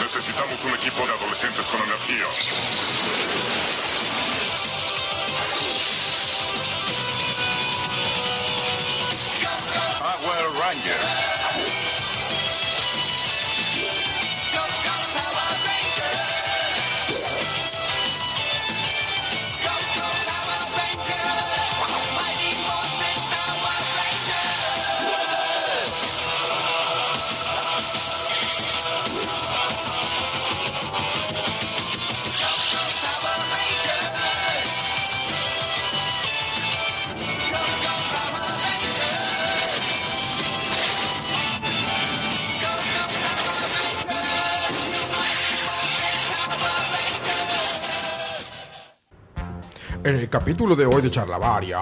Necesitamos un equipo de adolescentes con energía. Power Rangers. En el capítulo de hoy de Charlavaria,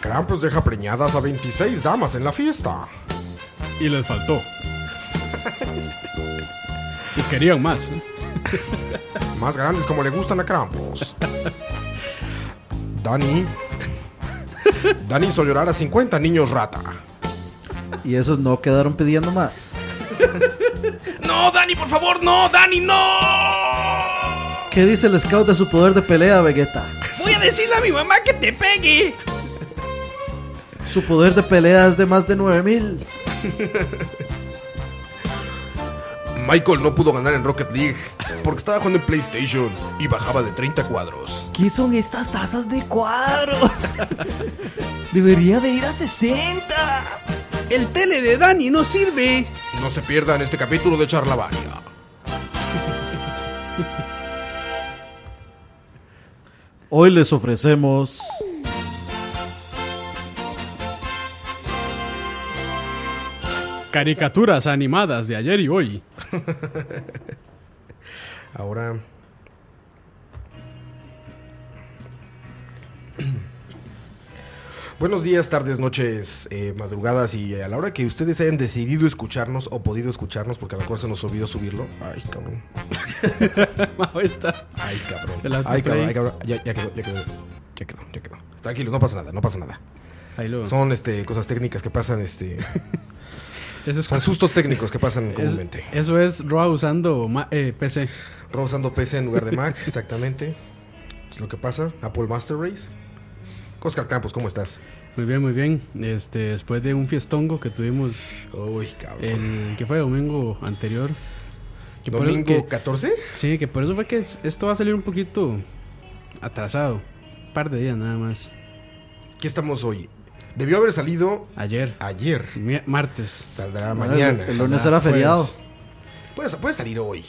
Krampus deja preñadas a 26 damas en la fiesta. Y les faltó. y querían más. ¿eh? Más grandes como le gustan a Krampus. Dani. Dani hizo llorar a 50 niños rata. Y esos no quedaron pidiendo más. No, Dani, por favor, no, Dani, no. ¿Qué dice el scout de su poder de pelea, Vegeta? Voy a decirle a mi mamá que te pegue. Su poder de pelea es de más de 9000. Michael no pudo ganar en Rocket League porque estaba jugando en PlayStation y bajaba de 30 cuadros. ¿Qué son estas tazas de cuadros? Debería de ir a 60. El tele de Dani no sirve. No se pierdan este capítulo de Charlavaria. Hoy les ofrecemos. Caricaturas animadas de ayer y hoy. Ahora. Buenos días, tardes, noches, eh, madrugadas y a la hora que ustedes hayan decidido escucharnos o podido escucharnos, porque a lo mejor se nos olvidó subirlo. Ay, cabrón. Mao está- Ay, cabrón. Te la Ay, cabrón, ahí. ay, cabrón. Ya, ya quedó, ya quedó. Ya quedó, ya quedó. Tranquilo, no pasa nada, no pasa nada. Ahí lo- Son este, cosas técnicas que pasan, este, eso, es, son sustos técnicos que pasan es- comúnmente. eso es Roa usando ma- eh, PC. Rob usando PC en lugar de Mac, exactamente. Es lo que pasa. Apple Master Race. Oscar Campos, ¿cómo estás? Muy bien, muy bien. Este, después de un fiestongo que tuvimos Uy, cabrón. el que fue domingo anterior. Que por- ¿Domingo que- 14? Sí, que por eso fue que es- esto va a salir un poquito atrasado. Un par de días nada más. ¿Qué estamos hoy? Debió haber salido Ayer, ayer. mi- martes. Saldrá Bueno, mañana. el- el lunes era feriado. Puede, puede salir hoy.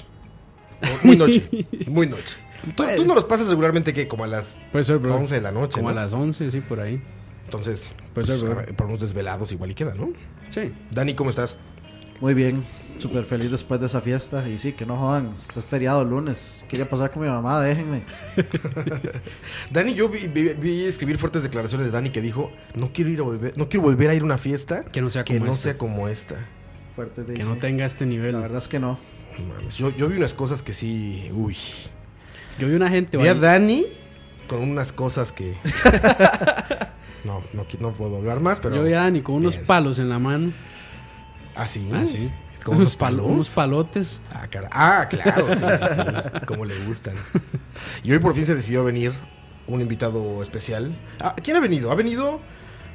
O- Muy noche. Muy noche. Tú, tú no los pasas regularmente que como a las Puede ser, bro. 11 de la noche. Como a ¿no? las 11, sí, por ahí. Entonces, pues, Puede ser, bro. a ver, por unos desvelados igual y queda, ¿no? Sí. Dani, ¿cómo estás? Muy bien, súper feliz después de esa fiesta. Y sí, que no jodan, este es feriado el lunes. Quería pasar con mi mamá, déjenme. Dani, yo vi, vi- vi escribir fuertes declaraciones de Dani que dijo, no quiero ir a volver, no quiero volver a ir a una fiesta Que no sea como no esta". sea como esta. Fuerte de Que no tenga este La nivel. verdad es que no. No mames, Yo, yo vi unas cosas que sí, uy. Yo vi una gente Vi a bail- Dani con unas cosas que no, no, qui- no puedo hablar más, pero Yo vi a Dani con unos Bien. palos en la mano. así, Ah, sí. con unos pal- palos. unos palotes. Ah, cara- ah, claro, sí, sí, sí, como le gustan. Y hoy por fin se decidió venir un invitado especial. Ah, ¿Quién ha venido? Ha venido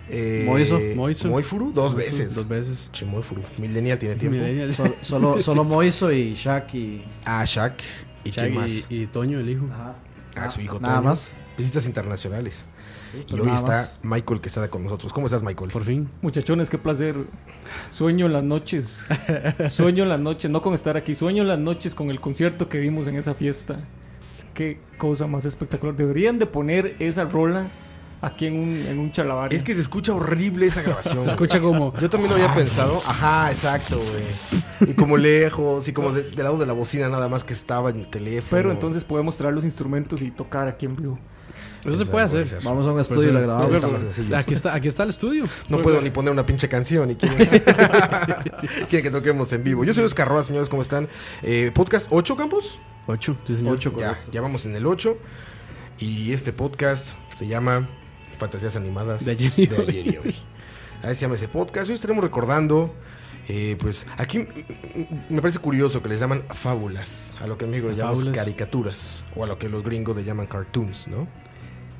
eh, Moiso. Moiso. Moifuru dos veces. Dos veces. Che, Moifuru. Millennial tiene tiempo. Millennial. Sol- solo, solo Moiso y Shaq y. Ah, Shaq. ¿Y Chag quién y- más? Ah. y Toño, el hijo. Ajá. a su hijo Nada Toño. más. Visitas internacionales. y pero hoy nada está más. Michael Quesada con nosotros. ¿Cómo estás, Michael? pues Por fin. Muchachones, qué placer. Sueño en las noches. Sueño en las noches, no con estar aquí. Sueño en las noches con el concierto que vimos en esa fiesta. Qué cosa más espectacular. Deberían de poner esa rola aquí en un, en un chalabar. Es que se escucha horrible esa grabación. Se escucha como. Yo también lo había pensado. Ajá, exacto, güey. Y como lejos, y como de- del lado de la bocina nada más que estaba en el teléfono. Pero entonces podemos traer los instrumentos y tocar aquí en vivo. Pues, Eso se puede hacer. Vamos a un estudio y la No, está grabamos. más sencillo. Aquí está, aquí está el estudio. No puedo ni poner una pinche canción y quieren, quieren que toquemos en vivo. Yo soy Oscar Roa, señores, ¿cómo están? Eh, podcast 8, Campos. Ocho. Sí, señor. Ocho, ya, ya vamos en el 8. Y este podcast se llama Fantasías Animadas De ayer y de hoy. ayer y hoy. Ahí se llama ese podcast. Hoy estaremos recordando Eh, pues aquí mm, mm, me parece curioso que les llaman fábulas, a lo que en México le llamamos Fábulas. caricaturas, o a lo que los gringos le llaman cartoons, ¿no?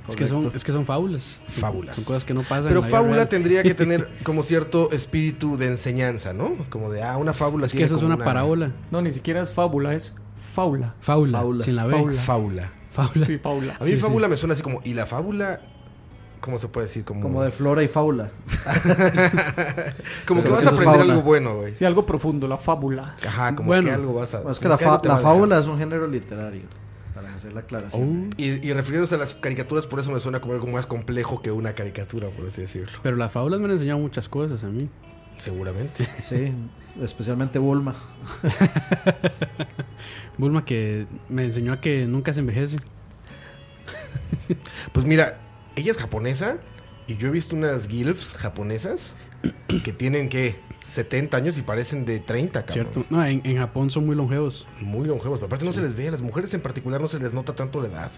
Es que, son, es que son fábulas. Son- Fábulas. Son cosas que no pasan. Pero en la vida fábula real. tendría que tener como cierto espíritu de enseñanza, ¿no? Como de, ah, una fábula Es que tiene eso es como una, parábola. No, ni siquiera es fábula, es faula. Fábula. Fábula. Sin la B. Fábula. Fábula. Fábula. Sí, faula. A mí Sí, fábula me suena así como, y la fábula, ¿cómo se puede decir? Como, Como de flora y faula. como que Eso- vas eso a es aprender fábula. algo bueno, güey. Sí, algo profundo, la fábula. Ajá, como Bueno. Pues que algo vas a... Bueno, es como que la, algo fa- te la va a dejar. Oh. fábula es un género literario. Para hacer la aclaración. Y, y refiriéndose a las caricaturas, por eso me suena como algo más complejo que una caricatura, por así decirlo. Pero las fábulas me han enseñado muchas cosas a mí. Seguramente. Sí, especialmente Bulma. Bulma que me enseñó a que nunca se envejece. Pues mira, ella es japonesa y yo he visto unas gilfs japonesas que tienen, que 70 años y parecen de 30, cabrón. ¿Cierto? No, en, en Japón son muy longevos. Muy longevos. Pero aparte no se les ve, a las mujeres en particular no se les nota tanto la edad.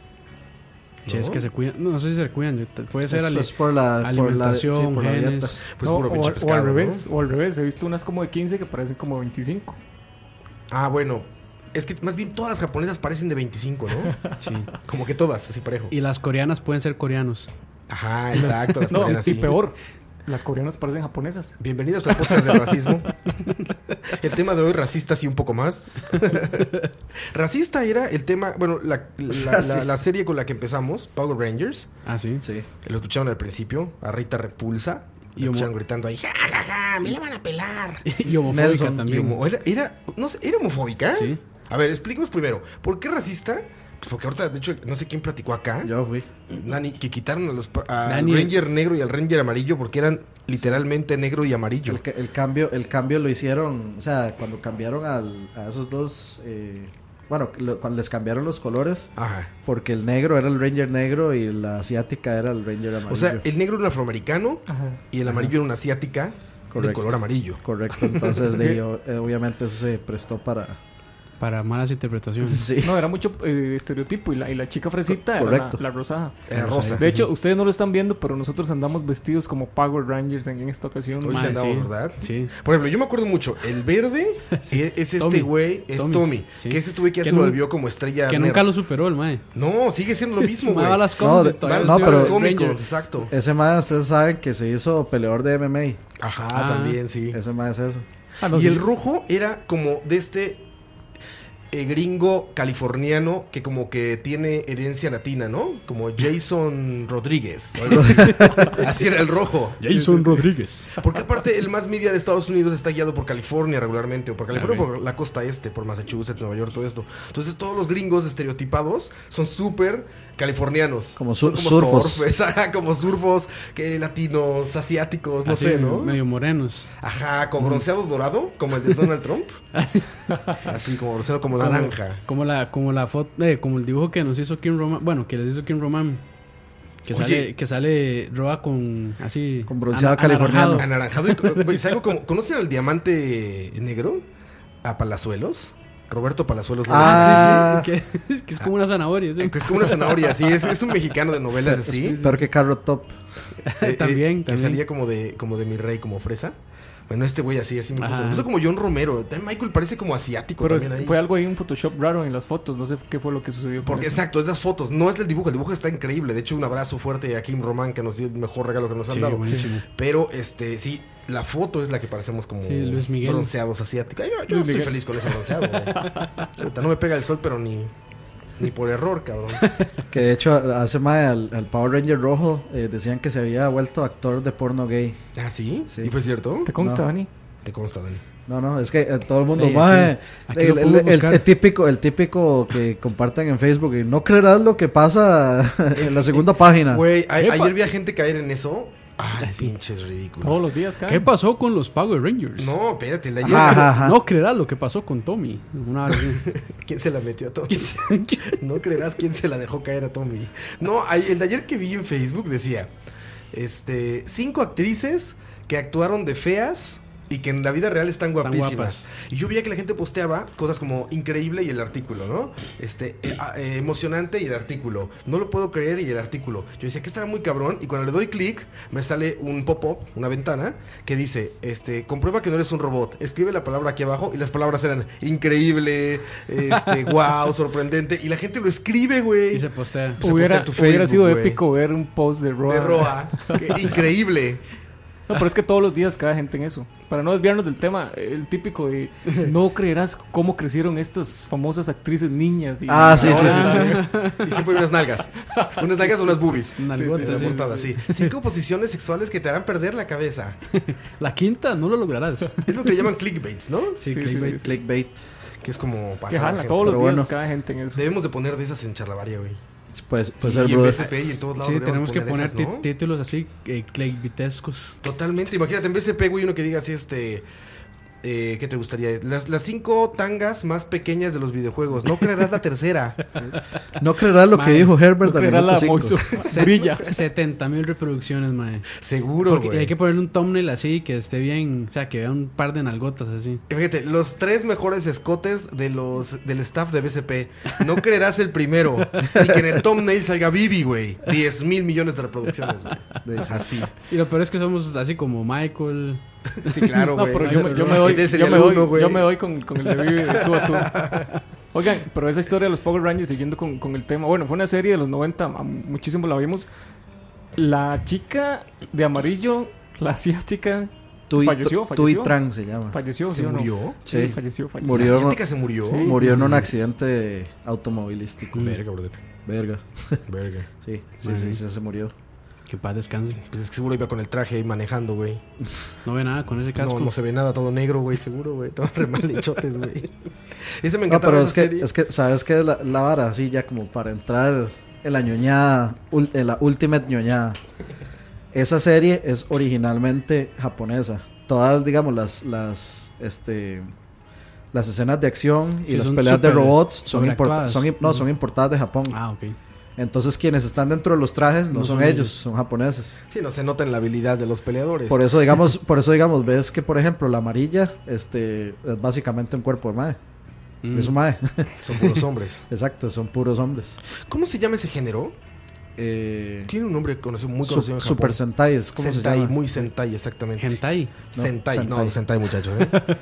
Sí, es ¿No? que se cuidan. No, no sé si se cuidan. yo- te- Puede ser Oh. Eso ale- es por la, por la, sí, alimentación, por la dieta. genes. Pues No, puro o, pinche al- o pescado. al ¿no? revés, o al revés. He visto unas como de 15 que parecen como 25. Ah, bueno. Es que más bien todas las japonesas parecen de 25, ¿no? Sí. Como que todas, así parejo. Y las coreanas pueden ser coreanos. Ajá, exacto. Las no, coreanas, y sí. peor, las coreanas parecen japonesas. Bienvenidos al podcast de racismo. el tema de hoy, racistas y un poco más. Racista era el tema, bueno, la, la- la- Racista. la serie con la que empezamos, Power Rangers, Ah, sí. Sí. que lo escucharon al principio, a Rita Repulsa, y Y homo- escucharon gritando ahí, ja, ja, ja, me la van a pelar. Y homofóbica Nelson, Y también. homo- era, era- no sé, ¿era homofóbica? Sí. A ver, explíquenos primero, ¿por qué racista? Pues porque ahorita, de hecho, no sé quién platicó acá, Yo fui. Dani, que quitaron a los, pa- al Dani- Ranger negro y al Ranger amarillo porque eran literalmente negro y amarillo. El, ca- el cambio, el cambio lo hicieron, o sea, cuando cambiaron al- a esos dos, eh, bueno, lo- cuando les cambiaron los colores, Ajá. porque el negro era el ranger negro y la asiática era el ranger amarillo. O sea, el negro era un afroamericano Ajá. y el amarillo era una asiática de Correcto. color amarillo. Correcto, entonces de- o- eh, obviamente eso se prestó para... Para malas interpretaciones. Sí. No, era mucho eh, estereotipo. Y la, y la chica fresita era la, Correcto. la rosada. Era Pero, rosa. o sea, De hecho, ustedes no lo están viendo, pero nosotros andamos vestidos como Power Rangers en, en esta ocasión. Hoy Ma, se andaba, sí. ¿verdad? Sí. Por ejemplo, yo me acuerdo mucho, el verde e- es, este Tommy. güey, es Tommy, Tommy. Sí. que es este güey que ya Que se nun- volvió como estrella. Que nerd. nunca lo superó el mae. No, sigue siendo lo mismo, güey. Mae va a las No, comics y de- todavía no, los pero... pero- tíos de cómicos, Rangers. exacto. Ese más, ustedes saben que se hizo peleador de MMA. Ajá, Ah. también, sí. Ese más es eso. Ah, no, y sí. el rojo era como de este eh, gringo californiano que como que tiene herencia latina, ¿no? Como Jason Rodríguez. o algo así. Así era el rojo. Jason Rodríguez. Porque aparte el más media de Estados Unidos está guiado por California regularmente, o por California, Ok. por la costa este, por Massachusetts, Nueva York, todo esto. Entonces todos los gringos estereotipados son súper californianos. Como Son sur- surfos. surfes, ajá, como surfos, que latinos, asiáticos, no Así, sé, ¿no? Medio morenos. Ajá, con bronceado dorado, como el de Donald Trump. Así como bronceado, como naranja. Como la, como la foto, eh, como el dibujo que nos hizo Kim Roman, bueno, que les hizo Kim Roman. Que Oye. sale, que sale Roa con así. Con bronceado ana- anaranjado. californiano. Anaranjado. y co- güey, es algo como, ¿Conocen al diamante negro? A Palazuelos. Roberto Palazuelos. ¿no? Ah, Ah. sí, sí. Que, que es como una zanahoria. ¿sí? Eh, Es como una zanahoria, sí. Es, es un mexicano de novelas así. Es Peor que Carrot Top. Eh, eh, También, Que también. salía como de, como de mi rey, como fresa. Bueno, este güey así, así me puso. Ajá. Me puso como John Romero. También Michael parece como asiático Pero también es- ahí. fue algo ahí, un Photoshop raro en las fotos. No sé qué fue lo que sucedió. con Porque eso. exacto, es las fotos, no es el dibujo, el dibujo está increíble. De hecho, un abrazo fuerte a Kim Román que nos dio el mejor regalo que nos han Sí, dado. buenísimo. Pero este, sí, la foto es la que parecemos como Sí, Luis Miguel. bronceados asiáticos. Ay, Yo, yo Luis estoy Miguel. feliz con ese bronceado. güey. Puta, no me pega el sol, pero ni, ni por error, cabrón. Que de hecho hace más al, al Power Ranger rojo eh, decían que se había vuelto actor de porno gay. Ah, sí, Sí. y fue cierto. ¿Te consta, No. Dani? Te consta, Dani. No, no, es que eh, todo el mundo, Ey, "Mae, aquí- aquí el, lo puedo el- el- buscar". el típico, el típico que comparten en Facebook y no creerás lo que pasa en la segunda página. Güey, a- Epa. ayer vi a gente caer en eso. Ay, pinches ridículos. Todos los días, cara. ¿Qué pasó con los Power Rangers? No, espérate, el de ayer. Ajá, ajá, ajá. No creerás lo que pasó con Tommy. Una hora así. ¿Quién se la metió a Tommy? no creerás quién se la dejó caer a Tommy. No, ay- el de ayer que vi en Facebook decía, este, cinco actrices que actuaron de feas y que en la vida real están guapísimas. guapas. Y yo veía que la gente posteaba cosas como increíble y el artículo, ¿no? Este, eh, ah, eh, emocionante y el artículo. No lo puedo creer y el artículo. Yo decía que estará muy cabrón y cuando le doy clic me sale un pop-up, una ventana que dice, este, comprueba que no eres un robot. Escribe la palabra aquí abajo y las palabras eran increíble, este, wow, sorprendente y la gente lo escribe, güey. Y se postea. Se postea en hubiera, tu hubiera Facebook, sido güey. épico ver un post de Roa. De Roa. Que increíble. No, pero es que todos los días cae gente en eso. Para no desviarnos del tema, el típico de no creerás cómo crecieron estas famosas actrices niñas. y- Ah, sí, sí, sí, ahora- sí. Y siempre hay unas nalgas. Unas nalgas o unas boobies. Sí, Nalgotas, sí, sí. reportadas, sí. Cinco posiciones sexuales que te harán perder la cabeza. La quinta no lo lograrás. Es lo que le llaman clickbaits, ¿no? Sí, Sí, sí, clickbait. sí, sí. Clickbait. Que es como para Que jalar jala, gente. todos los pero días bueno. cae gente en eso. Debemos de poner de esas en charlavaria, güey. Pues, pues y el en brother- BCP y en todos lados Sí, deberíamos tenemos que poner esas, ti- ¿no? títulos así, eh, clickbaitescos. Totalmente. Imagínate, en BCP, güey, uno que diga así, este... eh, ¿Qué te gustaría? Las, las cinco tangas más pequeñas de los videojuegos. No creerás la tercera. No creerás lo que Mae, dijo Herbert No al creerás minuto la cinco. Moiso. Brilla. 70 mil reproducciones, mae. Seguro, Porque güey. hay que ponerle un thumbnail así que esté bien, o sea, que vea un par de nalgotas así. Fíjate, los tres mejores escotes de los del staff de BCP. No creerás el primero. Y que en el thumbnail salga Bibi, güey. 10 mil millones de reproducciones, güey. De esas. Así. Y lo peor es que somos así como Michael. Sí, claro, No, güey. pero yo, me- yo me Y doy, de yo serial me doy, uno, güey. yo me doy con, con el de Vivi de tú a tú. Oigan, pero esa historia de los Power Rangers, siguiendo con, con el tema, bueno, fue una serie de los 90, a- muchísimo la vimos. La chica de amarillo, la asiática, Tui- Falleció, tu- falleció. Tui Tran se llama. falleció. ¿Se ¿sí o no? murió? Sí, Sí. falleció, falleció. ¿La Murió. asiática se murió? Sí. Oh, Murió en un accidente automovilístico. Verga, brother. Verga. Verga. Sí, sí, sí, sí, se murió. Que en paz descanse. Pues es que seguro iba con el traje ahí manejando, güey. Pues No ve nada con ese No, casco. no se ve nada, todo negro, güey. Seguro, güey. Todo re mal lechotes, güey. Ese me No, encantaba pero esa es que, serie. es que, ¿sabes qué? La, la vara, así ya como para entrar en la ñoñada, ul- en la ultimate ñoñada. Esa serie es originalmente japonesa. Todas, digamos, las, las, este, las escenas de acción y Sí, las son peleas de súper robots son, importa sobreactuadas. son, im- no, son importadas de Japón. Ah, ok. Entonces, quienes están dentro de los trajes no, No son, son ellos, ellos. son japoneses. Sí, no se nota en la habilidad de los peleadores. Por eso, digamos, por eso, digamos, ves que, por ejemplo, la amarilla, este, es básicamente un cuerpo de mae. Mm. Es un mae. Son puros hombres. Exacto, son puros hombres. ¿Cómo se llama ese género? Eh, Tiene un nombre conocido, muy Su- conocido en Japón. Super Sentai es como se Sentai, llama. muy Sentai, exactamente. Hentai. Sentai, No, no, Sentai, muchachos. ¿eh?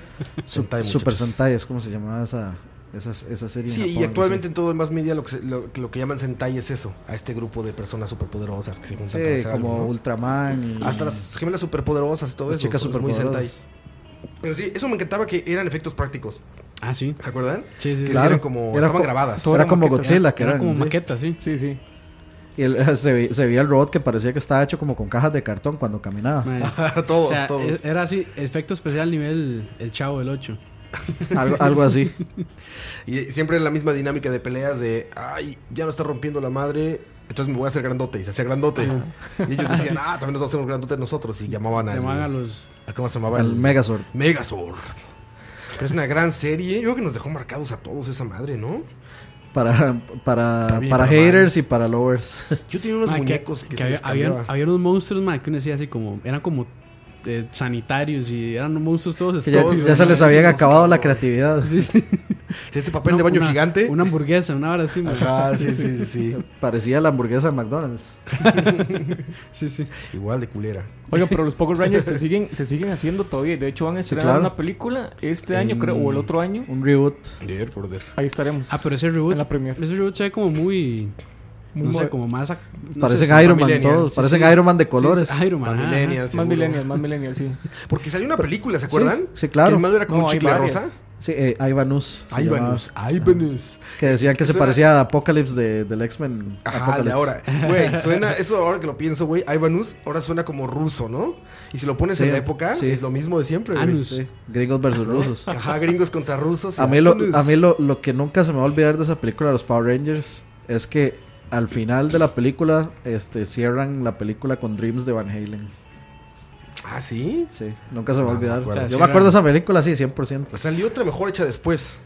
Su- Sentai, Super muchachos. Sentai es como se llamaba esa, esa, esa serie. en Sí, Japón, y actualmente en todo el más media lo que, se- lo, lo que llaman Sentai es eso, a este grupo de personas superpoderosas que se no juntan sé. para Sí, hacer como algo, ¿no? Ultraman. y- Hasta las gemelas superpoderosas y todo las eso. chicas es muy Sentai. superpoderosas. Pero sí, eso me encantaba que eran efectos prácticos. Ah, sí. ¿Se acuerdan? Sí, sí, Que sí. Claro. eran como, Era estaban co- grabadas. todo- Era eran como maquetas, Godzilla, que Era eran. como sí. maqueta, sí. Sí, sí. Y el- se, ve- se veía el robot que parecía que estaba hecho como con cajas de cartón cuando caminaba. Mae. todos, O sea, todos. es- era así, efecto especial nivel el chavo del 8. Algo, algo así. Y siempre la misma dinámica de peleas de, ay, ya no está rompiendo la madre, entonces me voy a hacer grandote. Y se hacía grandote. Y ellos decían, ah, también nos hacemos grandote nosotros. Y llamaban al, Llamaban a los. ¿a Ah, ¿Cómo se llamaba? El Megazord. Megazord. Pero es una gran serie. Yo creo que nos dejó marcados a todos esa madre, ¿no? Para, para, Para bien, para para haters y para lovers. Yo tenía unos mae, Ah, que- muñecos que, que se había, les había, cambiaba. había unos monstruos, mae, que uno decía así como. Eran como eh, sanitarios y eran unos monstruos todos Que ya, Todos ya se eran les así, habían los acabado la cabros. creatividad. Este papel de Una- baño una- gigante. Una hamburguesa, una hora así. mae. Ajá, Ah, sí, sí, sí, sí. Parecía la hamburguesa de McDonald's. Sí, sí. Igual de culera. Oigan, pero los Power Rangers se siguen, se siguen haciendo todavía. De hecho, van a estrenar claro. una película este año, creo, o el otro año. Un reboot. Dear, brother. Ahí estaremos. Ah, pero ese reboot. En la premiere. Ese reboot se ve como muy. Muy no sé, mo- como más. ac- no Parecen sé, Iron Man millennial. todos. Sí, Pues Parecen sí. Iron Man de sí, colores. sí, Iron Man. Para ajá, millennials. más seguro. millennial, más millennial, sí. Porque salió una película, ¿se Sí, acuerdan? sí, claro. Que el malo era como un chicle varias. rosa. Sí, eh, Ivanus. se Ivanus, llamaba. Ivanus. Que decían que se Suena- parecía a Apocalypse de, del X-Men. Ajá, el de Apocalypse. ahora. Güey, suena, eso ahora que lo pienso, güey, Ivanus ahora suena como ruso, ¿no? Y si lo pones Sí, en la época, sí. es lo mismo de siempre, güey. Anus. Sí, gringos versus rusos. Ajá, gringos contra rusos. A mí, lo, Ivanus. a mí lo, lo que nunca se me va a olvidar de esa película de los Power Rangers es que al final de la película este, cierran la película con Dreams de Van Halen. Ah, sí. Sí, nunca se me No, Ah, va a me olvidar. acuerdo. Yo O sea, me acuerdo cierran- de esa película, sí, 100%. Salió otra mejor hecha después.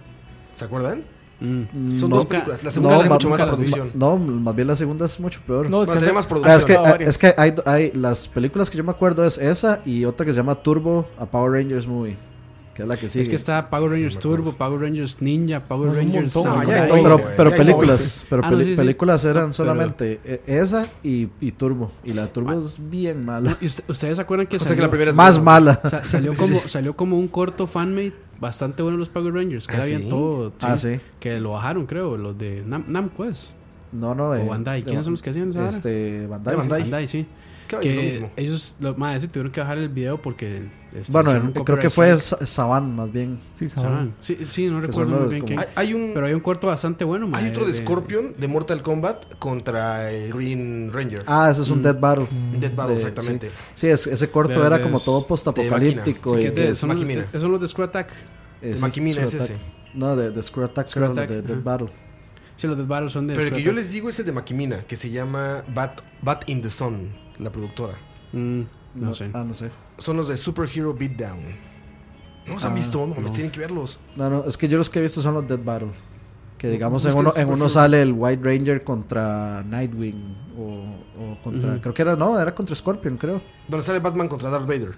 ¿Se acuerdan? Mm. Son No, dos ca- películas. La segunda tiene ma- mucho más ma- producción. No, más bien la segunda es mucho peor. No, es Bueno, que tenía más hace- Ah, es que, producción. Ah, varias. es que hay, hay las películas que yo me acuerdo es esa y otra que se llama Turbo a Power Rangers Movie, que es la que sigue. Es que está Power Rangers Turbo, Power Rangers Ninja, Power No, un Rangers. montón. Samurai. Ah, ya hay todo, pero, güey, pero ya hay películas, pero Ah, no, peli- sí, sí. películas eran No, pero- solamente eh, esa y, y Turbo y la Turbo es bien mala, ¿Y usted- ¿Ustedes se acuerdan que, O sea que la primera es más mala. sa- salió, como, salió como un corto fanmade bastante bueno de los Power Rangers? Que Ah, era bien ¿sí? todo. Ah, sí. Que lo bajaron, creo, los de Nam Namco es. No, no. de- O Bandai. de- ¿Quiénes son los que hacían esa vara? Este, Bandai. De Bandai. Bandai, sí. Claro, es lo Que mismo. ellos, los más, tuvieron que bajar el video porque. este, Bueno, hicieron un creo que copyright fue strike. Sa- Saban más bien. Sí, saben. Saban. Sí, sí, no Que recuerdo son muy los bien como- quién. Hay, hay un, Pero hay un corto bastante bueno, eh, hay mae, otro de Scorpion de Mortal Kombat contra el Green Ranger. Ah, ese es un Dead Battle. Dead Battle, De- exactamente. Sí, Sí, es- ese corto Mm. De- era de- como de todo postapocalíptico. máquina. y Que de- es- son, Maki Mina. los, son los de Screw Attack. eh, El sí, Maquimina es Screw ese. Attack. No, de, de Screw Attack, Screw creo, Attack, de Dead ajá. Battle. Sí, los de Battle son de Pero el Screw que yo Attack. les digo es el de Maquimina, que se llama Bat, Bat in the Sun, la productora. Mm, no, sé. Ah, no sé. Son los de Superhero Beatdown. No los han visto, no, mames, tienen que verlos. No, no, es que yo los que he visto son los Dead Battle. Que pues digamos, es en que uno, es en superhéroe. uno sale el White Ranger contra Nightwing. O, o contra. Creo que era, no, era contra Scorpion, creo. Donde sale Batman contra Darth Vader.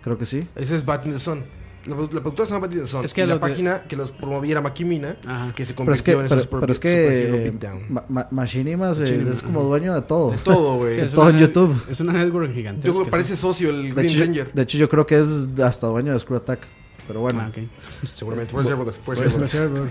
Creo que sí. Ese es Bat in the Sun. La, produ- la productora se llama Bat in the Sun. Es que y la los de- página que los promoviera Maquimina, Ajá. que se Pero es convirtió que, en pero, esos super- pero es Superhero que Beatdown. Ma- Ma- Machinima se- es como dueño de todo. De todo, güey. Sí, es todo una en net- YouTube. Es una network gigantesca. Yo creo que sí. parece socio el De Green hecho, yo- Ranger. de hecho, yo creo que es hasta dueño de Screw Attack. Pero bueno, Ah, ok. Seguramente. Puede ser, brother. Puede ser, brother.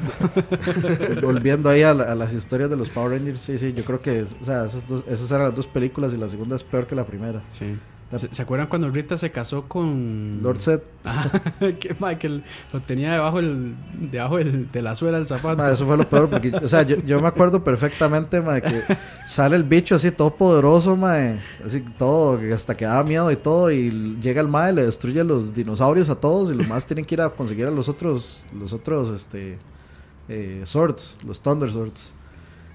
volviendo ahí a, la- a las historias de los Power Rangers, sí, sí, yo creo que es- o sea, esas, dos- esas eran las dos películas y la segunda es peor que la primera. Sí. ¿Se, se acuerdan cuando Rita se casó con. Lord Set, Ah, que, mae, que lo tenía debajo, el, debajo el- de la suela del zapato. ma, eso fue lo peor, porque, o sea, yo, yo me acuerdo perfectamente, ma, que sale el bicho así todo poderoso, ma, así todo, que hasta que da miedo y todo, y llega el ma y le destruye los dinosaurios a todos y los más tienen que ir a conseguir a los otros, los otros, este, eh, swords, los Thunder Swords.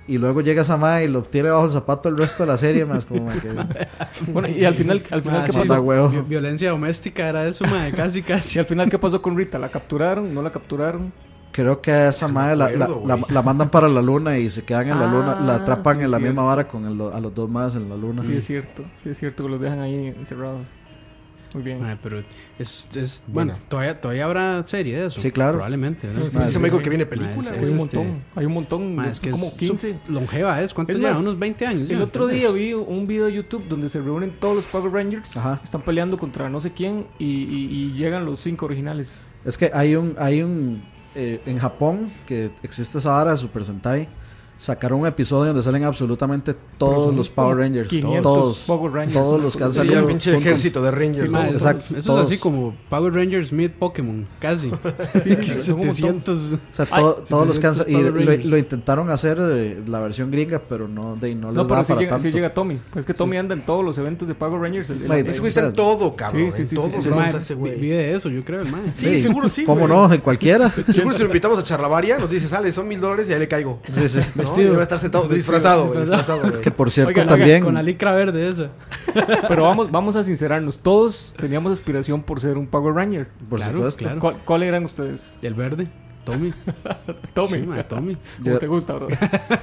Y luego llega esa ma y lo tiene bajo el zapato el resto de la serie, más como ma, que... Bueno, y al final, al final Mae, ¿qué Ah, sí, pasó? pasa, huevo? vi- Violencia doméstica era eso, mae, casi, Y casi. al final, ¿qué pasó con Rita? ¿La capturaron? ¿No la capturaron? Creo que a esa madre la, la- acuerdo, la- güey. la mandan para la luna y se quedan en la Ah, luna, la atrapan sí, en la sí. misma vara con el- a los dos más en la luna. Mm. Sí, es cierto. Sí, es cierto que los dejan ahí encerrados. Muy bien. Mae, pero es. es bueno, todavía, todavía habrá serie de eso. Sí, claro. Probablemente, ¿verdad? No, sí, Dice sí, Michael sí. que viene película. Nice. Hay güey. es un este- montón. Hay un montón. Mae, de- Ah, es que como es 15. su- longeva es. ¿Cuánto Es lleva? más, Unos 20 años. El ya. otro día vi un video de YouTube donde se reúnen todos los Power Rangers. Ajá. Están peleando contra no sé quién y, y- y llegan los cinco originales. Es que hay un, hay un eh, en Japón que existe esa vara Super Sentai. Sacaron un episodio donde salen absolutamente todos los Power Rangers. 500 Todos. Power Rangers, todos una los que cosa han Sí, así. salido. ya pinche juntos. ejército de Sí, Rangers. ¿no? mae, eso- exacto, Eso es así todos. como Power Rangers mid Pokémon, casi. Sí, sí, sí, son un montón. 700. O sea, todo- Ay, todos los que han 700 salido. Y Power lo, Rangers. lo intentaron hacer eh, la versión gringa, pero no, de, no les No, pero daba sí para llega, sí tanto. llega Tommy. Pues es que Tommy anda en todos los eventos de Power Rangers. El- el- Mae, Ese güey está en todo, cabrón. Sí, sí, sí, en todos sí, sí, lados Mae, está ese güey. Vive de eso, yo creo, el mae. Sí, seguro sí, güey. ¿Cómo no? En cualquiera. Seguro si lo invitamos a charlavaria, nos dice, sale, son mil dólares y ahí le caigo. Sí, sí. ¿No? Vestido. Y va a estar sentado, disfrazado, güey, disfrazado, güey. Que por cierto Oigan, oigan, también. con la licra verde esa. Pero vamos, vamos a sincerarnos. Todos teníamos aspiración por ser un Power Ranger. Por Claro, supuesto. claro. ¿Cuál, cuál eran ustedes? El verde, Tommy. Tommy. Sí, mae, Tommy. ¿Cómo Yo- te gusta, bro?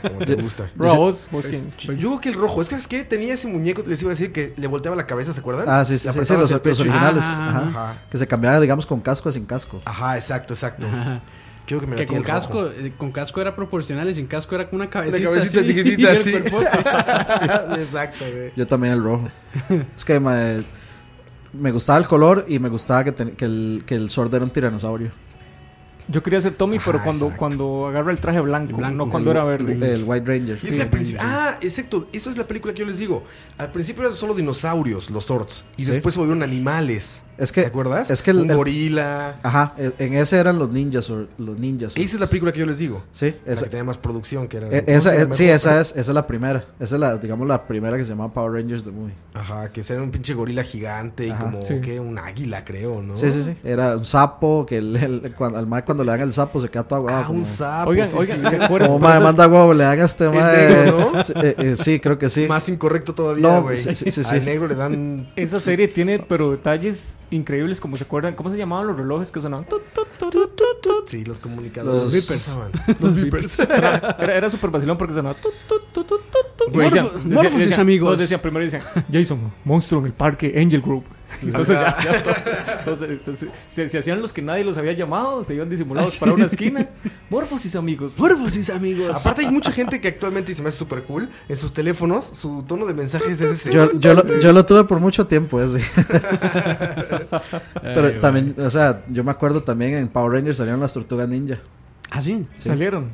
Como te gusta. Bro, vos, vos quién? Yo creo que el rojo, es que es que tenía ese muñeco, les iba a decir que le volteaba la cabeza, ¿se acuerdan? Ah, sí, sí, Le sí, sí, apretaban los, el los pecho. originales. Ah, ajá. Ajá. Que se cambiaba, digamos, con casco a sin casco. Ajá, exacto, exacto. Ajá. Quiero que me Que latía con el rojo. casco, eh, con casco era proporcional y sin casco era como una cabecita. cabecita así, chiquitita, y el sí. cuerpo- exacto, güey. Yo también el rojo. es que mae, me gustaba el color y me gustaba que, ten- que el, que el sordo era un tiranosaurio. Yo quería ser Tommy, pero Ajá, cuando, exacto. cuando agarra el traje blanco, El blanco, no cuando el- era verde. El White Ranger. Y es que al principio. Ah, exacto. Esa es la película que yo les digo. Al principio eran solo dinosaurios, los orcs. Y después se volvieron animales. Es que- ¿Te acuerdas? es que el- Un el- gorila. Ajá, e- en ese eran los ninjas. or- Los ninjas Esa es la película que yo les digo. Sí, Esa. esa, que tenía más producción, que era. e- no esa- sé, e- me sí, acuerdo, esa es, esa es la primera. Esa es la, digamos, la primera que se llamaba Power Rangers The Movie. pero- Ajá, que era un pinche gorila gigante y Ajá. como Sí. que un águila, creo, ¿no? Sí, sí, sí. Era un sapo que el, el- cuando, al mae cuando le dan el sapo se queda todo aguado. Ah, como- un sapo. Oigan, sí, oigan, sí. ¿se acuerdan? Como Por mae, eso- manda huevo, le dan a este mae. negro, ¿no? Sí, eh, eh, sí, creo que sí. Más incorrecto todavía, No, güey. sí, sí, sí, Al sí. negro le dan. Esa serie tiene, pero detalles increíbles, como se acuerdan. ¿Cómo se llamaban los relojes que sonaban? Tut, tut, Sí, los comunicadores. Los beepers. usaban. Los beepers. Era, era super vacilón porque sonaba. tu, tu, tu, tu, tu, tu. Y pues, Güey, decían- Morph- decían- Morphosis, decían- amigos. no, decían primero decían Jason, monstruo en el parque, Angel Group. Entonces, ya, ya todos- entonces, entonces, se, se hacían los que nadie los había llamado, se iban disimulados para una esquina. Morphosis, amigos. Morphosis, amigos. Aparte hay mucha gente que actualmente y se me hace súper cool. En sus teléfonos, su tono de mensajes es ese. Yo, yo, lo, yo lo tuve por mucho tiempo ese. Ay, Pero güey. también, o sea, yo me acuerdo también en Power Rangers salieron las tortugas ninja. Ah, sí. Salieron.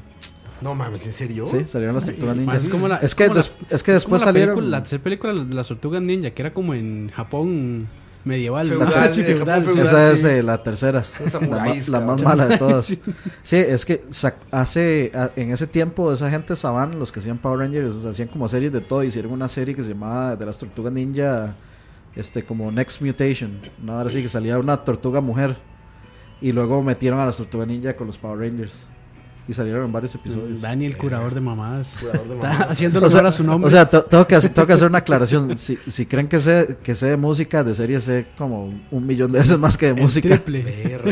No mames, ¿en serio? Sí, salieron las tortugas Ma, ninja. es como la- Es que, como la- des- es que como después la salieron. Película, la tercera película de las tortugas ninja, que era como en Japón medieval. Feudal, ¿no? de Sí, Japón feudal, sí. feudal. Esa es sí. eh, la tercera. Un samurái, la ma- la, cabrón. más mala de todas. sí. es que sac- hace a- en ese tiempo esa gente saban, los que hacían Power Rangers, hacían como series de todo. Hicieron una serie que se llamaba de las tortugas ninja, este como Next Mutation. No, ahora sí que salía una tortuga mujer. Y luego metieron a las tortugas ninja con los Power Rangers. Y salieron en varios episodios. Daniel, curador de mamadas. Curador de Está haciendo O sea, lugar a su nombre. O sea, to- tengo que, hacer- tengo que hacer una aclaración. Si, si creen que sé, que sé de música, de serie sé como un millón de veces más que de El música. triple.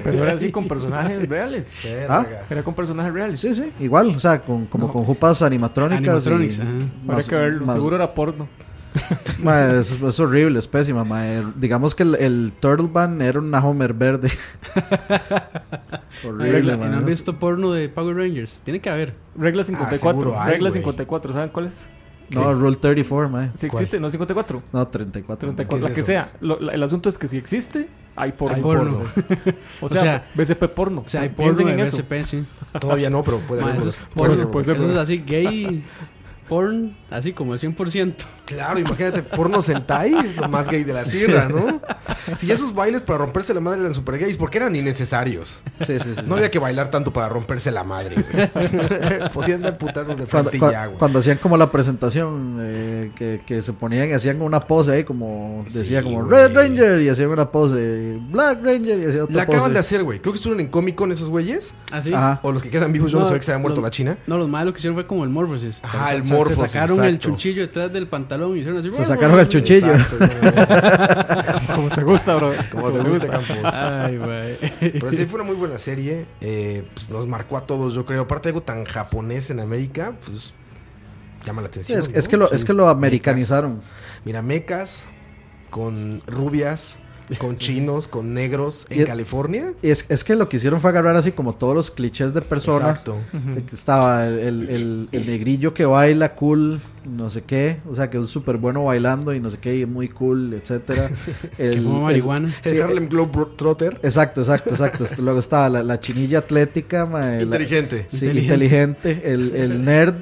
Pero ¿ah? era así con personajes reales. Verga. Era con personajes reales. Sí, sí, igual, o sea, con, como con jupas animatrónicas. Animatronics, y ajá. Habría más- que verlo. más- Seguro era porno. ma, es, es horrible, es pésima. ma, eh, digamos que el, el Turtle Band era una Homer verde. horrible, Regla- ma, ¿No han ¿no? visto porno de Power Rangers? Tiene que haber. Regla Ah, seguro 54. hay, regla güey. 54. ¿Saben cuál es? No, Rule 34, ma. Si ¿Cuál? existe, no 54. No, 34. ma. 34, ¿Qué es la que eso? sea. Lo- la- el asunto es que si existe, hay porno. Hay porno. O, O sea, sea, BCP porno. O sea, hay porno Piensen de en eso. BSP, sí. Todavía no, pero puede Ma, haber. Ah, eso es uno. porno. ser, puede ser, Eso es ¿verdad? así, gay porn, así como el 100%. Claro, imagínate, porno sentai, es lo más gay de la tierra, ¿no? Si ya esos bailes para romperse la madre eran super gays, porque eran innecesarios. Sí, sí, sí. sí. No había que bailar tanto para romperse la madre, güey. Podían dar putazos de Cuando, frente y cua- ya, güey. cuando hacían como la presentación eh, que, que se ponían y hacían una pose ahí como decía Sí, como güey. Red Ranger y hacían una pose Black Ranger y hacían otra La pose. acaban de hacer, güey. Creo que estuvieron en Comic Con esos güeyes. Así. Ajá. O los que quedan vivos, yo no, No, sabía que se había muerto los- la China. No, los malos lo que hicieron fue como el Morphosis. O sea, Ajá, se- el se- se Morphosis, sacaron el exacto. chuchillo detrás del pantalón y hicieron así. Se sacaron el chuchillo. Como te gusta, bro. Como te gusta, Campos. Ay, güey. Pero sí, fue una muy buena serie. eh, pues nos marcó a todos, yo creo. Aparte, algo tan japonés en América, pues llama la Sí, atención. es, ¿no? es que lo, Sí. es que lo americanizaron. Mira, mecas con rubias, con chinos, con negros en Y- California. Es, es que lo que hicieron fue agarrar así como todos los clichés de persona. Exacto. De que Estaba el, el- el- el negrillo que baila cool, no sé qué. O sea, que es súper bueno bailando y no sé qué, y es muy cool, etcétera. El- Que fuma el- marihuana. El Sí, eh, Harlem Globetrotter. Exacto, exacto, exacto. Esto- Luego estaba la, la chinilla atlética, ma, la- Inteligente. sí, inteligente, el, el nerd.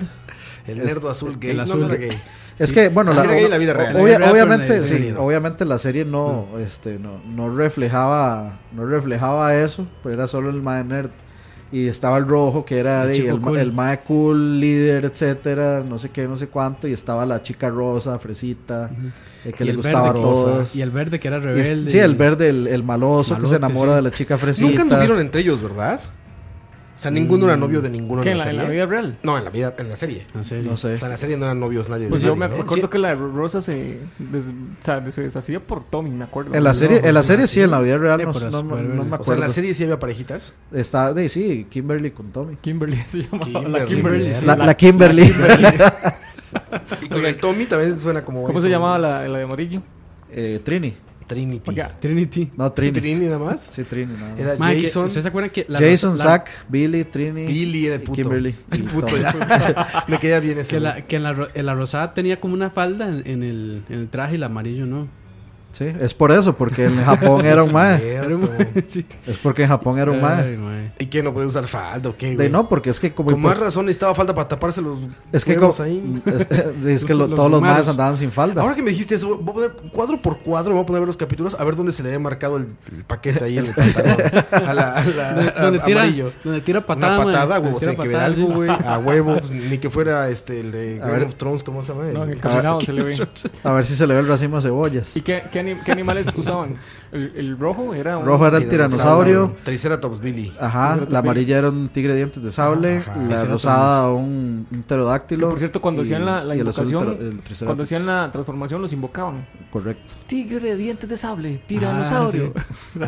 El es- nerdo azul gay. el no, azul. no era gay. Es Sí. que, bueno, Sí, era gay en la vida real. obvia- En la vida obviamente, real, pero en la sí, vida no. obviamente la serie no, este, no, no reflejaba, no reflejaba eso, pero era solo el mae nerd. Y estaba el rojo que era El de- el, chico ma- cool. el mae cool, líder, etcétera, no sé qué, no sé cuánto, y estaba la chica rosa, fresita, eh, que Y le el gustaba a verde que- todos. Y el verde que era Y es- rebelde. sí, el verde, el, el maloso que se Malote, enamora sí. de la chica Nunca fresita. anduvieron entre ellos, ¿verdad? O sea, ninguno era novio de ninguno ¿Qué? en ¿En la la, en serie. la vida real? No, en la vida, en la serie. En serio. no sé. O sea, en la serie no eran novios nadie. de Pues yo me nadie, ¿no? acuerdo que la Rosa se, des- o sea, se deshacía por Tommy, me acuerdo. En la serie, en la sí, serie sí, en la vida real Eh, no, por no- super- no me O sea, en acuerdo. la serie sí había parejitas. Está de sí, Kimberly con Tommy. Kimberly se llamaba. La Kimberly, Kimberly. ¿verdad? sí, La, la- la Kimberly. Y con el Tommy también suena como. ¿Cómo se llamaba la, la de amarillo? Eh, Trini. Trinity. Oiga, Trinity. No, Trini. Trinity nada más. Sí, Trini. nada más. Era Ma, que- Jason. ¿Ustedes se acuerdan que la- Jason, la- Zack, Billy, Trini. Billy era el y puto. Kimberly. El Y puto Tommy. ya. Me queda bien ese. Que, la, que en, la, ro- en la rosada tenía como una falda en, en el, en el traje y el amarillo, ¿no? Sí, es por eso, porque en Japón era un mae. Cierto. Era un- sí. Es porque en Japón era un mae. Ay, mae. ¿Y que no podía usar falda o qué, De güey? no, porque es que como. Con más pues, razón necesitaba falda para taparse los es que, Mm. huevos como- ahí. es, es que lo- Los todos los humanos. maes andaban sin falda. Ahora que me dijiste eso, voy a poner cuadro por cuadro, voy a poner a ver los capítulos, a ver dónde se le había marcado el, el paquete ahí en el pantalón. A la, a la- Donde, a- donde tira, Ah, amarillo. donde tira patada. Una patada, mae. huevo, Donde tiene tira que ver patada, algo, sí. güey. A huevo, pues, ni que fuera este, el de A Game ver. of Thrones, ¿cómo se llama? No, en el Ah, caminado se le ve. A ver si se le ve el racimo de cebollas. ¿Y qué, qué, ani- qué animales usaban? El, el rojo era un... Rojo era el tiranosaurio. Triceratops Billy. Ajá, Ajá, la amarilla era un tigre de dientes de sable, Ajá, la ese era rosada un, un pterodáctilo. por cierto, cuando y- hacían la, la y el azul invocación, tero- el triceratops. cuando hacían la transformación, los invocaban. Correcto. Tigre, dientes de sable, Ah, tiranosaurio. tiranosaurio. ¿De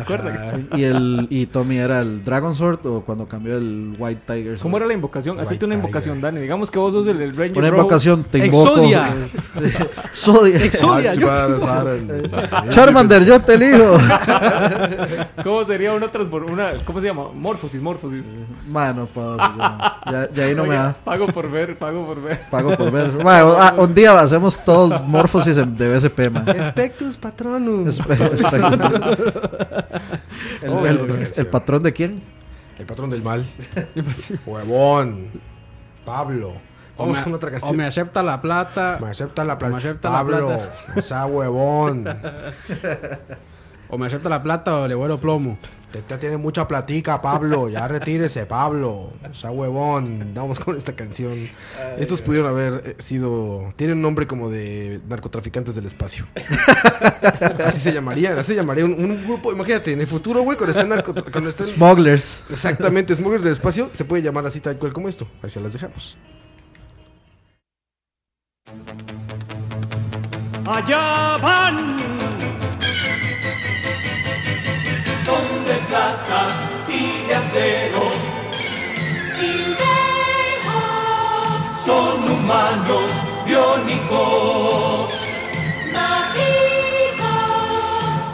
acuerdo? Y, el, y Tommy era el Dragon Sword o cuando cambió el White Tiger. ¿Cómo era la invocación? Hacete una Tiger. invocación, Dani. Digamos que vos sos el, el Ranger Una rojo. invocación, te invoco. Exodia. Exodia. Exodia, yo- Charmander, yo te elijo. ¿Cómo sería una transformación? ¿Cómo se llama? Morfosis, morfosis. Mano, puedo hacer yo. ya, ya ahí no me Oiga, da. Pago por ver, pago por ver. Pago por ver. Mae, ah, un día hacemos todo morfosis en- de BSP, man. Espectus Patronum. Es- es- el, Oh, el- otra el canción. patrón de quién? El patrón del mal. Huevón. Pablo. O Vamos me- con otra O me canción. acepta la plata. Me acepta la me plata. acepta la Pablo. plata. O sea, huevón. O me acepta la plata o le vuelo plomo. Usted tiene mucha platica, Pablo. Ya retírese, Pablo. O sea, huevón. Vamos con esta canción. Estos pudieron haber eh, sido. Tienen un nombre como de narcotraficantes del espacio. así se llamaría. Así se llamaría un, un grupo. Imagínate, en el futuro, güey, cuando estén narcotraficantes. Cuando estén- Smugglers. Exactamente, Smugglers del Espacio se puede llamar así tal cual como esto. Ahí se las dejamos. allá van. Son de plata y de acero, Sin vergos, son humanos biónicos, mágicos,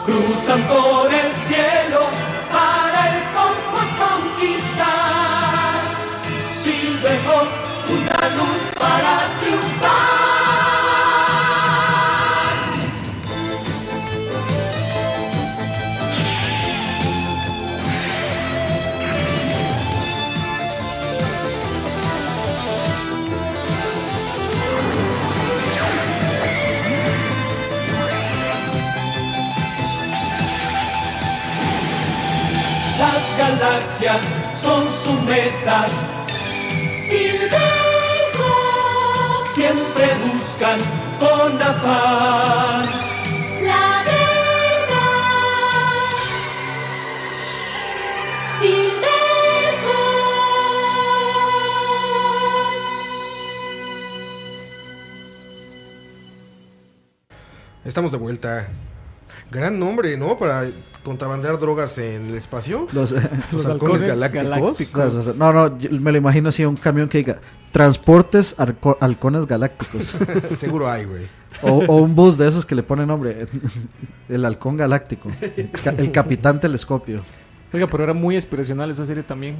cruzan por el cielo para el cosmos conquistar. Silvejos, una luz para triunfar. Las galaxias son su meta, sin vergos, siempre buscan con afán. la verdad. Sin vergos. Estamos de vuelta. Gran nombre, ¿no? Para contrabandear drogas en el espacio. Los, Los, Los halcones, halcones galácticos. galácticos. no, no, yo me lo imagino así un camión que diga Transportes Arco- Halcones Galácticos. Seguro hay, güey. O, o un bus de esos que le ponen nombre. El Halcón Galáctico. Ca- El Capitán Telescopio. Oiga, pero era muy inspiracional esa serie también.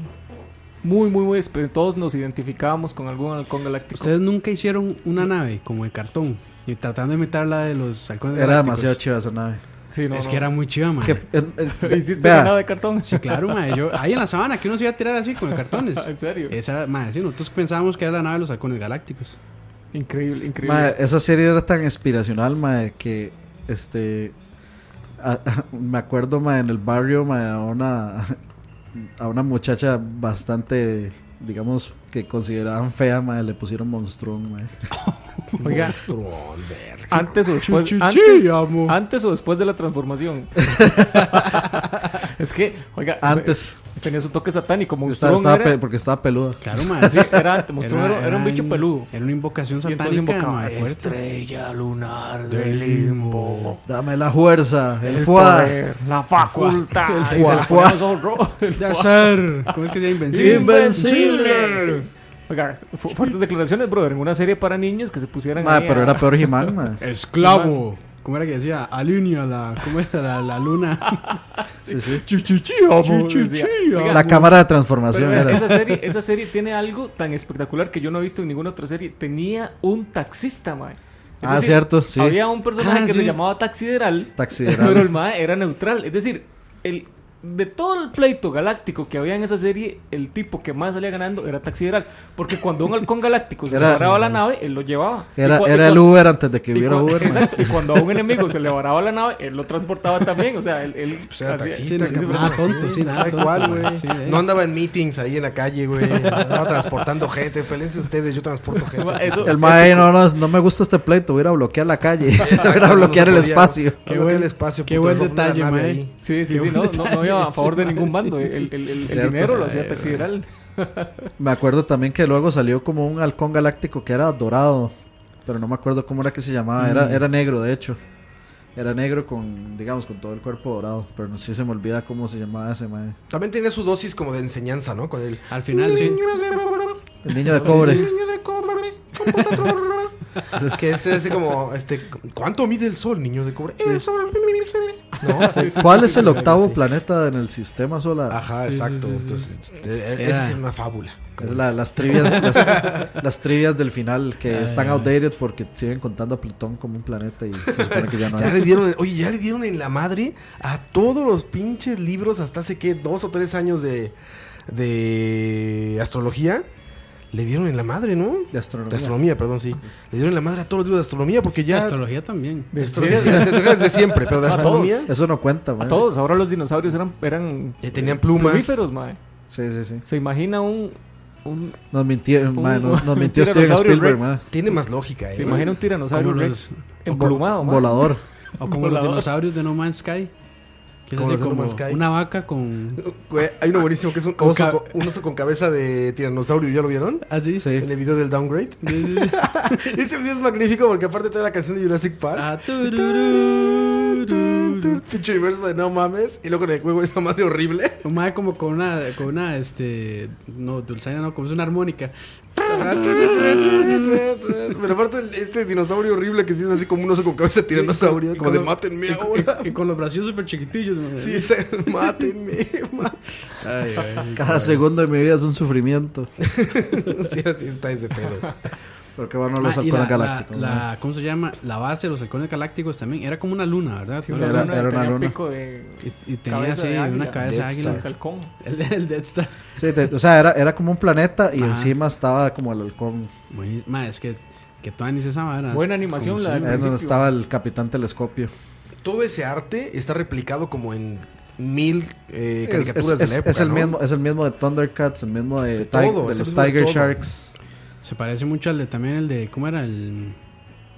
Muy, muy, muy. espe- Todos nos identificábamos con algún halcón galáctico. Ustedes nunca hicieron una nave como de cartón. Y tratando de imitar la de los halcones Era galácticos. demasiado chiva esa nave. Sí, no, Es no. que era muy chiva, man. Que, en- en- ¿Hiciste vea, una nave de cartón? Sí, claro, mae. Yo, ahí en la sabana que uno se iba a tirar así con los cartones. Ah, Ah, ¿En serio? Eh, Esa era, mae, sí, nosotros pensábamos que era la nave de los halcones galácticos. Increíble, increíble. Mae, esa serie era tan inspiracional, mae, que este a- a- me acuerdo mae, en el barrio mae, a una a una muchacha bastante digamos que consideraban fea, mae, le pusieron monstruón, mae. Oiga. Monstruón, verga. Antes o después. Chu, chu, chu, antes, amo. antes o después de la transformación. es que, oiga, Antes tenía su toque satánico. estaba, Monstruo estaba era, pe- porque estaba peluda. Claro, mae. sí. era antes, Monstruo era- era un bicho in- peludo. Era una invocación Y entonces satánica, invocaba, mae, este fuerte. Estrella lunar del limbo. Dame la fuerza, el, El fuá. poder, la facultad. El Y se fuá. le El fuá. ponía los ojos rojos. El Ya fuá. ser. ¿Cómo es que se llama? Invencible? Invencible. Oiga, fu- fuertes declaraciones, brother. En una serie para niños que se pusieran. Mae, ahí pero a- era peor He-Man, mae. Esclavo. ¿Cómo era que decía? Alinea la... ¿Cómo era? La, la luna. Sí, sí. Chuchuchi, amo, Chuchuchi, decía. ah. Oiga, La cámara de transformación pero era. esa, serie, esa serie tiene algo tan espectacular que yo no he visto en ninguna otra serie. Tenía un taxista, mae. Es Ah, cierto, sí. Había un personaje Ah, que sí. se llamaba Taxideral, Taxideral. pero el mae era neutral. Es decir, el, de todo el pleito galáctico que había en esa serie, el tipo que más salía ganando era Taxideral. Porque cuando un halcón galáctico se Era- le varaba la nave, él lo llevaba. Y Era, cua- y era el cuando- Uber antes de que y hubiera cua- Uber, mae. exacto, y cuando a un enemigo se le varaba la nave, él lo transportaba también. O sea, él. él Pues era hacía- taxista, Sí, no, Sí, sí, nada sí, tonto, sí, sí, nada tal tonto. cual, güey. Sí, eh. No andaba en meetings ahí en la calle, güey. Andaba transportando gente. Pélense ustedes, yo transporto gente. Eso- El mae, no, no, no me gusta este pleito, voy a ir a bloquear la calle, voy a ir a bloquear el espacio. Qué buen- buen espacio. qué puto, buen rompí una detalle, nave mae. ahí. Sí, sí, sí, no, no, no había iba a favor de Ese ningún mae, bando. sí. El, el- el- el Cierto. dinero lo hacía Ay, Taxi General. Me acuerdo también que luego salió como un halcón galáctico que era dorado, pero no me acuerdo cómo era que se llamaba, era, era negro de hecho. Era negro con, digamos, con todo el cuerpo dorado, pero no sé si se me olvida cómo se llamaba ese mae. También tenía su dosis como de enseñanza, ¿no? Con el. Al final, sí. El niño de cobre. Niño de cobre, cobre. que es así como, este, ¿cuánto mide el sol, niño de cobre? El sol. ¿No? Sí. Ah, ¿Cuál es el octavo planeta en el sistema solar? Ajá, Sí, sí, exacto. sí, sí. Entonces, eh, Era- es una fábula. Es la- las trivias las, las trivias del final que están outdated porque siguen contando a Plutón como un planeta y se supone que ya no Ya le es. dieron, oye, ya le dieron en la madre a todos los pinches libros hasta hace que dos o tres años de, de astrología. Le dieron en la madre, ¿no? De astronomía. De astronomía, perdón, sí. Le dieron en la madre a todos los libros de astronomía porque ya. Astrología también. De astrología- ciencia. de astrología es de siempre, pero de A todos. astronomía. Eso no cuenta, A mae. todos, ahora los dinosaurios eran. eran Ya tenían plumas. Mamíferos, mae. Sí, sí, sí. Se imagina un. un Nos Uh, mintió, mae, nos, nos mintió Un Steven tiranosaurio Spielberg, Rex. mae. Tiene más lógica, ¿eh? se imagina un tiranosaurio Como rex los- emplumado, mae. Volador. O como los Volador. dinosaurios de No Man's Sky. Que es Como los así de No como Man's Sky. una vaca con. Güey, hay uno buenísimo que es un Con oso, ca- con- un oso con cabeza de tiranosaurio, ¿ya lo vieron? Así. Sí. En el video del downgrade. Ese video es magnífico porque aparte trae la canción de Jurassic Park. Ah, tururururu. Pinche universo de no mames. Y luego en el juego es una madre horrible. Un mae como con una, con una, este, no, dulzaina no, como es una armónica. Pero aparte este dinosaurio horrible que sí es así como un oso con cabeza de tiranosaurio. Y Como de con- mátenme y- ahora. Y, y con los bracitos súper chiquitillos, mae. Sí, ese- mátenme. ma- Ay, ay, Cada segundo de mi vida es un sufrimiento. Sí, así está ese pedo. Porque bueno, Ma, los Ah, Ah, y halcones la- galácticos. la- mae. la- ¿Cómo se llama? La base de los halcones galácticos también. Era como una luna, ¿verdad? Sí, Una una Era- luna que era una tenía luna. pico de. Y, y tenía cabeza así de águila. una cabeza de Un águila. halcón. El, el Death Star. Sí, te- o sea, era, era como un planeta y Ah. Ajá. encima estaba como el halcón. Buenis- ma, es que, que todavía ni se sabe. era- Buena animación, como la si- del- Ahí es donde principio. estaba el capitán telescopio. Todo ese arte está replicado como en mil eh, Es, caricaturas es- de es- la época, es el ¿no? mismo, es el mismo de Thundercats, el mismo de, De Ti- todo, de es el los mismo de Tiger todo. Sharks. Se parece mucho al de también el de. ¿Cómo era? El.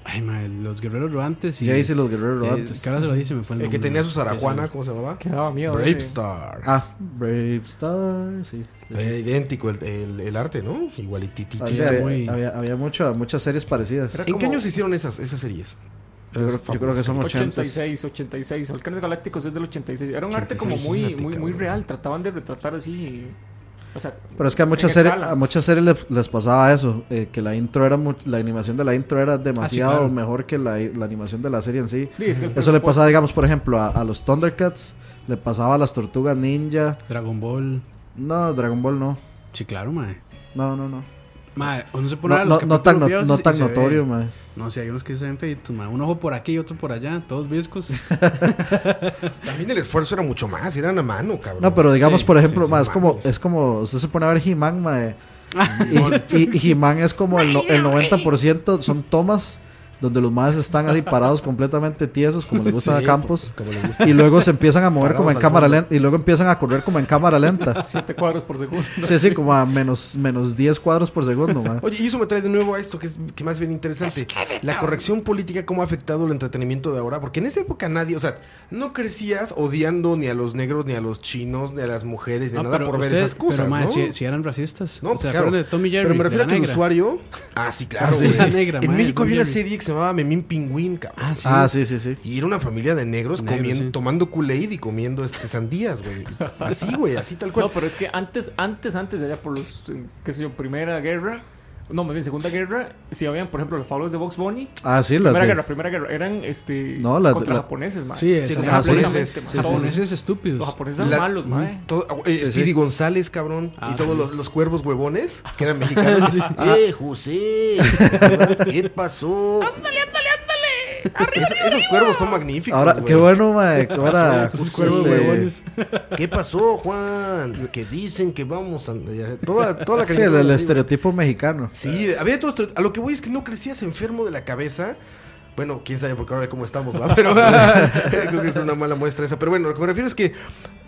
Ay, ma, el- los guerreros rodantes. Y, Jace y los guerreros eh, rodantes. Que ahora se lo dice, me fue el El que nombre, tenía ma. su zarajuana, ¿cómo se llamaba? Que daba miedo. Brave ese. Star. Ah, Brave Star, sí. sí, sí. Era idéntico el, el- el arte, ¿no? Igualititito. Ah, sí, sí, había muy- había- había mucho- muchas series parecidas. ¿En qué años se hicieron esas, esas series? Yo creo, yo creo que son 80. 86, 86. Halcones Galácticos es del 86. Era un arte como 86, muy, imagínate, muy, muy cabrón. real. Trataban de retratar así. O sea, Pero es que a muchas en series, escala. a muchas series les, les pasaba eso, eh, que la intro era mu- la animación de la intro era demasiado Ah, claro. mejor que la, la animación de la serie en sí. Sí, es que el Eso le presupuesto- pasaba, digamos, por ejemplo, a, a los Thundercats, le pasaba a las Tortugas Ninja. Dragon Ball. No, Dragon Ball no. Sí, claro, ma. No, no, no. Ma, uno se pone a No, ver no, los no tan, capítulos no, viejos no y tan se ve. notorio, man. No, sí, hay unos que se ven feitos, ma. Un ojo por aquí y otro por allá. Todos viscos. También el esfuerzo era mucho más, eran a mano, cabrón. No, pero digamos, Sí, por ejemplo, sí, ma, es como, mames. es como, usted se pone a ver He-Man, ma, eh, y, y, y He-Man es como el, no- el 90% son tomas donde los más están así parados completamente tiesos, como les gusta Sí, pues, a Campos. como le gusta. Y luego se empiezan a mover Parados como en al cámara fondo. lenta. Y luego empiezan a correr como en cámara lenta. Siete cuadros por segundo. Sí, sí, como a menos, menos 10 cuadros por segundo, man. Oye, y eso me trae de nuevo a esto que es que más bien interesante. La corrección política, cómo ha afectado el entretenimiento de ahora. Porque en esa época nadie, o sea, no crecías odiando ni a los negros, ni a los chinos, ni a las mujeres, ni No, nada por ver ustedes- esas cosas. Pero, ma, ¿no? si, si eran racistas. No, o sea, claro. acuerdan de Tommy Jerry. Pero me refiero a de que la el negra. usuario. Ah, sí, claro. sí. güey. La negra, en madre, México Tom había una Jerry. serie que se llamaba Memín Pingüín, cabrón. Ah, sí. Ah, sí, sí, sí. Y era una familia de negros Negros, comiendo, sí. tomando Kool-Aid y comiendo este, sandías, güey. Así, güey, así tal cual. No, pero es que antes, antes, antes de allá por los, eh, qué sé yo, Primera Guerra, no, más bien Segunda Guerra, si habían, por ejemplo, los falos de Box Bunny, Ah, sí, la Primera de- Guerra, Primera Guerra, eran este, No, la- contra la- japoneses, man. Sí, es- Sí, ah, los sí, japoneses, completamente, man. sí, Todos- japoneses estúpidos. Los japoneses eran La- malos, mae. Todo, eh, Sí, sí. Speedy González, cabrón, Ah, y todos sí. los, los cuervos huevones, que eran mexicanos. ¡Eh, José! ¿Qué pasó? Ándale, ándale, ándale. Es- esos cuervos son magníficos. Ahora, güey. qué bueno, ma, eh, cómo era, Los cuervos este, huevones. ¿Qué pasó, Juan? Que dicen que vamos a. ya, Toda, toda la Sí, caricatura el, el así, güey. estereotipo mexicano. Sí, había todos. A lo que voy es que no crecías enfermo de la cabeza. Bueno, quién sabe porque ahora cómo estamos, ¿va? Pero creo que es una mala muestra esa. Pero bueno, lo que me refiero es que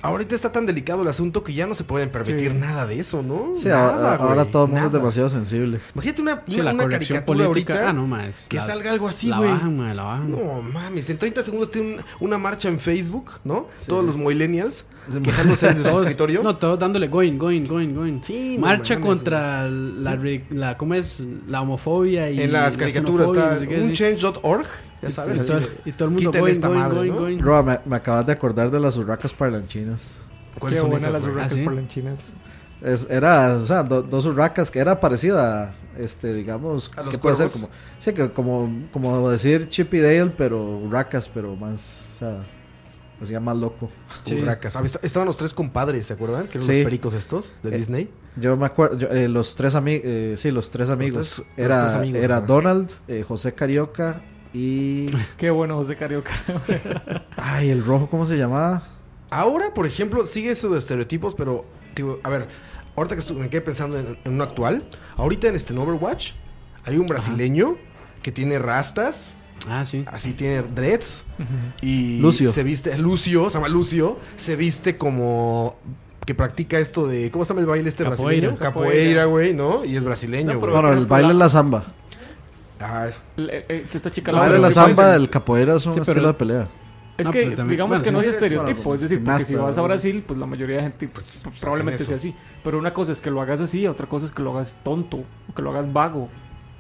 ahorita está tan delicado el asunto que ya no se pueden permitir Sí. nada de eso, ¿no? Sí, Nada, ahora, güey, ahora todo el mundo nada. es demasiado sensible. Imagínate una, Sí, una- la una corrección caricatura política. ahorita ah, no, más. que salga algo así, La güey. bajan, mae, la bajan. No mames, en 30 segundos tiene un- una marcha en Facebook, ¿no? Todos los millennials quejándose desde su Todos- escritorio. No, todos dándole going, going, going, going. Sí, no Marcha mames, contra la, re- la, ¿cómo es? La homofobia y en las la caricaturas está xenofobia, no sé qué, un sí. change.org, Y- ya sabes. y, así todo, de, y todo el mundo "Quítale going, esta going, madre", going, ¿no? going. Roa, me, me acabas de acordar de las urracas parlanchinas. Qué ¿Cuáles son buenas esas, las güey? urracas ¿Ah, sí? parlanchinas. Es- era, o sea, do- dos urracas que era parecida, a, este, digamos, A los que puede ser cuervos. como, sí, que como, como decir Chip y Dale, pero urracas, pero más, o sea, hacía más loco. Sí. Urracas. Ah, est- Estaban los tres compadres, ¿se acuerdan? Que eran Sí. los pericos estos de Eh, Disney. Yo me acuerdo, yo, eh, los tres amigos, sí, los tres amigos, tres- los era, tres amigos, era ajá. Donald, eh, José Carioca y, Qué bueno, José Carioca. ay, el rojo, ¿cómo se llamaba? Ahora, por ejemplo, sigue eso de estereotipos, pero, digo, a ver, ahorita que estu- me quedé pensando en, en uno actual, ahorita en este en Overwatch hay un brasileño que tiene rastas, Ah, sí. así tiene dreads, y Lucio. se viste, Lucio, se llama Lucio, se viste como que practica esto de, ¿cómo se llama el baile este Capoeira. brasileño? Capoeira, güey, ¿no? Y es brasileño, No, güey. pero- Bueno, el baile de la samba. Ah, Le- eh, Esta chica El la baile de verdad, la sí parece- samba del capoeira es un Sí, pero- estilo de pelea. Es No, que pero también- digamos bueno, que sí, no es eres, bueno, estereotipo, pues, es decir, porque gimnasta, si vas a ¿no? Brasil, pues la mayoría de gente pues, Pues, probablemente hacen sea eso. así. Pero una cosa es que lo hagas así, otra cosa es que lo hagas tonto, o que lo hagas vago,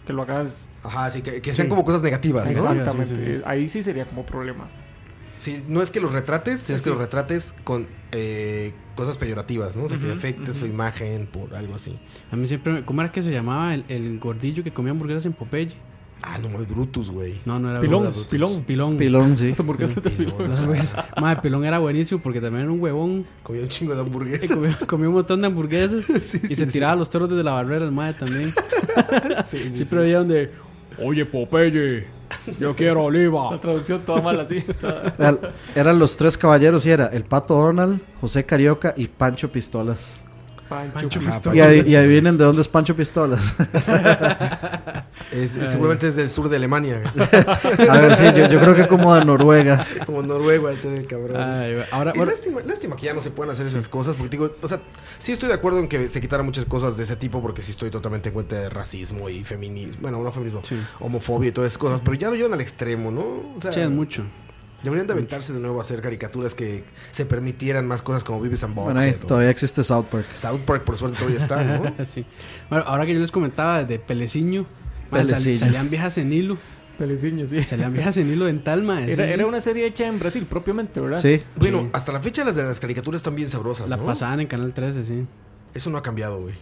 que lo hagas... ajá, sí, que, que sean como cosas negativas, ¿no? Exactamente, Sí, sí, sí. ahí sí sería como problema. Sí, no es que los retrates, sino es que Sí. los retrates con eh, cosas peyorativas, ¿no? O sea, que Ujú, afecte su imagen por algo así. A mí siempre, me- ¿cómo era que se llamaba el, el gordillo que comía hamburguesas en Popeye? Ah, no, muy Brutus, güey. No, no era Pilón, Brutus. pilón. pilón. Pilón, sí. ¿Por qué se te olvidó? Las hamburguesas. Mae, pilón era buenísimo porque también era un huevón. Comía un chingo de que Comió, hamburguesas. comió un montón de hamburguesas Sí, y sí, se sí. tiraba los toros desde la barrera, el mae también. Sí, sí, Siempre había donde, oye Popeye, yo quiero oliva. La traducción toda mala, así. toda- Al- Eran los tres caballeros y era el Pato Donald, José Carioca y Pancho Pistolas. Pancho, Ajá, Pistola. Y, ahí- y adivinen de dónde es Pancho Pistolas. Es- es- seguramente es del sur de Alemania, güey. A ver, sí, yo, yo creo que como de Noruega. como Noruega, ese era el cabrón. Ah, Ay, Ah, ahora, Y bueno, lástima, lástima que ya no se puedan hacer esas cosas, porque digo, o sea, sí estoy de acuerdo en que se quitaran muchas cosas de ese tipo, porque sí estoy totalmente en cuenta de racismo y feminismo, bueno, no feminismo, homofobia y todas esas cosas, pero ya lo llevan al extremo, ¿no? O sea, che, es mucho. Deberían de aventarse de nuevo a hacer caricaturas que se permitieran más cosas como Vives and Bob. Bueno, ahí, todavía existe South Park. South Park, por suerte, todavía está, ¿no? eh, Sí. Bueno, ahora que yo les comentaba de Peleciño, mae, sal- Peleciño. salían viejas en hilo, Teleciño, sí. salían viejas en hilo dental, mae. Era, sí, era sí. una serie hecha en Brasil propiamente, ¿verdad? Sí. Bueno, hasta la fecha las de las caricaturas están bien sabrosas, La ¿no? pasaban en Canal 13, sí. Eso no ha cambiado, güey.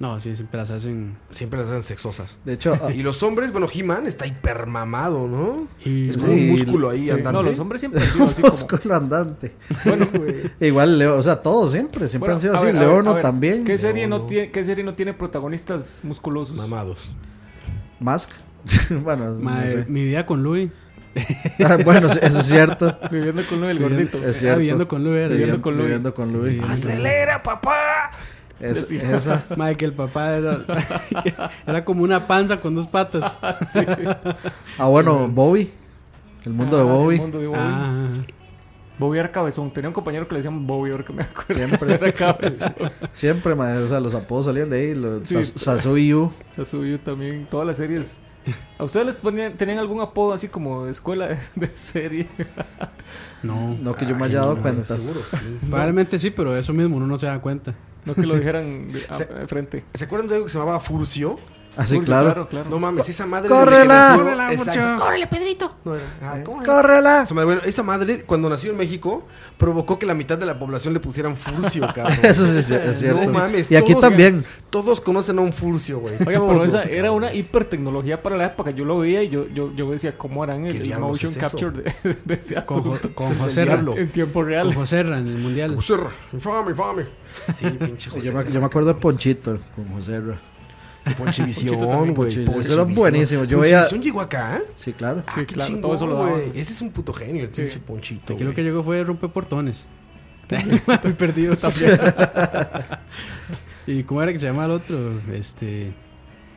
No, sí, siempre las hacen. Siempre las hacen sexosas. De hecho, a- Y los hombres, bueno, He-Man está hipermamado, ¿no? Y- Es como Sí, un músculo ahí Sí. andante. No, los hombres siempre han sido así como... músculo andante. Bueno, güey. Igual Leo, o sea, todos siempre, siempre Bueno, han sido a así. ver, a ver, a Leono ver, también. ¿Qué serie, no tiene, ¿Qué serie no tiene protagonistas musculosos? Mamados. Mask. bueno, no mae, sé. Mi vida con Louis. Ah, bueno, sí, eso es cierto. Viviendo con uno del gordito. Es Era cierto. viviendo con Louis. Era Ah, Viviendo con Louis. Viviendo con Louis. ¡Acelera, papá! Es- Sí. esa. Mae, que el papá era, era como una panza con dos patas. Ah, bueno, Bobby. El mundo de Ah, sí, Bobby. el mundo de Bobby. Ah, Bobby era cabezón. Tenía un compañero que le decían Bobby, ahora que me acuerdo. Siempre. Era cabezón. Siempre, mae, o sea, los apodos salían de ahí. Los, Sí. Sas- Sasui Yu. Sasuyu también. Todas las series. ¿A ustedes les ponían, tenían algún apodo así como de escuela de, de serie? no. No que yo me haya dado cuenta. Seguro, sí. Probablemente sí, pero eso mismo uno no se da cuenta. No que lo dijeran de, a- Se- de frente. ¿Se acuerdan de algo que se llamaba Furcio? Así, Curso, claro. claro. No mames, esa madre. ¡Córrela! ¿Eh? desde que nació- Exacto. ¡Órale, Pedrito! No, era- ah, ¿cómo era? ¡Córrela! Esa madre- Bueno, esa madre, cuando nació en México, provocó que la mitad de la población le pusieran Furcio, cabrón. Eso sí es, es cierto. No mames. y aquí todos- también. Todos conocen a un Furcio, güey. Oiga, pero Todos, esa cabrón. era una hipertecnología para la época. Yo lo veía y yo, yo, yo decía, ¿cómo harán ¿Qué el, el diablos motion es eso? capture de, de ese Con, Jo- asunto? con Ese es el José Ra- diablo. En tiempo Con real. José Ra en el mundial. José Ra, infame, infame. Sí, pinche José. Yo me, yo me acuerdo de Ponchito con José Ra. Ponchivisión, güey. Ponchivisión. Eso Ponchivisión. era buenísimo, yo veía- Ponchivisión llegó acá, ¿eh? Sí, claro. Ah, Sí, qué claro, chingón, todo eso lo daban. güey. Ese es un puto genio, el Sí. pinche Ponchito. Aquí lo güey. que llegó fue rompe portones. Muy perdido también. ¿Y cómo era que se llamaba el otro? Este.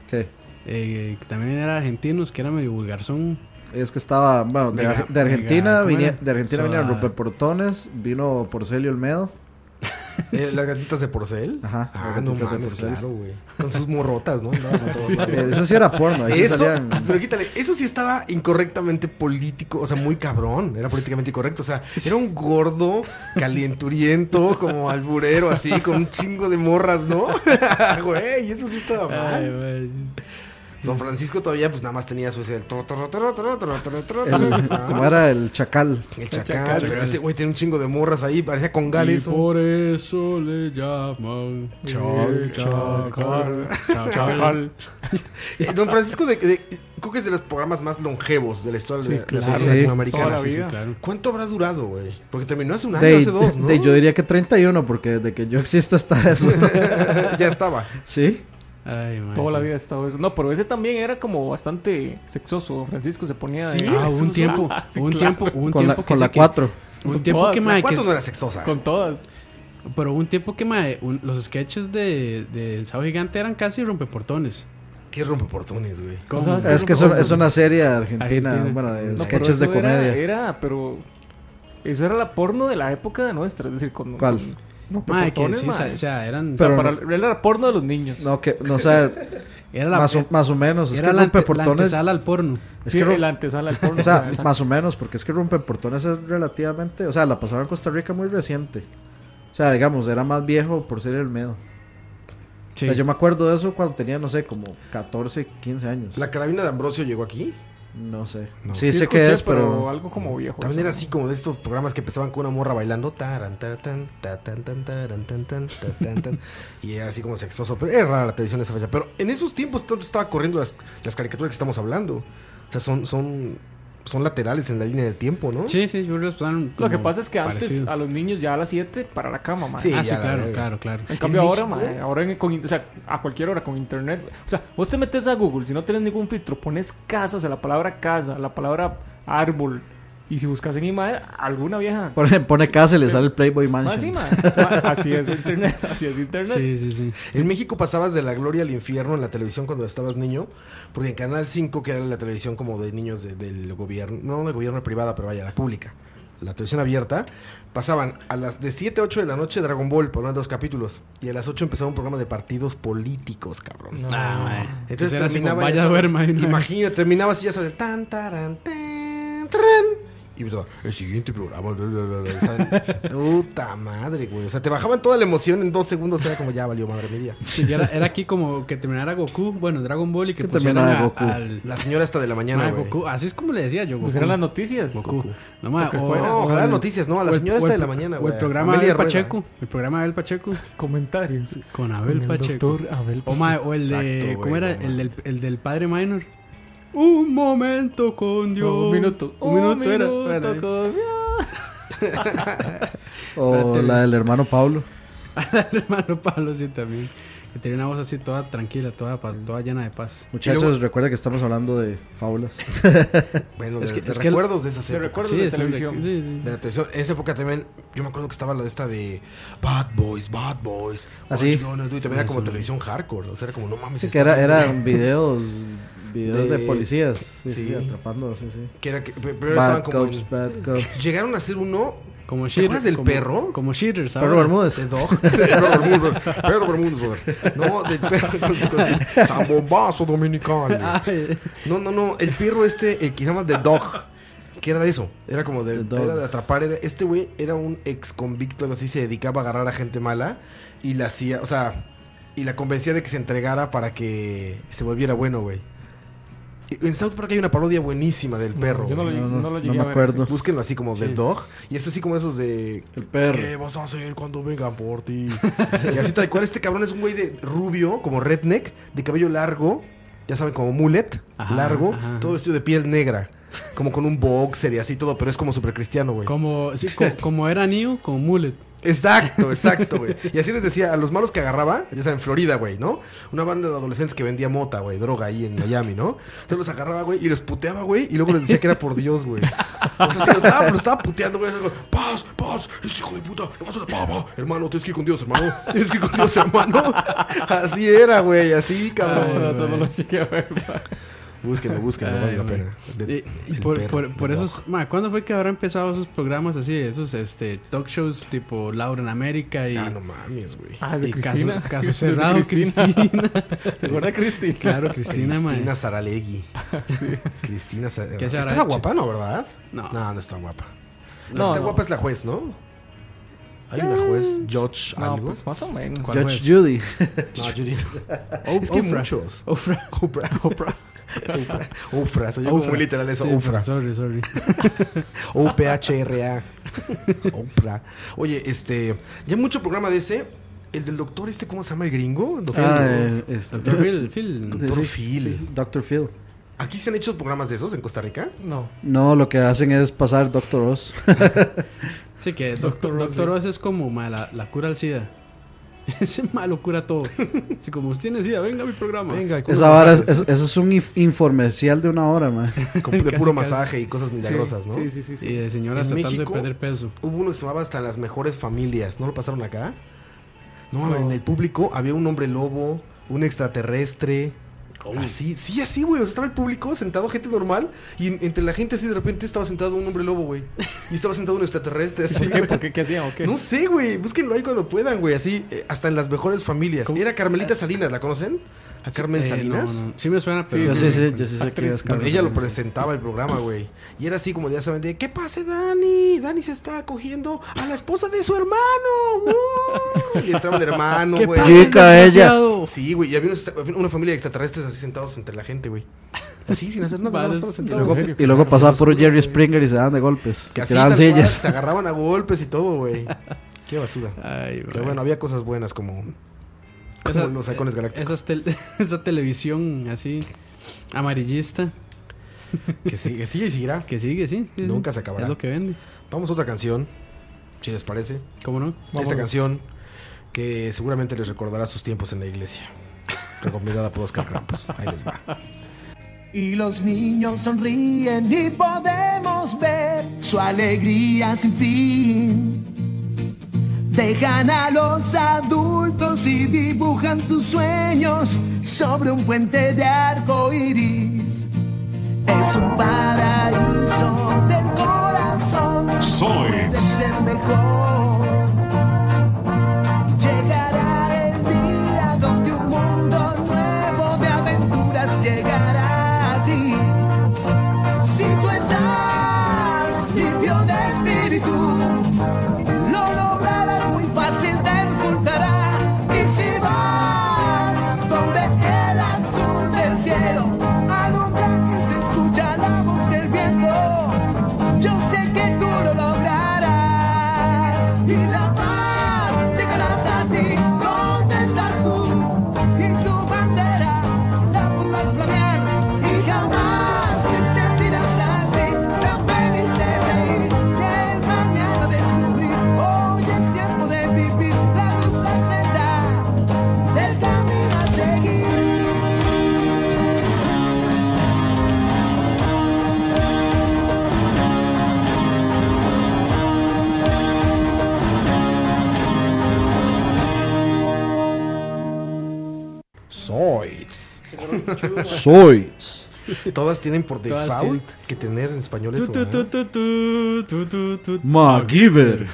¿Qué? eh, que también era argentinos, que era medio vulgarzón. Es que estaba, bueno, de, Mega- de Argentina, mega- ¿cómo vine- era? de Argentina vinieron Soda. Ruperportones, vino Porcelio Olmedo, Eh, las gatitas de porcel. Ajá, las Ah, gatitas no de mames, porcel. claro, güey. Con sus morrotas, ¿no? Andaban a todos Sí. lados. Eso Eh, sí era porno, ahí sí Eso, salían- pero quítale, eso sí estaba incorrectamente político, o sea, muy cabrón. Era políticamente incorrecto. O sea, era un gordo, calienturiento, como alburero, así, con un chingo de morras, ¿no? Güey, eso sí estaba mal. Don Francisco todavía, pues nada más tenía su ese. El, tro, tro, tro, tro, tro, tro, tro, El- ¿no? como era el chacal. El chacal, chacal. pero este güey tiene un chingo de morras ahí, parecía con Y gales. por eso le llaman Chacal. el chacal. Chacal. Eh, Don Francisco, de, de- creo que es de los programas más longevos de la historia Sí, de la- de la claro. televisión Sí, latinoamericana. toda la Sí, sí, vida. claro. ¿Cuánto habrá durado, güey? Porque terminó hace un año, De, hace dos, Ah, ¿no? de- yo diría que 31, porque desde que yo existo está eso. ya estaba. sí, Ay, mae, Toda la sí. vida ha estado eso. No, pero ese también era como bastante sexoso. Don Francisco se ponía. de- Sí, Ah, hubo un sexoso. tiempo, Ah, sí, hubo un claro. tiempo, hubo un con la, tiempo que con la sí que- 4. hubo un Con tiempo todas, que la mae, que- ¿Cuántos no era sexosa? Con todas. pero hubo un tiempo que mae, un- los sketches de de Sao Gigante eran casi rompeportones. Qué rompeportones, güey. ¿Cómo? sabes Es que es una, es una serie argentina, Argentina. bueno, de No, pero sketches de eso era- comedia. ¿eh? Era, pero. Esa era la porno de la época de nuestra. Es decir, con. ¿Cuál? con- Mae, Ah, que portones, sí, mae. o sea, eran Pero- Para, era la porno de los niños. No, que, no sé, era la más, o, más o menos. Es era que la, ante- la rompeportones. antesala al porno. es sí, que rom- el antesala del porno. o sea, exacto. más o menos, porque es que rompeportones es relativamente. O sea, la pasaron en Costa Rica muy reciente. O sea, digamos, era más viejo por ser el medo. O sea, yo me acuerdo de eso cuando tenía, no sé, como 14, 15 años. La carabina de Ambrosio llegó aquí. No sé. No. Sí, Sí sé escuché, qué es, pero. Algo como Oh, viejo. También era o sea. así como de estos programas que empezaban con una morra bailando. Taran, ta, tan, ta, tan, tan, taran, tan, tan, ta, tan, tan. Y era así como sexoso. Pero era rara la televisión esa fecha. Pero en esos tiempos todo estaba corriendo las, las caricaturas que estamos hablando. O sea, son, son, son laterales en la línea del tiempo, ¿no? Sí, sí, yo creo que pasaron Lo que como pasa es que antes parecido. a los niños ya a las 7 para la cama, man. Sí, Ah, sí, ya la claro, verga. claro, claro. En cambio ¿En ahora, México? mae, ahora en- con, in- o sea, a cualquier hora con internet, o sea, vos te metes a Google, si no tienes ningún filtro, pones casa, o sea, la palabra casa, la palabra árbol, y si buscas en imagen alguna vieja... Pone, pone casa y le sale el Playboy Ah, Mansion. sí, mae. Ah, así es internet, así es internet. Sí, sí, sí. En México pasabas de la gloria al infierno en la televisión cuando estabas niño, porque en Canal 5, que era la televisión como de niños de- del gobierno, no del gobierno privada, pero vaya, la pública, la televisión abierta, pasaban a las de 7 a 8 de la noche Dragon Ball, por uno de dos capítulos, y a las 8 empezaba un programa de partidos políticos, cabrón. Ah, mae. Entonces, era así como, terminaba. vaya ya a sabes, ver, mae, no. Imagina, terminaba así, ya sabes, tan, taran, tan, tran. Y empezaba, el siguiente programa. bla, bla, bla, bla, ¿saben? Puta madre, güey. O sea, te bajaban toda la emoción en dos segundos. Era como, ya valió madre media. Sí, ya era, era aquí como que terminara Goku, bueno, Dragon Ball y que, Que pusieran terminara a- Goku. al- La señora hasta de la mañana, mae, güey. Goku. Así es como le decía yo, Goku. Pues eran las noticias. Goku. No, mae, Lo que o- fuera. No, ojalá o el- noticias, no, a la o el- señora o esta el- de la mañana, O el güey. programa Amelia Abel Rueda. Pacheco. El programa Abel Pacheco. Comentarios. Con Con Abel el Pacheco. doctor Abel O, Pacheco. mae, o el de. Exacto, ¿Cómo güey, era? no, mae. el, del, el del padre minor. Un momento con Dios. Un minuto. Un minuto era. minuto era- con Dios. O la del hermano Pablo. El hermano Pablo, sí, también. Que tenía una voz así toda tranquila, toda, pa- toda llena de paz. Muchachos, Y luego- recuerda que estamos hablando de fábulas. Bueno, Es de, que- de es que el- recuerdos de esas Te épocas. recuerdo de es una- televisión. sí, sí. De la televisión. En esa época también, yo me acuerdo que estaba la de esta de Bad Boys, Bad Boys. Ah, sí. No, no, y también era como televisión hardcore. O sea, era como, no mames. Sí, que está era, bien, eran videos, videos de, De- policías. Sí, sí, sí. atrapando, sí, sí. Que era que pr- primero Bad estaban como. cops, en- bad cops. llegaron a hacer uno. Como ¿Te acuerdas Shearer, del como- perro? Como Shearer, ¿sabes? Perro Bermúdez. De Dog. De Pedro Bermúdez, brother. Pedro Bermúdez, brother. No, del perro con su, con su zambombazo dominicano. Ay, No, no, no. El perro este, el que se llama The Dog. Que era de eso. Era como de, The Dog. era de atrapar. era- este güey era un ex convicto, algo así. Se dedicaba a agarrar a gente mala. Y la hacía, o sea, y la convencía de que se entregara para que se volviera bueno, güey. Y En South Park hay una parodia buenísima del perro. Yo no lo, güey. No, no, no no lo llegué me a ver, acuerdo. Búsquenlo así como The Dog. Y eso así como esos de. El perro. ¿Qué vas a hacer cuando vengan por ti? y así tal cual, este cabrón es un güey de rubio, como redneck, de cabello largo, ya saben, como mullet, Ajá, largo, ajá. todo vestido de piel negra, como con un boxer y así todo, pero es como súper cristiano, güey. Como, sí, co- como era Neo, como Mullet. Exacto, exacto, güey. Y así les decía, a los malos que agarraba, ya saben, Florida, güey, ¿no? Una banda de adolescentes que vendía mota, güey, droga ahí en Miami, ¿no? Entonces los agarraba, güey, y los puteaba, güey, y luego les decía que era por Dios, güey. O sea, sí, lo estaba, lo estaba puteando, güey. así como, Paz, paz, este hijo de puta, ¿qué pasa la pava? Hermano, tienes que ir con Dios, hermano. Tienes que ir con Dios, hermano. Así era, güey, así, Ah, cabrón. no, no lo llegué a ver. mae. Búsquenlo, búsquenlo, vale Ay, la güey. pena. De- Eh, Y- y del por perro, por- del por esos, dog. ma, ¿cuándo fue que habrá empezado esos programas así, esos este talk shows tipo Laura en América y, Ah, no mames, güey. Ah, es de y Cristina. caso, caso Es de cerrado, Cristina. ¿Se acuerda de Cristina? claro, Cristina, ma. Cristina Saralegui. Cristina ¿Qué Saralegui. se habrá Estaba hecho? guapa, ¿no? ¿Verdad? No. No, no está guapa. La No, que está no. guapa es la juez, ¿no? Hay una juez, George No, algo. pues más o menos. ¿Cuál Judge fue? Judy. No, Judy. es Oprah. que muchos. Oprah. Oprah. Oprah. Oprah. Ofra. Soy yo Oprah. como muy literal eso. Sí, Ofra. pues, Sorry, sorry. O-P-H-R-A. Oprah. Oye, este. Ya mucho programa de ese. El del doctor, este, ¿cómo se llama el gringo? El doctor- Ah, eh, este, Doctor Phil, Phil. sí, Dr. sí, Phil. sí, Dr. Phil. ¿Aquí se han hecho programas de esos en Costa Rica? No. No, lo que hacen es pasar Doctor Oz. Sí, que Doctor, Doctor Oz es como ma, la, la cura al SIDA. Ese malo cura todo. Así como usted tiene SIDA, venga a mi programa. Venga, con Esa los vara es, masajes. es- ese es un inf- informercial de una hora, man. Con- de Casi, puro casi. masaje y cosas milagrosas, ¿no? Sí, sí, sí. sí. Y de señoras ¿En tratando México? de perder peso. Hubo uno que se llamaba Hasta las mejores familias. ¿No lo pasaron acá? No, en el público había un hombre lobo, un extraterrestre. Así, sí, así, güey. O sea, estaba el público sentado, gente normal. Y en- entre la gente así de repente estaba sentado un hombre lobo, güey. Y estaba sentado un extraterrestre así. ¿Por qué? güey. ¿Por qué? ¿Qué hacían o qué? No sé, güey. Búsquenlo ahí cuando puedan, güey. Así, eh, hasta en las mejores familias. Era Carmelita Salinas, ¿la conocen? A Carmen Eh, Salinas. no, no. Sí me suena, pero... Yo sí, sí, sí, yo sí sé que Actriz. es Bueno, Carlos ella lo Salinas. presentaba el programa, güey. Y era así como ya saben de ¿Qué pase, Dani? Dani se está cogiendo a la esposa de su hermano. ¡Uh! Y entraba el hermano, ¿Qué güey. pasa, Chica, ella. desgraciado? Sí, güey. Y había unos- había una familia de extraterrestres así sentados entre la gente, güey. Así, sin hacer nada. nada más Varios- estaban y Y sentados. luego, serio? y luego pasaba por Jerry Springer y se daban de golpes. Que Se así, tiraban tal cual, sillas. se agarraban a golpes y todo, güey. Qué basura. Ah, Ay, Pero ma. bueno, había cosas buenas como, como Esa- los halcones galácticos. Esas tel- esa televisión así amarillista Que sigue, sigue y seguirá. que sigue, sí. sí, sí. Nunca se acabará. Es lo que vende. Vamos a otra canción, si les parece. ¿Cómo no? Esta canción que seguramente les recordará sus tiempos en la iglesia. Recomendada por Oscar Krampus. Ahí les va. Y los niños sonríen y podemos ver su alegría sin fin. Dejan a los adultos y dibujan tus sueños sobre un puente de arco iris. Es un paraíso del corazón Soy de ser mejor. Llegará el día donde un mundo nuevo de aventuras llegará a ti. Si tú estás limpio de espíritu, lo lograrás muy fácil, te resultará. Y si vas donde el azul del cielo alumbra y se escucha la voz del viento, yo sé que tú lo lograrás y la paz llegará hasta ti. ¿Dónde estás tú? Y tu bandera la podrás flamear y jamás te sentirás así. Tan feliz de reír, del mañana descubrir. Hoy es tiempo de vivir la luz faceta del camino a seguir. Soy. Soy. Todas tienen por Todas default tienen. que tener en español Tu, eso. tu, tu, ¿verdad? tu, tu, tu, tu, tu. MacGyver.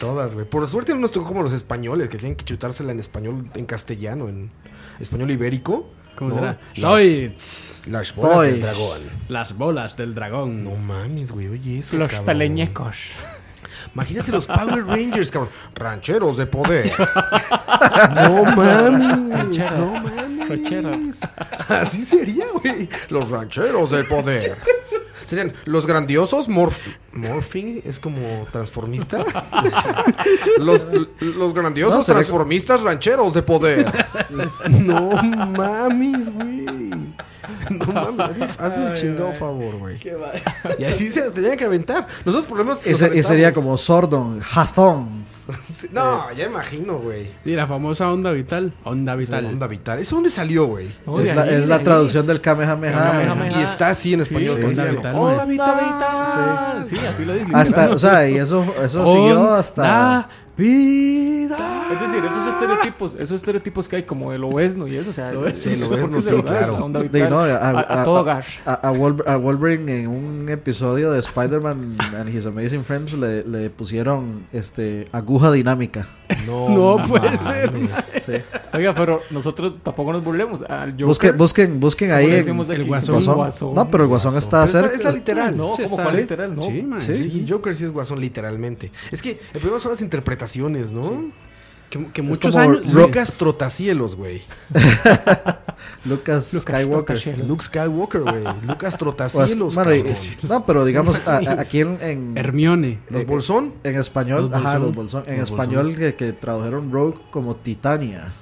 Todas, güey. Por suerte no nos tocó como los españoles que tienen que chutársela en español, en castellano, en español ibérico. ¿Cómo ¿no? será? Las- Soy Las bolas del Soy. dragón. las bolas del dragón. No mames, güey. Oye, eso. Los cabrón. teleñecos. Imagínate los Power Rangers, cabrón. Rancheros de poder. no mames. No mames. Rancheros. Así sería, güey. Los rancheros del poder. Serían los grandiosos morf morphing es como transformista. los, los grandiosos No, sería- transformistas rancheros de poder. no mames, güey. No mames, hazme- hazme el chingado favor, güey. Y así se las tenían que aventar. Nosotros problemas Y, se- y sería como Sordon, Hazón. No, ya imagino, güey. Y la famosa onda vital. Onda vital. Onda vital. ¿Eso dónde salió, güey? No, Es de la, ahí, es de la ahí. traducción del Kamehameha. Kamehameha. Y está así en Sí, español. sí, castellano. sí, tal, Hola, güey. vital. Sí, así lo dicen. Hasta, o sea, y eso, eso siguió Onda hasta. Vida. Es decir, esos estereotipos, esos estereotipos que hay como el obesno y eso, o sea, Lo es, es- sí, es lo porque es, no, es sí, de verdad, es claro. la onda De, vital. no, a, a todo gas. a- a Wolver- a Wolverine en un episodio de Spider-Man and His Amazing Friends le, le pusieron este aguja dinámica. No, puede ser. Sí. Oiga, pero nosotros tampoco nos burlemos. Al Joker, Busque- busquen, busquen ¿cómo ahí le en decimos aquí? No, pero el guasón, está cerca. No, Sí, como está- cuál sí. literal, no. Sí, man, sí, Joker sí es guasón, literalmente. Es que el problema son las interpretaciones, ¿no? Que, Es muchos como años- Lucas Trotacielos, güey. Lucas Skywalker. Trotacielos. Luke Skywalker, güey. Lucas O es- Trotacielos. bueno, y- cabrón. no, pero digamos, a- a- aquí en, en- Hermione. ¿Los Bolsón? Eh, En español, Los ajá, Bolsón. los Bolsón. En Los español que, que tradujeron Rogue como Titania.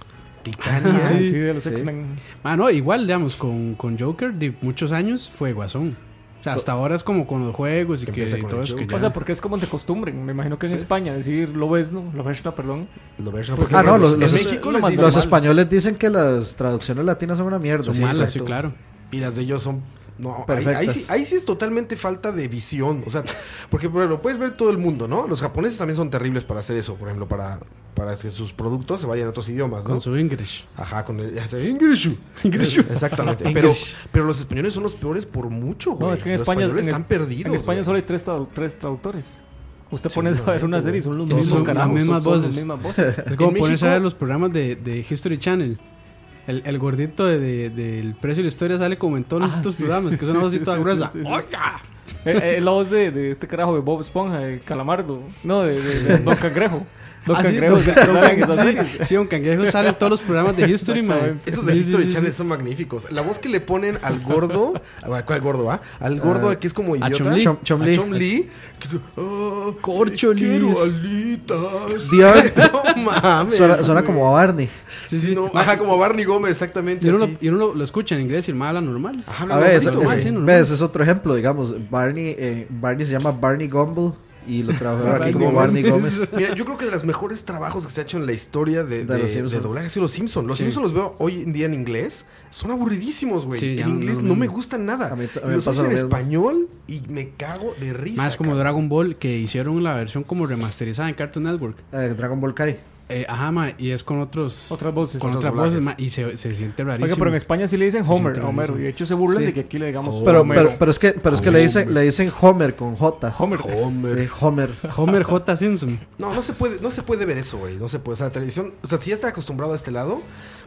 Titania. Sí, sí, de los X-Men. Mano, igual, digamos, con, con Joker de muchos años fue Guasón. O sea, hasta ahora es como con los juegos y que empieza y con todo el eso. que O sea, ya- porque es como de costumbre. Me imagino que en España decir lo ves, no, lo ves, no, perdón. Lo ves, no, ah, no, los, en los- México los lo más normal. españoles dicen que las traducciones latinas son una mierda. Son malas, sí, claro. Y las de ellos son. No, ahí, Perfectas. ahí sí, ahí sí es totalmente falta de visión. O sea, porque por ejemplo, puedes ver todo el mundo, ¿no? Los japoneses también son terribles para hacer eso, por ejemplo, para, para que sus productos se vayan a otros idiomas, ¿no? Con su English. Ajá, con el. English. English. Exactamente. Pero, English. pero los españoles son los peores por mucho, güey. No, es que en los España. españoles en- están perdidos. En España güey. solo hay tres, tradu- tres traductores. Usted pone a ver una Seguramente, serie y son los mismos Son las carajos, mismas son- son voces. las mismas voces. Es como En ponerse a ver México- los programas de, de History Channel. El, el gordito de, de- del precio y la historia sale como en todos los Ah, estos sí. programas, que es una Sí, voz así sí, toda sí, gruesa. sí, sí. ¡Oiga! Eh, eh, la voz de, de este carajo de Bob Esponja, de Calamardo. No, de, de- de Don Cangrejo. Don Ah, sí, Cangrejo. don- que don sale en esas Cangrejo, series. sí, don Cangrejo sale en todos los programas de History, man. Exactamente. Esos de History Channel son magníficos. La voz que le ponen al gordo, a ver, ¿cuál gordo, ah? Al gordo Ah, que es como a idiota. Chom Lee. Chom- Chom A Lee. Chom Lee, Que es, "Ah, Quiero alitas. Dios. no mames. Suena, suena güey. como a Barney. Sí, sí, no, ajá, como Barney Gómez, exactamente. Y uno, lo, así. y uno lo- lo escucha en inglés y el mal habla normal. A ver, ese- Normal, ese- sí, normal. ves, ese es otro ejemplo, digamos. Barney, eh, Barney se llama Barney Gumble y lo tradujeron aquí como Barney Gómez. Mira, yo creo que de los mejores trabajos que se ha hecho en la historia de, de, De los de Simpson. doblaje ha sido los Simpsons. Los Sí. Simpsons los veo hoy en día en inglés. Son aburridísimos, güey. Sí, ya en no- inglés no no, lo me mismo. gustan nada. A mí t- a mí me los pasa uso lo en mismo. español y me cago de risa. Más como Dragon Ball, que hicieron la versión como remasterizada en Cartoon Network. Eh, Dragon Ball Kai. Eh, ajá, ma, y es con otros... Otras voces. Con Otros otras doblajes. voces, ma, y se, se siente rarísimo. Oiga, pero en España sí le dicen Homer a rarísimo. Homero. Y de hecho se burlan Sí. de que aquí le digamos Pero, Homero. pero, pero es que, pero es que le, dicen, le dicen Homer con J. Homer. Homer. Eh, Homer. Homer J. Simpson. No, no se puede, no se puede ver eso, güey. No se puede. O sea, la televisión, o sea, si ya estás acostumbrado a este lado,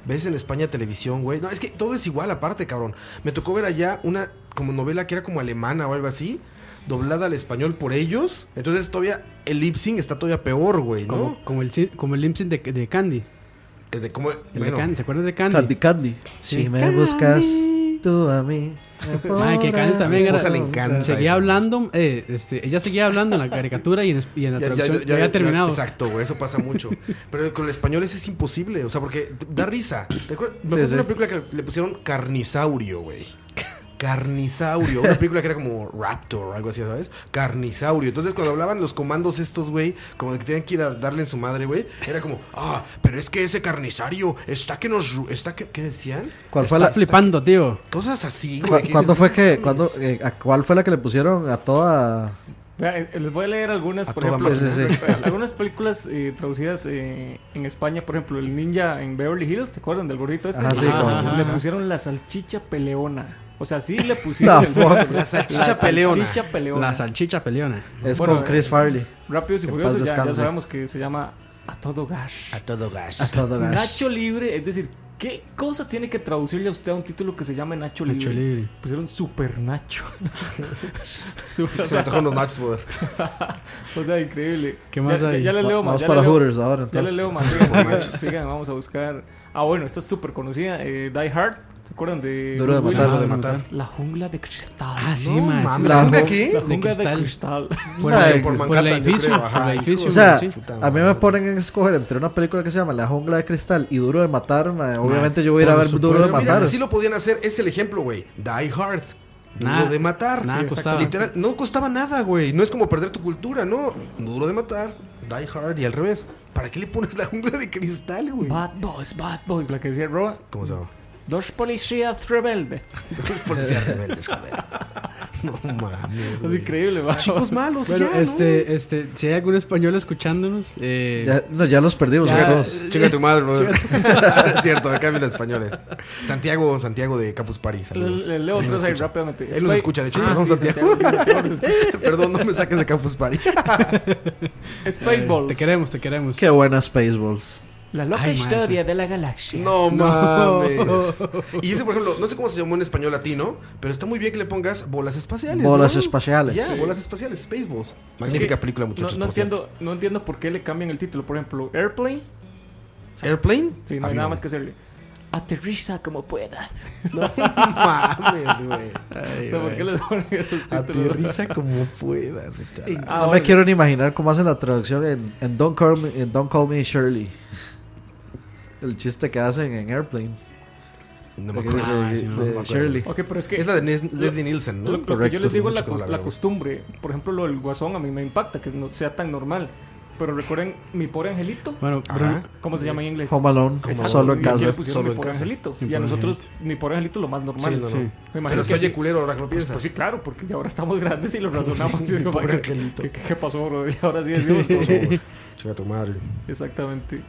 ves en España televisión, güey. No, es que todo es igual aparte, cabrón. Me tocó ver allá una como novela que era como alemana o algo así, doblada al español por ellos. Entonces todavía el lip sync está todavía peor, güey, ¿no? Como, como el, si- como el Simpson de, de Candy. El de cómo- El bueno. de Candy. ¿Se acuerdan de Candy? Candy Candy. Si me buscas tú a mí. me Madre, que Candy podrás- también Mi era- Ah, esposa le encanta Seguía eso. hablando, eh, este, ella seguía hablando en la caricatura y en, es- y en la Ya- ya- traducción ya, ya- ya- había terminado. exacto, güey, eso pasa mucho. Pero con el español eso es imposible, o sea, porque t- da risa. ¿Te acuerdas? Me acuerdo sí. de una película que le pusieron Carnisaurio, güey. Carnisaurio, una película que era como Raptor o algo así, ¿sabes? Carnisaurio. Entonces, cuando hablaban los comandos estos, güey, como de que tenían que ir a darle en su madre, güey, era como, ah, pero es que ese carnisario está que nos. ru- Está que, ¿Qué decían? ¿Cuál fue Está la, flipando, tío. Cosas así, ¿Cu- güey. que ¿Cuándo dices, fue que, "No cuándo, mames". eh, a cuál fue la que le pusieron a toda? Vea, eh, les voy a leer algunas, A por toda ejemplo. máquina. Sí, sí, sí. Algunas películas eh, traducidas eh, en España, por ejemplo, El Ninja en Beverly Hills, ¿se acuerdan del gordito este? Ajá, Ah, sí, Ajá, con- ajá, ajá. le pusieron la salchicha peleona. O sea, sí le pusieron The el nombre, fuck? güey. La salchicha peleona. salchicha peleona. La salchicha peleona. Es Bueno, con Chris Farley. Rápidos y Que en Furiosos, paz ya, ya descanse. sabemos que se llama A Todo Gas. A todo gas. eh? A todo gas. Nacho Libre, es decir, ¿qué cosa tiene que traducirle a usted a un título que se llame Nacho Libre? Nacho Libre. Pusieron Super Nacho. Se me antojaron los nachos, brother. o sea, increíble. ¿Qué más ya, hay? Ya les Va- leo más. vamos ya para les leo- Hooters ahora, Ya les entonces. leo más. Sigan, sigan, sigan, vamos a buscar. Ah, bueno, esta es súper conocida. eh, Die Hard. ¿Se acuerdan de. Duro de Bruce matar. Willis? Duro de matar. La jungla de cristal. Ah, sí, No ma, mames, sí, ¿la sí. jungla qué? La jungla de cristal. cristal. Por, Ay, el- por por el Manhattan, yo edificio, creo, por ajá, el hijo edificio. O sea, sí. puta a mí me madre. ponen a escoger entre una película que se llama La Jungla de Cristal y Duro de Matar. ma, Obviamente yo voy a ir a por ver Duro de Pero mira, Matar. si lo podían hacer, es el ejemplo, güey. Die Hard. Duro Nada, de matar. nada exacto. costaba. Literal, no costaba nada, güey. No es como perder tu cultura, no. Duro de matar, Die Hard y al revés. ¿Para qué le pones la jungla de cristal, güey? Bad Boys, Bad Boys. La que decía Roa. ¿Cómo se llama? Dos policías rebeldes. Policías rebeldes, joder. No mames. Es increíble, va. Chicos malos, Bueno, ya. ¿no? este, este, si hay algún español escuchándonos, eh, Ya- no, ya los perdimos Ya, a todos. eh, Chinga tu madre, brother. Chinga es cierto, me cambian los españoles. Santiago, Santiago de Campus Party. Saludos. Le- le leo Él nos tres ahí escucha. rápidamente. Él nos Spy- escucha, de hecho. Ah, perdón, sí, Santiago. Santiago, sí, Santiago nos escucha. perdón, no me saques de Campus Party. Spaceballs. Eh, Te queremos, te queremos. Qué buena Spaceballs. La loca Ay, madre. historia de la galaxia. No No. mames. Y ese, por ejemplo, no sé cómo se llamó en español latino, pero está muy bien que le pongas bolas espaciales. Bolas ¿no? espaciales. Ya, bolas espaciales, Spaceballs. Es Magnífica que película, muchachos. No, no por cierto. entiendo, no entiendo por qué le cambian el título. Por ejemplo, Airplane. Airplane. Sí, no hay Avión. nada más que hacerle. Aterriza como puedas. No mames, güey. o sea, ¿por qué les ponen esos títulos? Aterriza como puedas, güey. Ah, no bueno. me quiero ni imaginar cómo hacen la traducción en, en Don't, Call Me, en Don't Call Me Shirley. El chiste que hacen en Airplane. No De me acuerdo. que dice Ah, de- sí, no, de no me acuerdo. Shirley. Ok, pero es que. Es la de Nes- Leslie Nielsen, ¿no? Lo, lo que yo Correcto, les digo es la, mucho como cos- la la veo. costumbre. Por ejemplo, lo del guasón a mí me impacta que no sea tan normal. Pero recuerden, mi pobre angelito. Bueno, Ajá. ¿Cómo se llama en inglés? Home Alone, Exacto, solo en y aquí casa. le pusieron Solo mi en pobre casa. angelito. Mi Y pobre a nosotros, mi pobre angelito, lo más normal. Sí, no, no. Sí. Me imagino Pero que se oye sí. culero ahora que lo Pues, piensas. pues sí, claro, porque ya ahora estamos grandes y lo razonamos. Sí, y es como, pobre ¿qué- angelito. ¿qué, qué pasó, bro? Y ahora sí decimos cosas. Chinga tu madre. Exactamente.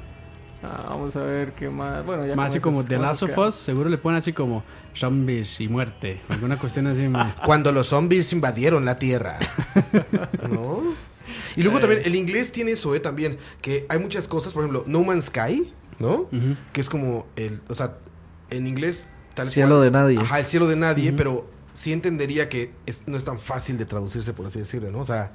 Ah, vamos a ver qué más. Bueno, ya más así con como esas The Last cosas of Us, seguro le ponen así como zombies y muerte. Alguna cuestión así, ma. Cuando los zombies invadieron la Tierra. ¿No? Y luego también, el inglés tiene eso, ¿eh? También, que hay muchas cosas, por ejemplo, No Man's Sky, ¿no? Que es como el, o sea, en inglés... Tal Cielo de nadie. Ajá, el cielo de nadie, pero sí entendería que es- no es tan fácil de traducirse, por así decirlo, ¿no? O sea...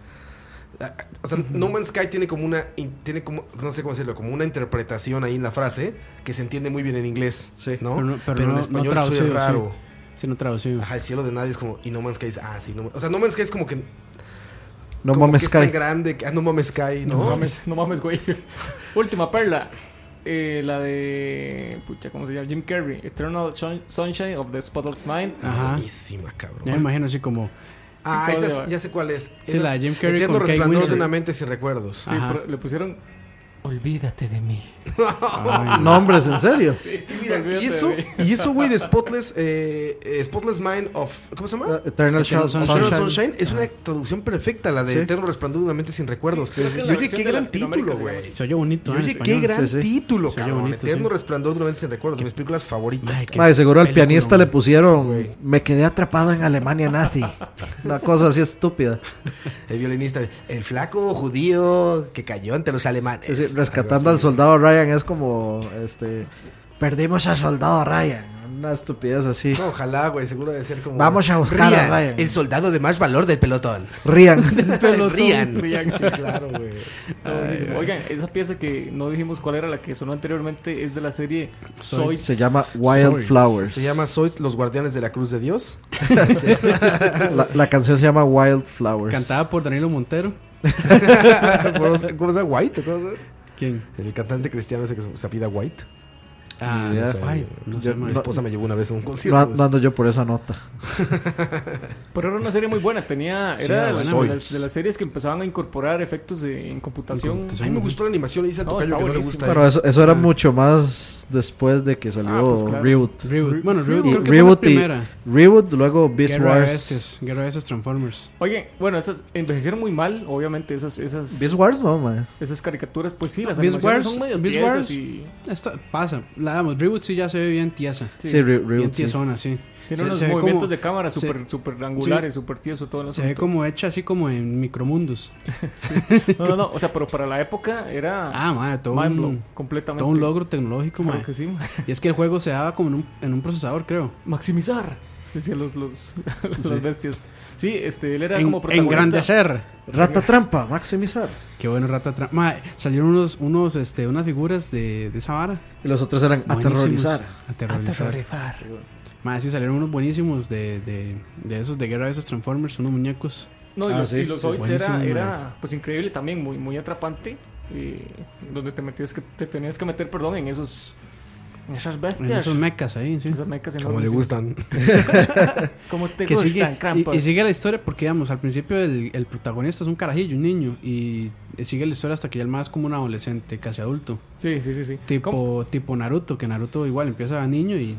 a- O sea, No Man's Sky tiene como una, in- tiene como, no sé cómo decirlo, como una interpretación ahí en la frase que se entiende muy bien en inglés, Sí. ¿no? Pero no- pero no- en no español soy traducido, sí. raro. Ah, Si no traducido. Ajá, el cielo de nadie es como. Y No Man's Sky es. Ah, sí, no, O sea, No Man's Sky es como que. No como mames, que es tan Sky. grande que. Ah, no mames Sky, No, ¿no? mames, no mames, güey. Última perla. Eh, la de. Pucha, ¿cómo se llama? Jim Carrey. Eternal Sun- Sunshine of the Spotless Mind. Ah, Ajá. Buenísima, cabrón. Ya me imagino así como. Ah, esa es- Joder. ya sé cuál es. Sí, la de Jim Carrey Entiendo con Kate resplandor de Winslet. Ah, una mente sin recuerdos. Sí, Ajá. pero le pusieron. Olvídate de mí. No, hombres, en serio. Y mira, Olvídate y eso, de mí. y eso, güey, de Spotless. eh, eh, Spotless Mind of. ¿Cómo se llama? Ah, Eternal Shun- Sunshine. Eternal Sunshine. Sunshine. es una traducción perfecta, la de Sí. Eterno Resplandor de una mente sin recuerdos. Sí, creo que la Y oye, versión qué de gran Latinoamérica título, se llama güey. así. Se oye bonito, Y ¿eh? en Oye, qué español. gran Sí, sí. título, Se oye cabrón. bonito, Eterno sí. Resplandor de una mente sin recuerdos, de mis películas favoritas. Ay, cabrón. qué Madre, seguro al película, pianista le güey. pusieron me quedé atrapado en Alemania nazi. Una cosa así estúpida. El violinista, el flaco judío que cayó ante los alemanes. Es decir, rescatando al soldado Ryan es como este perdimos al soldado Ryan. Una estupidez así. No, ojalá, güey, seguro de ser como. Vamos a buscar a Rian, Ryan. El soldado de más valor del pelotón. Ryan. Rian. Rian, sí, Sí, claro, güey. Ah, buenísimo. Oigan, esa pieza que no dijimos cuál era la que sonó anteriormente es de la serie Soy. Soy- Se llama Wildflowers. Se llama Sois los guardianes de la cruz de Dios. la, la canción se llama Wildflowers. Cantada por Danilo Montero. ¿Cómo se cómo se llama? White? ¿Cómo se llama? ¿Quién? El cantante cristiano ese que se se apida White. Ah, Ni idea. no sé, ay, no sé, Yo- ma. Mi esposa me llevó una vez a un concierto. No, de an- pues. eso. no ando yo por esa nota. Pero era una serie muy buena. Tenía, Sí, era de era las, buena. de las- de las series que empezaban a incorporar efectos de- en computación. Computación. A mí me gustó la animación y dice al No, tocayo está que no le buenísimo. gusta. Pero eso, eso era Ah. mucho más después de que salió Ah, pues claro. Reboot. Reboot. Bueno, Reboot, Y creo que Reboot fue y la primera. Reboot, luego Beast Guerra de Wars. Bestias, Guerra de Bestias Transformers. Oye, bueno, esas envejecieron muy mal, obviamente, esas, esas, Beast Wars no, man. esas caricaturas. Pues sí, las Beast animaciones Wars- son medio Beast tiesas Wars. y... Esta pasa, la damos. Reboot sí ya se ve bien tiesa. Sí, Re- Bien Reboot. sí. tiesona, sí. Tiene Se- unos se ve como- movimientos de cámara se- súper super angulares, súper tieso, todo el Se ve asunto. como hecha así como en micromundos. No, no, no, o sea, pero para la época era Ah, madre, todo mind blow, un, completamente. todo un logro tecnológico, Claro ma. que sí, ma. Y es que el juego se daba como en un, en un procesador, creo. Maximizar, decían los, los, las bestias. Sí, este, él era En, como protagonista. engrandecer. Rata Trampa, maximizar. Qué bueno, Rata Trampa. Ma, salieron unos, unos, este, unas figuras de, de esa vara. Y los otros eran Buenísimos. aterrorizar. Aterrorizar. Aterrorizar. Ma, sí, salieron unos buenísimos de, de, de esos, de Guerra de esos Transformers, unos muñecos. No, y Ah, los, sí, y los sí, Hobbits buenísimo, era, ma. era, pues increíble también, muy, muy atrapante. eh, donde te metías que te tenías que meter, perdón, en esos en esas En bestias. esos mechas ahí, sí. esas mecas Como le enormes, gustan. sí. Como te que sigue, gustan, y- Krampus. y, sigue la historia porque, digamos, al principio el, el protagonista es un carajillo, un niño, y sigue la historia hasta que ya el más es como un adolescente, casi adulto. Sí, sí, sí, sí. ¿Cómo? Tipo, tipo Naruto, que Naruto igual empieza niño y... y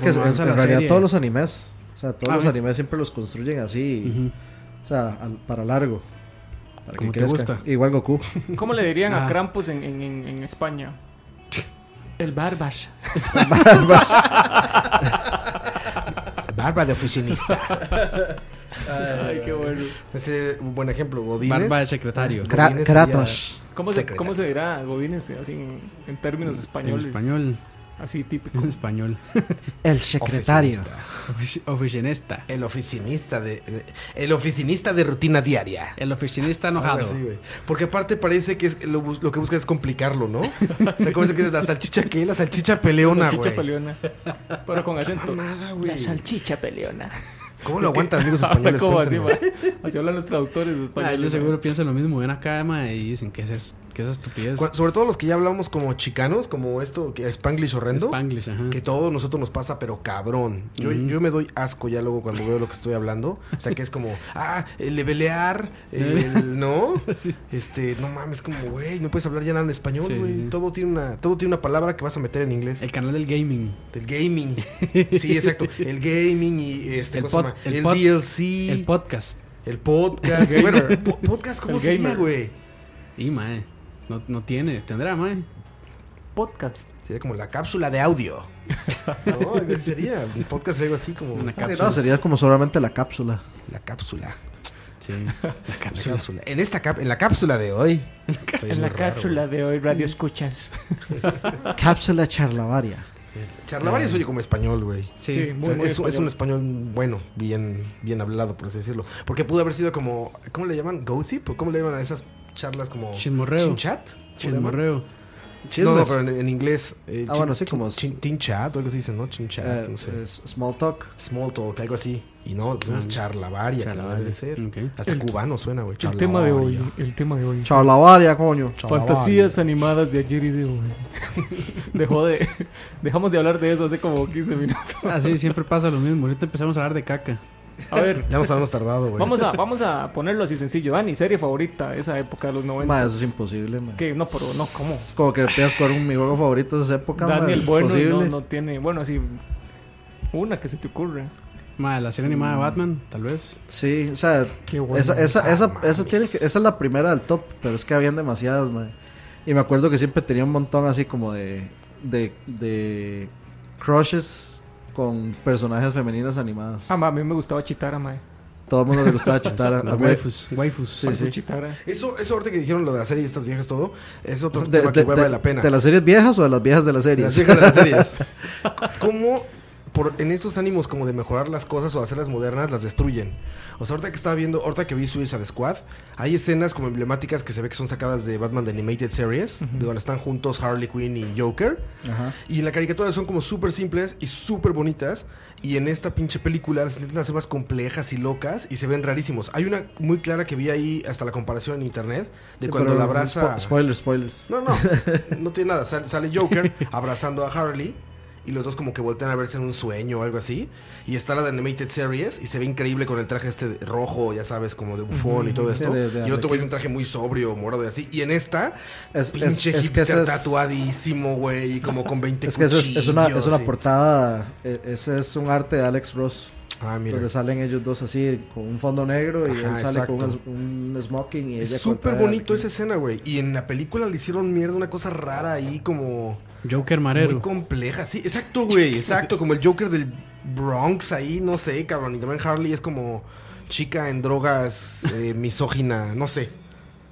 conforme que en, avanza en la realidad serie- todos los animes O sea, todos Ah, los bien. animes siempre los construyen así. O sea, al- para largo. Para Como que te crezca. gusta. Igual Goku. ¿Cómo le dirían a Ah. Krampus en, en- en- en España? El Barbas. Barba de oficinista. Ay, qué bueno. Ese es un buen ejemplo, Godínez. Barba de secretario. Kra- Godínez Kratos. ¿Cómo se, Secretario. ¿Cómo se dirá Godínez así en, en términos En Ah, españoles? español. Así típico. En español. El sería secretario. oficinista. Ofici- Oficinista. El oficinista de, de- el oficinista de rutina diaria. El oficinista Algo Ah, enojado. Ah, así, güey. Porque aparte parece que es- lo, bus- lo que busca es complicarlo, ¿no? Se que es la salchicha que la salchicha peleona, salchicha güey. peleona. Pero con acento. güey. salchicha peleona. ¿Cómo lo aguantan amigos españoles? Ah, ¿Cómo así, Cuéntenme. ma? Así hablan los traductores de Ah, español. ellos seguro piensan lo mismo. Ven acá, ma, y dicen que es, que esa estupidez. Cu- Sobre todo los que ya hablamos como chicanos, como esto, que Spanglish horrendo. Spanglish, ajá. Que todo nosotros nos pasa, pero cabrón. Yo, yo me doy asco ya luego cuando veo lo que estoy hablando. O sea, que es como, ah, el levelear, el, ¿no? Sí. Este, no mames, como, güey, no puedes hablar ya nada en español, Sí, güey. sí, sí. Todo, tiene una, todo tiene una palabra que vas a meter en inglés. El canal del gaming. Del gaming. Sí, exacto. El gaming y este, El ¿cómo se pod- llama? el El, pod- DLC. El El, podcast. podcast. El bueno, gamer. po- podcast, ¿cómo El se llama, gamer. güey? Y, ma, eh, no, no tiene. Tendrá, ma. Podcast. Sería como la cápsula de audio. No, ¿qué sería un podcast algo así como Una No, cápsula. sería como solamente la cápsula. la cápsula. Sí. La La cápsula. cápsula. En esta cap- en la cápsula de hoy. Soy muy raro, de hoy, Radio Escuchas. Cápsula charlavaria. güey. Charlavaria se oye como español, güey. Sí. Sí, O muy, sea, muy es, es español. un español bueno, bien, bien hablado, por así decirlo. Porque pudo haber sido como, ¿cómo le llaman? ¿Gossip? ¿O cómo le llaman a esas charlas como Chismorreo. ¿Chinchat? ¿Cómo le llaman? Chismorreo. No, no, Chismes. pero en, en inglés. eh, Ah, chin- bueno, sí, como chin- Tin chat, o algo así dicen, ¿no? Chin chat, Eh, no sé. es small talk. Small talk, algo así. Y no, Ah, es charlavaria, como Charlavaria. debe ser. Ok. Hasta cubano suena, güey. El tema de charlavaria. hoy. El tema de hoy. Charlavaria, coño. Fantasías animadas de ayer y de hoy. Dejó de. Dejamos de hablar de eso hace como 15 minutos. Así Ah, siempre pasa lo mismo. Ahorita empezamos a hablar de caca. A ver, Ya nos habíamos tardado, güey. vamos a, vamos a ponerlo así sencillo. Dani, serie favorita de esa época de los 90. Ma, eso es imposible, ma. Que no, pero no, ¿cómo? Es como que pidas jugar un mi juego favorito de esa época, ma, Daniel es Bueno imposible. no, no tiene. Bueno, así. Una que se te ocurra. Ma, la serie animada de Batman, tal vez. Sí, o sea, Qué bueno. esa, esa, esa, Ah, esa, mames. tiene que- esa es la primera del top, pero es que habían demasiadas, ma. Y me acuerdo que siempre tenía un montón así como de, de, de crushes con personajes femeninas animadas. Ah, ma, a mí me gustaba Chitara, mae. Todo el mundo le gustaba chitar. Las waifus. Waifus. Sí, sí. Chitara. Eso, eso ahorita que dijeron lo de la serie y estas viejas todo, es otro de, tema de- que vale de- la pena. ¿De las series viejas o de las viejas de las series? Las viejas de las series. ¿Cómo por, en esos ánimos como de mejorar las cosas o hacerlas modernas las destruyen? O sea, ahorita que estaba viendo, ahorita que vi Suicide Squad, hay escenas como emblemáticas que se ve que son sacadas de Batman The Animated Series, de donde están juntos Harley Quinn y Joker. Ajá. Y en la caricatura son como súper simples y súper bonitas. Y en esta pinche película las intentan hacer más complejas y locas y se ven rarísimos. Hay una muy clara que vi ahí hasta la comparación en internet de Sí, cuando pero la abraza... spo- Spoilers, spoilers. No, no, no tiene nada. Sale, sale Joker abrazando a Harley y los dos como que voltean a verse en un sueño o algo así. Y está la de Animated Series y se ve increíble con el traje este de- rojo, ya sabes, como de bufón y todo sí, esto. de- de y otro güey Arlequín. de un traje muy sobrio, morado y así. Y en esta, Es- pinche es- es que hipster ese es- tatuadísimo, güey, como con 20 Es que eso es, es una, es una cuchillos y- portada, e- ese es un arte de Alex Ross, Ah, mira. donde salen ellos dos así, con un fondo negro y Ajá, él sale con exacto. un, un smoking y ella Es con el súper traje bonito de esa escena, güey. Y en la película le hicieron mierda una cosa rara ahí como... Joker Muy Marero. compleja, sí, exacto, güey, exacto, como el Joker del Bronx ahí, no sé, cabrón, y también Harley es como chica en drogas, eh, misógina, no sé.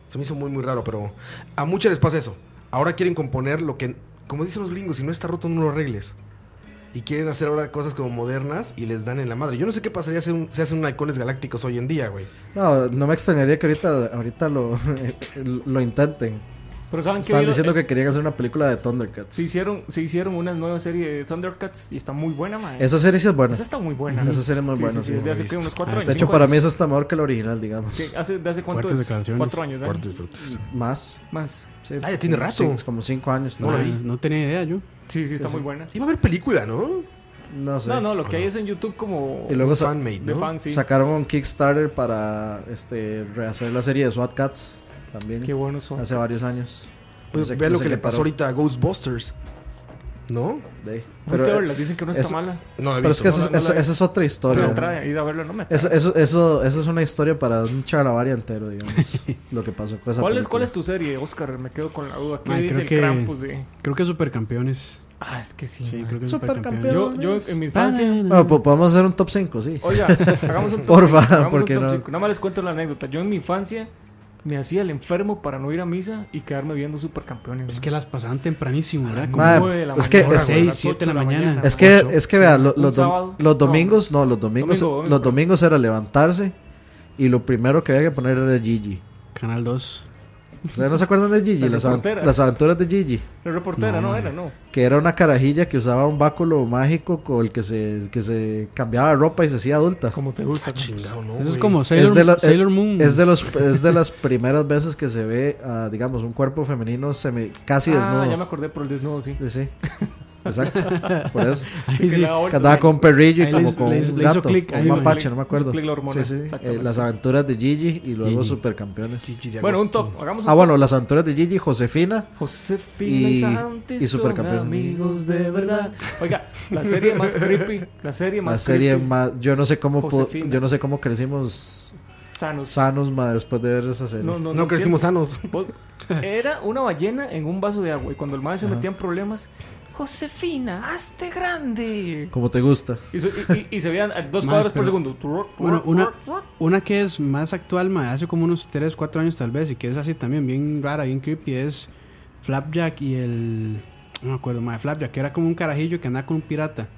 Se me hizo muy, muy raro, pero a muchas les pasa eso. Ahora quieren componer lo que, como dicen los gringos, si no está roto no lo arregles. Y quieren hacer ahora cosas como modernas y les dan en la madre. Yo no sé qué pasaría si, un- se hacen halcones galácticos hoy en día, güey. Arlequín. No, no me extrañaría que ahorita, ahorita lo, lo intenten. Pero saben que. Estaban diciendo que querían hacer una película de Thundercats. Se hicieron, se hicieron una nueva serie de Thundercats y está muy buena, mae. Esa serie sí es buena. Esa está muy buena. Esa serie es muy Sí, buena, sí, sí. desde hace muy ¿qué? unos cuatro años. Ah, De hecho, cinco para mí años. esa está mejor que la original, digamos. ¿Qué? ¿Hace, ¿De hace cuánto Fuertes es? declaraciones. Cuatro años, Dani? Más. Más. sí. Ah, ya tiene rato. Sí, es como cinco años. tal Ma, vez. no tenía idea yo. Sí, sí, está muy buena. Iba a haber película, ¿no? No sé. No, no, lo que hay es en YouTube como Y luego sa- Fanmade, de ¿no? fan, sí. sacaron un Kickstarter para este rehacer la serie de SWAT Cats también Qué buenos son. hace varios años. Pues No sé- vean no lo sé que qué le pasó paró. ahorita a Ghostbusters. ¿No? Fuiste a verla, dicen que no está mala. No la he eh, Pero es visto, que no esa la- es- no la esa he esa es otra historia. Pero trae, ir a verla no me trae. eso, eso, eso, eso es una historia para un charlavaria entero, digamos. lo que pasó con esa ¿Cuál es, película. ¿Cuál es tu serie, Oscar? Me quedo con la duda. ¿Qué Ay, dice creo el que- Krampus de.? Creo que Supercampeones. Ah, es que sí. Sí, creo que Ah, Supercampeones. Yo- yo en mi infancia- Bueno, po- podemos hacer un top 5, sí. Oiga, hagamos un top cinco, Porfa, hagamos un porque top no. cinco. Nada más les cuento la anécdota. Yo en mi infancia me hacía el enfermo para no ir a misa y quedarme viendo supercampeones. Es que las pasaban tempranísimo, Ah, ¿verdad? Madre, nueve de la es que- mañana, es- seis, siete de la mañana. Es que, ocho. es que vea, lo- Un los, dom- sábado. los domingos, no, los domingos, Domingo, domingo, los domingos era levantarse y lo primero que había que poner era Gigi. Canal 2. ¿Ustedes no se acuerdan de Gigi? La Las, avan- reportera. las aventuras de Gigi. La reportera, no, era, no. Que era una carajilla que usaba un báculo mágico con el que se, que se cambiaba de ropa y se hacía adulta. Como te gusta. chingado, Ah, no, Eso es güey. como Sailor- Sailor Moon. Es de, los, es de las primeras veces que se ve, ah, digamos, un cuerpo femenino semi, casi ah, desnudo. ya me acordé por el desnudo, sí. Sí, sí. Exacto. Por eso. Ahí sí. Que andaba con un perrillo y Ahí como le- con le- un le hizo gato. clic, o ahí un hizo mapache, clic, no me hizo acuerdo. clic la hormona, Sí, sí, eh, exactamente. las aventuras de Gigi y luego Gigi. Supercampeones. de Bueno, agosto. un top, hagamos un Ah, top. bueno, las aventuras de Gigi, Josefina. Josefina y y, Santi y son Supercampeones. amigos de verdad. Oiga, la serie más creepy. La serie más La serie creepy. más. Yo no sé cómo, po- Josefina. yo no sé cómo crecimos Sanos. ma, después de ver esa serie. No crecimos entiendo. sanos. Vos- Era una ballena en un vaso de agua y cuando el madre se metía en problemas, Josefina, hazte grande. Como te gusta. Y, se- y- y- y se veían a dos Más, cuadros por pero- segundo. Turr, turr, Bueno, una, turr, turr. una que es más actual, mae, hace como unos 3, 4 años tal vez, y que es así también, bien rara, bien creepy, es Flapjack y el... No me acuerdo, mae, Flapjack, que era como un carajillo que andaba con un pirata.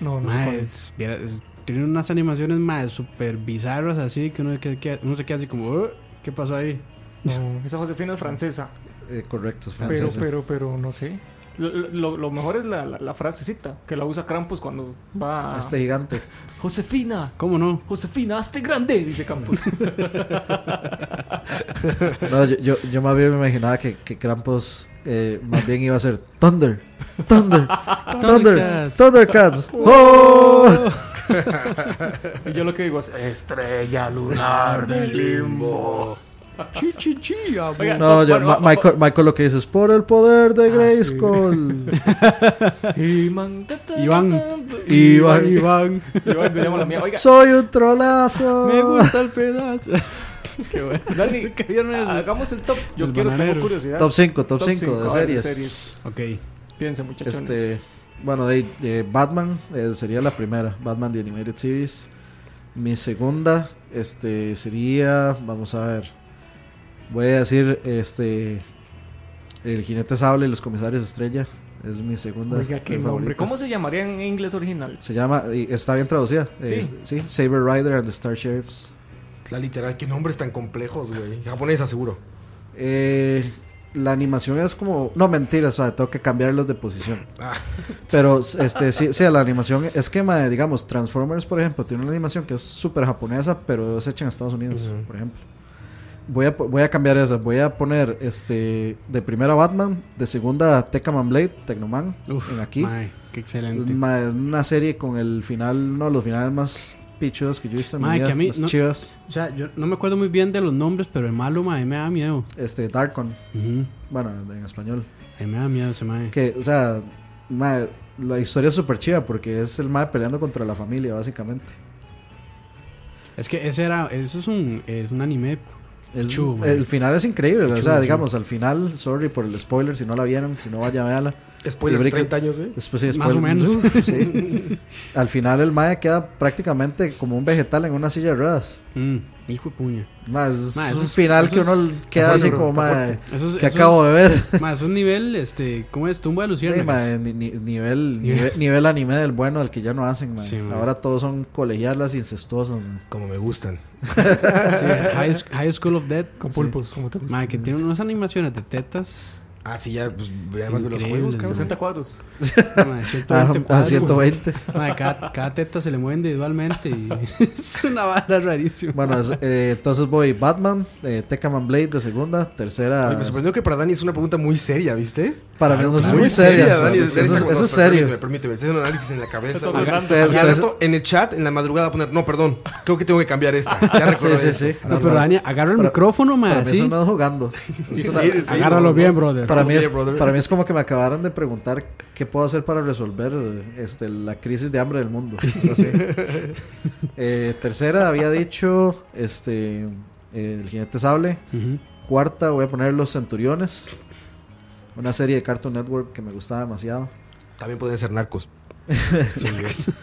No, no sé Mae, cuál es. es- viera- es- tiene unas animaciones más super bizarras así, que uno, que, que- uno se queda así como, "Uh, ¿qué pasó ahí? No, esa Josefina es francesa. Eh, correcto, es Pero, francesa. pero, pero, no sé. Lo, lo- lo mejor es la, la- la frasecita que la usa Krampus cuando va a... Este gigante. Josefina, ¿Cómo no? Josefina, hazte grande, dice Krampus. No, yo, yo, yo más bien me imaginaba que, que Krampus eh, más bien iba a ser Thunder, Thunder, Thunder, Thundercats. Thundercats. ¡Oh! y yo lo que digo es estrella lunar del limbo. Chi, chi, chi, Oiga, No, yo, bueno, Ma- va- va- Michael, Michael lo que dices, por el poder de Grayskull. He-Man. Iván. Iván. Iván. Iván se llama la mía. Oiga, Soy un trolazo. Me gusta el pedazo. Qué bueno. Dani, hagamos el top. Yo El quiero, tengo bananero. curiosidad. Top 5, top 5 cinco, de a ver, series. Ok. Piensa, muchachos. Este, bueno, de, de Batman eh, sería la primera, Batman The Animated Series. Mi segunda este, sería, vamos a ver, voy a decir este El Jinete Sable y los Comisarios Estrella. Es mi segunda. Oiga, qué mi nombre. favorita. ¿Cómo se llamaría en inglés original? Se llama, y está bien traducida. eh, sí, Saber Rider and the Star Sheriffs. La literal, qué nombres tan complejos, güey. Japonesa, seguro. Eh, la animación es como. No, mentira, o sea, tengo que cambiarlos de posición. Ah. Pero, este, sí, sí, la animación es que, mae, digamos, Transformers, por ejemplo, tiene una animación que es súper japonesa, pero es hecha en Estados Unidos, por ejemplo. Voy a, po- voy a cambiar esa. Voy a poner este de primera Batman, de segunda Tecaman Blade, Tecnoman, Uf, en aquí. mae, qué excelente. Mae, una serie con el final, uno de los finales más pichudos que yo he visto en mi Mae, vida. que a mí más no- chivas. O sea, yo no me acuerdo muy bien de los nombres, pero el malo, mae, me da miedo. Este, Darkon, Ujú. bueno, en español. Ay, me da miedo ese mae. Que, o sea, mae, la historia es súper chiva porque es el mae peleando contra la familia, básicamente. Es que ese era, eso es un, es un anime. Es- pichudo, mae. el final es increíble, o Pichudo, sea, sí. digamos, al final, sorry por el spoiler, si no la vieron, si no vaya a verla. Spoilers, 30 años, ¿eh? Después, sí, Más o spoiler- menos. Uf, sí. Al final el mae queda prácticamente como un vegetal en una silla de ruedas. Mm, hijo de puña. Más Mae, eso un es- final eso que es- uno queda eso es así horror, está como mae, fuerte. Eso es- que eso acabo es- de ver. Mae, es un nivel, este, ¿cómo es? Tumba de Sí, luciérnagas. mae, ni- ni- nivel, nivel, nivel anime del bueno, al que ya no hacen, mae. Sí, mae. Ahora todos son colegialas incestuosas, mae. Como me gustan. Sí, High, High School of Dead. Con pulpos, como te gusta. Mae, que tiene unas animaciones de tetas. Ah, sí, ya, pues, además de los Increíble, juegos, ¿no? cabrón. 60 cuadros. Mae, Ah, 120 A, cuadros. 120. Mae, cada, cada teta se le mueve individualmente y es una vara rarísima. Bueno, es- eh, entonces voy Batman, eh, Tecaman Blade de segunda, tercera. Oye, me Ah, sorprendió que para Dani es una pregunta muy seria, ¿viste? Para mí es muy seria. eso- Dani, eso, Dani está es- como, eso no, es serio. Permíteme, permíteme, estoy haciendo un análisis en la cabeza. Está güey. tocando. Ustedes- y al ustedes- rato, en el chat, en la madrugada, poner, no, perdón, creo que tengo que cambiar esta. Ya recordé. Sí, sí, eso. sí. No, pero Dani, agarra el Pero- micrófono, mae, Para mí así. eso no es jugando. Eso es una- sí, sí, Agárralo no, bien, no. brother. para, mí es, brother. para mí es como que me acabaran de preguntar qué puedo hacer para resolver este, la crisis de hambre del mundo. Algo así. Eh, tercera, había dicho este, eh, El Jinete Sable. Cuarta, voy a poner Los Centuriones. Una serie de Cartoon Network que me gustaba demasiado. También podrían ser narcos.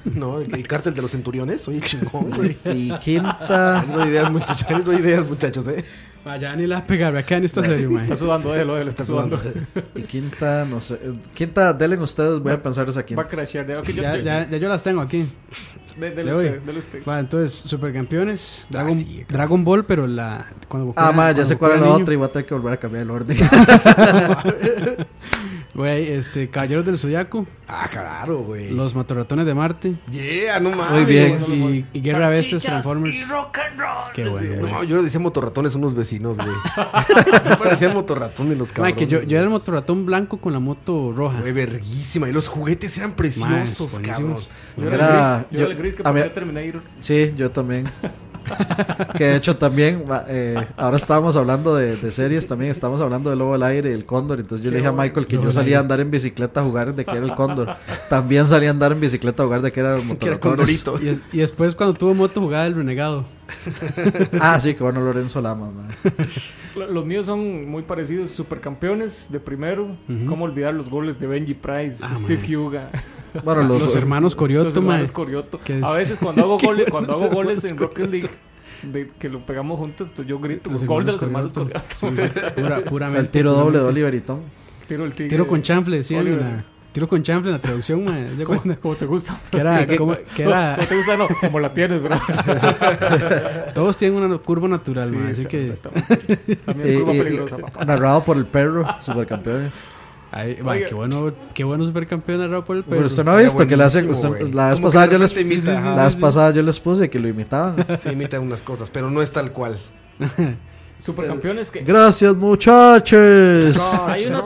no, el, el cártel de los centuriones, oye chingón, güey. Y quinta. Les doy ideas, muchachos, les doy ideas, muchachos, eh. Vaya, ni las pegar, acá en esta serie, mae. Está sudando, eh, déjelo, déjelo, está sudando. Y quinta, no sé. eh, Quinta, denle ustedes, voy a pensar esa Va a quinta. crashear. de- ok, yo Ya, empiezo. ya, ya yo las tengo aquí. De- este, Le Dele doy. usted, dele usted. Va, entonces, Supercampeones, Dragon, sí, claro. Dragon Ball, pero la. Cuando Goku Ah, era- ma, ya cuando sé Goku cuál es era la niño. otra y voy a tener que volver a cambiar el orden. Güey, este, Caballeros del Zodiaco, Ah, claro, güey. Los Matorratones de Marte. Yeah, no mames. Muy bien. Y, y Guerra de Bestias Transformers. rock and roll. Qué bueno, güey. No, yo le decía motorratones a unos vecinos, güey. Se parecía motorratón de los Mae, cabrones. que yo, yo era el motorratón blanco con la moto roja. Güey, verguísima. Y los juguetes eran Mae, preciosos, buenísimos. cabrón. Yo era Era- el gris, yo, yo- era el gris que a mí- parecía Terminator. Sí, yo también. que de hecho también, ma, eh, ahora estábamos hablando de, de series, también estábamos hablando de Lobo al Aire y el Cóndor. Entonces yo le dije a Michael que yo salía a andar en bicicleta a jugar de que era el Cóndor. También salía a andar en bicicleta a jugar de que era el Que era motor. condorito. Y, es- y después, cuando tuvo moto, jugaba el Renegado. Ah, sí, que bueno, Lorenzo Lama. ma. Lo- Los míos son muy parecidos. Supercampeones de primero. ¿Cómo olvidar los goles de Benji Price, Ah, Steve Huga, Bueno, los, Los, hermanos los Corioto, mae. hermanos Corioto? que es- A veces cuando hago Qué goles, buenos cuando hago hermanos goles en Rocket League, de que lo pegamos juntos, yo grito Los los goles de los hermanos hermanos Corioto. Corioto. Sí, pura- puramente- el tiro doble de puramente. Oliver y Tom. Tiro el tigre. Tiro con chanfle, sí, en Oliver. la- tiro con chanfle en la traducción, mae. Ya Como, cuando- como te gusta. Que era, como- que era, Como te gusta, no. Como la tienes, ¿verdad? todos tienen una curva natural, Sí, mae, así exa- que exactamente. La mía es Eh, curva eh, peligrosa, eh, papá. narrado por el perro, supercampeones. Ay, va, Oiga. qué bueno, qué bueno supercampeón narrado por el Pero perro. usted no ha visto que le hacen. buenísimo, usted- güey. la vez Como que pasada de yo les, repente imita, ajá. la vez pasada yo les puse que lo imitaban. Se imita unas cosas, pero no es tal cual. eh, Supercampeones que. Gracias, muchachos. Hay una- Muchachos, hay una-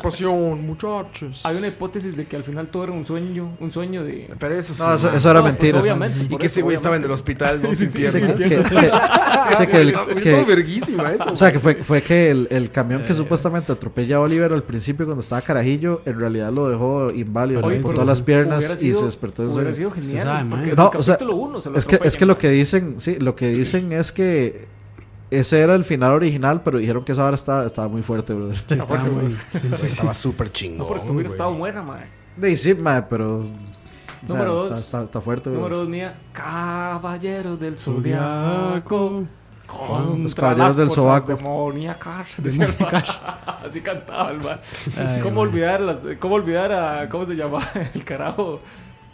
participación, muchachos. Hay una hipótesis de que al final todo era un sueño, un sueño de... Pero eso es No, eso, fumada. eso era No, pues, mentira. obviamente, Y por que ese eso, güey estaba en obviamente. el hospital, ¿no? Sí, Sin sí, Sí, piernas. Ah, que- que- que- sí, que el- Estaba que- verguísima eso. o sea, que fue, fue que el, el camión Eh. que supuestamente atropella a Oliver al principio cuando estaba carajillo, en realidad lo dejó inválido, Oye, le pero amputó las hubiera piernas y sido- se despertó. de un Hubiera sueño. sido genial. Usted sabe, man. porque No, desde o sea, capítulo uno se lo Es que, es que atropellan, lo man. que dicen, sí, lo que dicen es que ese era el final original, pero dijeron que esa hora estaba, estaba muy fuerte, brother. Sí, estaba muy- sí, sí, sí. Estaba súper chingón. No, pero estuviera güey. estado buena, madre. Sí, sí, ma, pero. o sea, Número dos. está, está- está fuerte, Número brother. dos mía, Caballeros del Zodiaco. Zodiaco. Contra Los Caballeros las del fuerzas Sobaco. Demoníacas. decía el man. Así cantaba el man. Ay, ¿Cómo man. olvidar, las, ¿Cómo olvidar a... ¿Cómo se llamaba el carajo?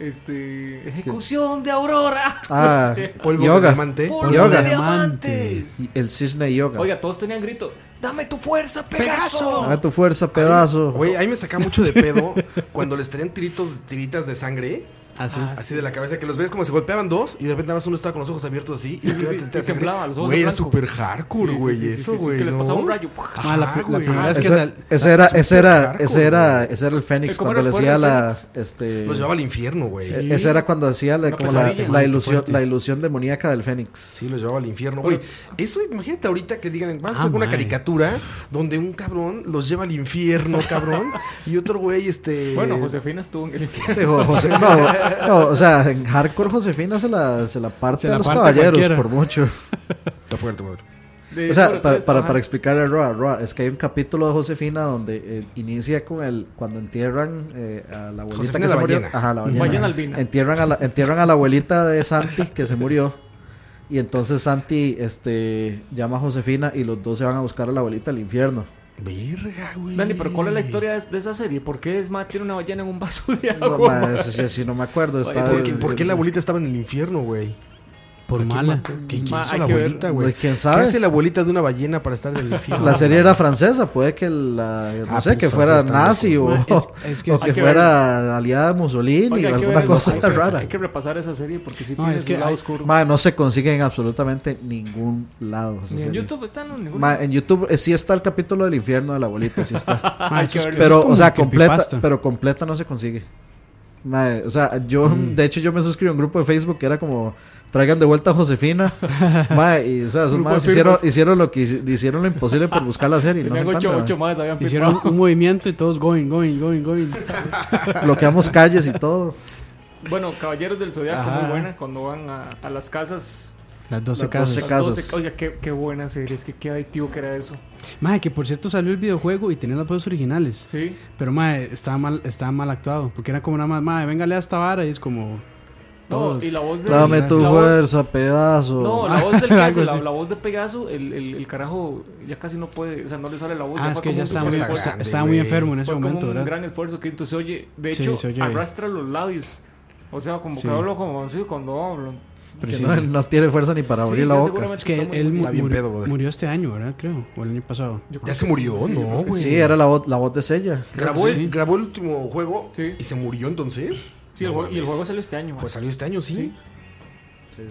Este... Ejecución de Aurora. Ah, Polvo yoga. de diamante. Polvo Yoga. de diamantes. El cisne yoga. Oiga, todos tenían grito. Dame tu fuerza, Pegaso. Dame tu fuerza, pedazo. Güey, ahí me sacaba mucho de pedo cuando les traían tiritos, tiritas de sangre, Así. Ah, así de la cabeza, que los ves como se golpeaban dos y de repente nada más uno estaba con los ojos abiertos así. Y, sí, tirita de y sangre. temblaba, los ojos Güey, en era blanco. súper Sí, hardcore, sí, güey. sí, sí, eso, sí, sí, güey. Que les no. pasaba un rayo. Ah, Ma, la- la güey. primera vez que Ese, sal- ese era, ese era, hardcore, ese era, güey. ese era el Fénix ¿Cómo cuando le era el hacía poder del la, Fénix? este, Los llevaba al infierno, güey. e- ese era cuando hacía la, Una como la, pesadilla. la ilusión, Fuerte. la ilusión demoníaca del Fénix. Sí, los llevaba al infierno, güey. Eso, imagínate ahorita que digan, vas a Ah, hacer una mae. caricatura donde un cabrón los lleva al infierno, cabrón, y otro güey, este. Bueno, Josefina estuvo en el infierno. Sí, Jo- José- no, no, o sea, en hardcore Josefina se la, se la parte Se a la los parte caballeros cualquiera. por mucho. Está fuerte, madre. De- O sea, sobre para, todo, para, ajá. para explicarle a Roa, Roa, es que hay un capítulo de Josefina donde eh, inicia con el cuando entierran eh, a la abuelita Josefina que la se murió. ballena. Ajá, la ballena. Ballena albina. Entierran a la, entierran a la abuelita de Santi que se murió. Y entonces Santi este, llama a Josefina y los dos se van a buscar a la abuelita al infierno. Verga, güey. Dani, pero ¿cuál es la historia de, de esa serie? ¿Por qué es más tiene una ballena en un vaso de No, agua? ma, Oh, ma? eso sí, sí, no me acuerdo. está- ¿Por qué, por qué la abuelita estaba en el infierno, güey? Por mala. ¿Qué, qué Ma, hizo hay la que ver. abuelita, No, güey? ¿Quién ¿Qué sabe? hace la abuelita de una ballena para estar en el infierno? La serie era francesa, puede que la, no Ah, sé, pues, que fuera francesa, nazi o, Ma, es- es que- o que hay que fuera aliada de Mussolini Oiga, o hay que alguna ver- cosa hay que- rara. Hay que repasar esa serie porque si No, tiene es su que lado hay- oscuro. Ma, no se consigue en absolutamente ningún lado. esa Ni en serie. YouTube están no, ninguna. Ma, en YouTube eh, sí está el capítulo del infierno de la abuelita, sí está. Ma, hay eso que es- eso es verlo. Pero, como o sea, un completa, creepypasta. pero completa no se consigue. Mae, o sea, yo, Mm. de hecho, yo me suscribí a un grupo de Facebook que era como, traigan de vuelta a Josefina. Mae, y, o sea, esos Grupo maes de hicieron, firmas. hicieron, lo que, hici- hicieron lo imposible por buscar la serie. y No se Tenían ocho- encuentra, mae. ocho más, habían Hicieron firmado. un movimiento y todos going, going, going, going. Bloqueamos calles y todo. Bueno, Caballeros del Zodiaco, Ajá. muy buena cuando van a, a las casas. Las 12 casas. Las 12 ca- oiga, qué, qué buena serie, es que qué adictivo que era eso. Mae, que por cierto salió el videojuego y tenía las voces originales. Sí. Pero mae, estaba mal, estaba mal actuado. Porque era como una más, mae, véngale a esta vara y es como. todo. y la voz de- Dame tu La voz- fuerza, pedazo. No, la voz del caso, Ah, Algo la, así. la voz de Pegaso, el, el, el carajo ya casi no puede, o sea, no le sale la voz. Ah, es fue que como ya un estaba gran muy, esfuerzo. está- estaba muy enfermo en ese Fue como momento, un ¿verdad? gran esfuerzo que entonces oye, de Sí, hecho, se oye. arrastra los labios. O sea, como Sí. que hablo como sí, cuando hablo. Pero Que si no, no tiene fuerza ni para Sí, abrir ya la boca. seguramente Es que está él, muy él mu- jodido. Está bien murió, pedo, brother. murió este año, ¿verdad? Creo. O el año pasado. Yo creo Ya se que murió, sí, yo ¿no, creo que güey? Sí, era la voz, la voz de Sella. Grabó, Sí. el, grabó el último juego Sí. y se murió entonces. Sí, el No juego- y el mames. juego salió este año. man. Pues salió este año, sí. Sí.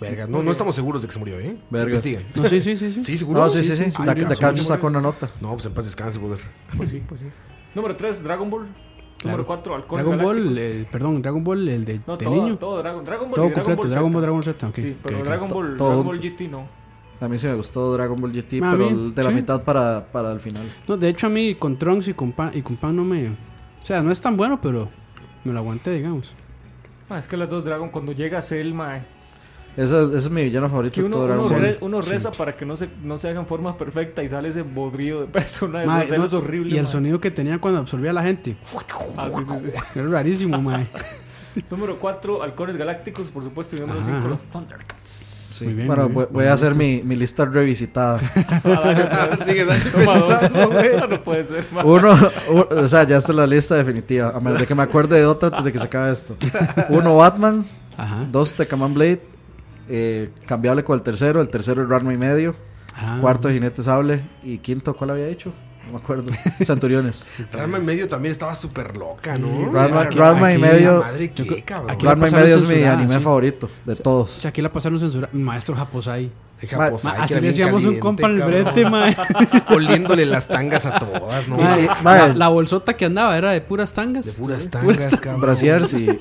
Verga, no, no estamos seguros de que se murió, ¿eh? Verga. Investiguen. No, sí, sí, sí. sí. Sí, seguro. No, sí, sí, sí. Ah, Da- murió. De acá sacó una nota. No, pues en paz descanse, brother. Pues sí, pues sí. Número 3, Dragon Ball. Claro. Número 4, Halcón Dragon Ball, Galáctico. eh, perdón, Dragon Ball, el de, No, de todo, niño. Todo, todo Dragon, Dragon Ball y completo, Dragon Ball, Z. Dragon Ball Z. ok, Sí, pero ok, ok. Dragon Ball, Todo- Dragon Ball GT no. A mí sí me gustó Dragon Ball GT, Ah, a pero mí, el de la sí. mitad para, para el final. No, de hecho a mí con Trunks y con Pan, y con Pan no me... O sea, no es tan bueno, pero me lo aguanté, digamos. Ah, es que las dos Dragon, cuando llega Selma, Ese, ese es mi villano favorito que de uno, todo uno, Dragon re- Ball. uno reza para que no se, no se hagan formas perfectas y sale ese bodrío de persona. Mae, Ah, Eso no, es horrible. y el mae. sonido que tenía cuando absorbía a la gente. Ah, sí, sí, sí. Era rarísimo, mae. Número 4, Halcones Galácticos, por supuesto. Y número Ajá. 5, los Thundercats. Sí. Muy bien, bueno, muy bien. voy, voy a hacer mi, mi lista revisitada. Sigue dando Toma dos. pensando, güey. no puede ser, mae. Uno, u- o sea, ya está la lista definitiva. A menos de que me acuerde de otra antes de que se acabe esto. Uno, Batman. Ajá. Dos, Tecaman Blade. Eh, cambiable con el tercero. El tercero, el Ranma y medio. Ajá. Cuarto, Jinete Sable. Y quinto, ¿cuál había dicho? No me acuerdo. Centuriones. Ranma en medio también estaba súper loca, ¿no? Ranma, pues, aquí- Ranma y aquí- medio. Madre, qué cabrón. aquí- Ranma y pasaron medio es mi censurada, anime sí. favorito de O todos. sea, aquí la pasaron censura. Maestro Japosai. El Japosai, Ma- pues, que así era le bien decíamos un caliente, compa al cabrón. brete, mae. Oliéndole las tangas a todas, ¿no? Mae, eh, La, mae. la bolsota que andaba era de puras tangas. De puras tangas, cabrón. Brasiers y.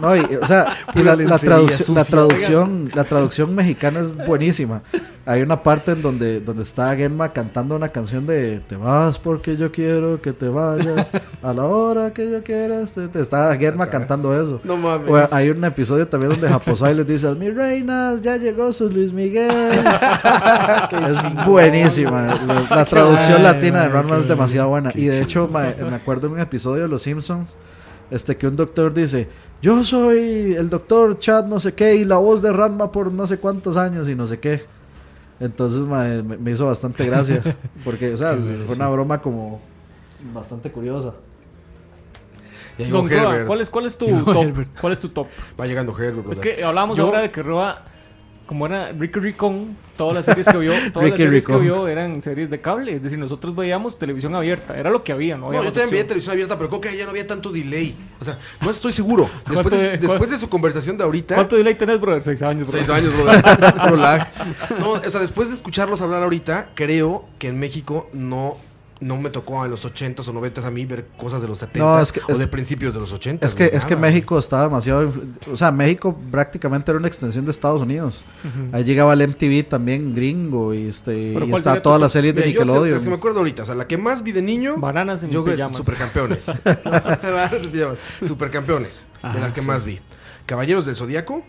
No, y, o sea, y la, la lencería traduc- sucia. la traducción, la traducción mexicana es buenísima. Hay una parte en donde, donde está Genma cantando una canción de Te vas porque yo quiero que te vayas a la hora que yo quieras. Te, te- Está Genma cantando eso. No mames. O hay un episodio también donde Japosai les dice: Mis reinas, ya llegó su Luis Miguel. es buenísima. La, la traducción Ay, latina de madre, Ranma qué es demasiado buena. Y de hecho, ma- me acuerdo en un episodio de Los Simpsons este que un doctor dice, yo soy el doctor Chad no sé qué y la voz de Ranma por no sé cuántos años y no sé qué. Entonces mae, me, me hizo bastante gracia, porque o sea, fue una broma como bastante curiosa. Ya llegó Don Roa, Herbert. ¿cuál es, ¿cuál es tu Llegó top? Herbert. ¿Cuál es tu top? Va llegando Herbert, Es brother. que hablamos Yo- ahora de que Roa, como era Ricky Ricón, todas las series que vio, todas las Ricky series que Ricón. vio eran series de cable. Es decir, nosotros veíamos televisión abierta, era lo que había, ¿no? No, había yo más también veía opción. televisión abierta, pero creo que ya no había tanto delay. O sea, no estoy seguro. Después, ¿Cuánto- de, después cuánto- de su conversación de ahorita. ¿Cuánto delay tenés, brother? Seis años, brother. Seis años, brother. Puro lag. No, o sea, después de escucharlos hablar ahorita, creo que en México no, no me tocó en los 80s o 90s a mí ver cosas de los 70s No, es que- o es- de principios de los 80s. Es que, güey, es que nada, México estaba demasiado, influ- o sea, México prácticamente era una extensión de Estados Unidos. Ahí llegaba el MTV también gringo y este Pero y estaba ¿cuál sería tu toda top? la serie de Mira, yo sé- Nickelodeon. se me acuerdo ahorita, o sea, la que más vi de niño. Bananas en yo creo que pijamas. Supercampeones. Bananas en pijamas. Supercampeones. de las que más vi. Caballeros del Zodíaco.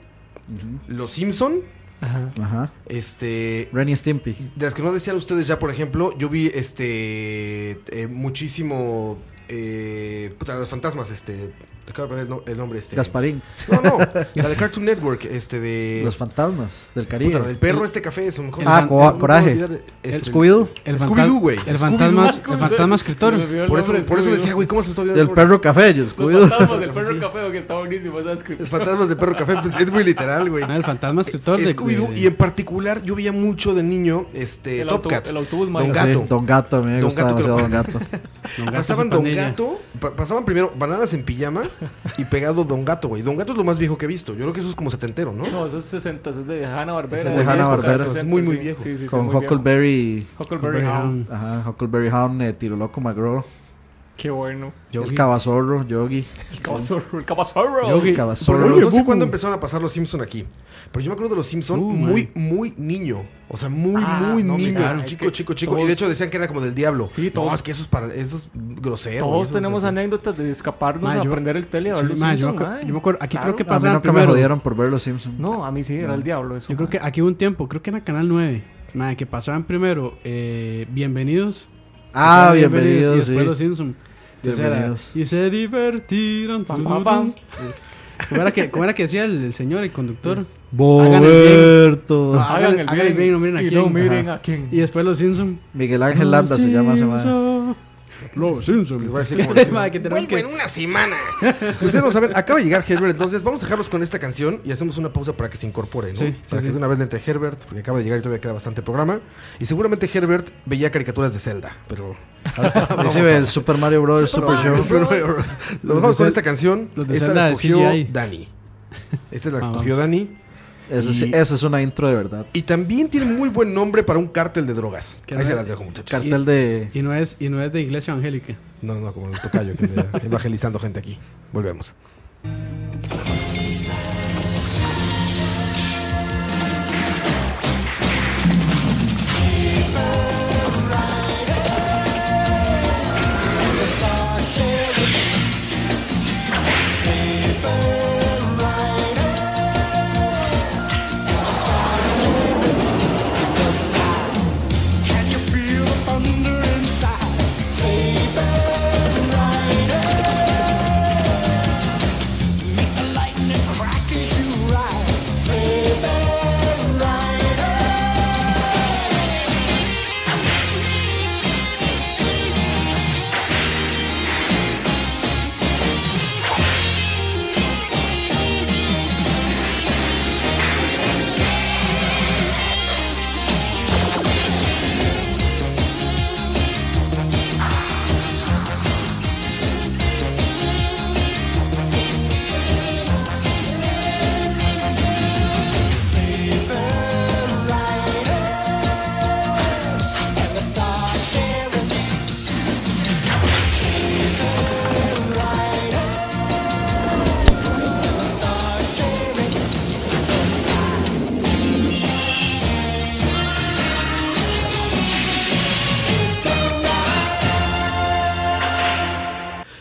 Los Simpson. Ajá. Ajá. Este. Ren y Stimpy. De las que no decían ustedes ya, por ejemplo, yo vi este eh, muchísimo eh, puta, los fantasmas, este, acabo de perder el no- el nombre, este. Gasparín. No, no, la de Cartoon Network, este de Los fantasmas del Caribe. puta, la del perro este café, se me acuerdo. Ah, No, co- no puedo Coraje. olvidar, El este, Scooby-Doo. El Scooby-Doo, fantasma- güey. El fantasma, el fantasma escritor. Se me olvidó el Por eso, nombre, por eso Scooby-Doo. decía, güey, ¿cómo se me está olvidando Del el perro café, yo Los Scooby-Doo. fantasmas del perro café, que está buenísimo esa Los descripción. fantasmas de perro café, pues, es muy literal, güey. Ah, el fantasma Eh, escritor de... Scooby-Doo, de- y em, en particular, yo veía mucho de niño, este, El, Top autobús- Cat. el autobús Don Maya. Gato. Sí, Don Gato, a mí me Don gusta Gato que lo- demasiado Don Gato. Don Gato y su Pasaban Don pandilla. Gato, pa- pasaban primero bananas en pijama y pegado Don Gato, güey. Don Gato es lo más viejo que he visto. Yo creo que eso es como setentero, ¿no? No, eso es 60, eso es de Hanna Barbera. Eso es de Hanna-Barbera, es muy, muy viejo. Con Huckleberry. Huckleberry Huckleberry Hound. Hound. Ajá, Huckleberry Hound, eh, Tiro Loco McGraw. Qué bueno. El cabazorro, Yogi. El cabazorro. El cabazorro. Yogi. Por Cabazorro. lo menos no sé cuándo empezaron a pasar los Simpson aquí. Pero yo me acuerdo de los Simpson muy, muy niño. O sea, muy, Ah, muy no, sí, niño. claro, es chico, que chico, chico. todos- Y de hecho decían que era como del diablo. Sí, todos- No, es que eso es, para, eso es grosero. Todos eso es- tenemos anécdotas de escaparnos Ma, a yo- prender el tele a ver sí, los ma, yo Simpsons, me acu- ma. yo me acuerdo- aquí creo que A mí pasaban nunca me primero. jodieron por ver los Simpsons. No, a mí sí, era el diablo eso. Yo creo que aquí hubo un tiempo, creo que en el canal 9, madre, que pasaban primero eh, Bienvenidos. Ah, Pasaban Bienvenidos, Y después sí. Los Simpsons. Entonces era, Bienvenidos. y se divertieron. Pam, tu, pam, tu, pam. tu. ¿Cómo, era que, cómo era que decía el, el señor, el conductor? Hagan el bien. Boberto. Ah, Hagan el bien, no miren a y quién. no miren Ajá. a quién. Y después Los Simpsons. Miguel Ángel Landa se llama ese Ah, man. Los Les Simpsons. voy a decir cómo decirlo. que tenemos Vuelvo que... en una semana. Ustedes no saben, acaba de llegar Herbert, entonces vamos a dejarlos con esta canción y hacemos una pausa para que se incorpore, ¿no? Sí, sí, para que sí. de una vez le entre Herbert, porque acaba de llegar y todavía queda bastante programa. Y seguramente Herbert veía caricaturas de Zelda, pero. Ese ve el Super Mario Bros. Super Show. Los dejamos con esta canción. Los de Esta Zelda la de escogió CGI. Dani. Esta la Ah, escogió Dani. Ese sí- Y- Esa es una intro de verdad. Y también tiene muy buen nombre para un cártel de drogas. Qué Ahí se raro. las dejo, muchachos. Cartel de. Y no, es, y no es de iglesia evangélica. No, no, como el tocayo, que anda evangelizando gente aquí. Volvemos.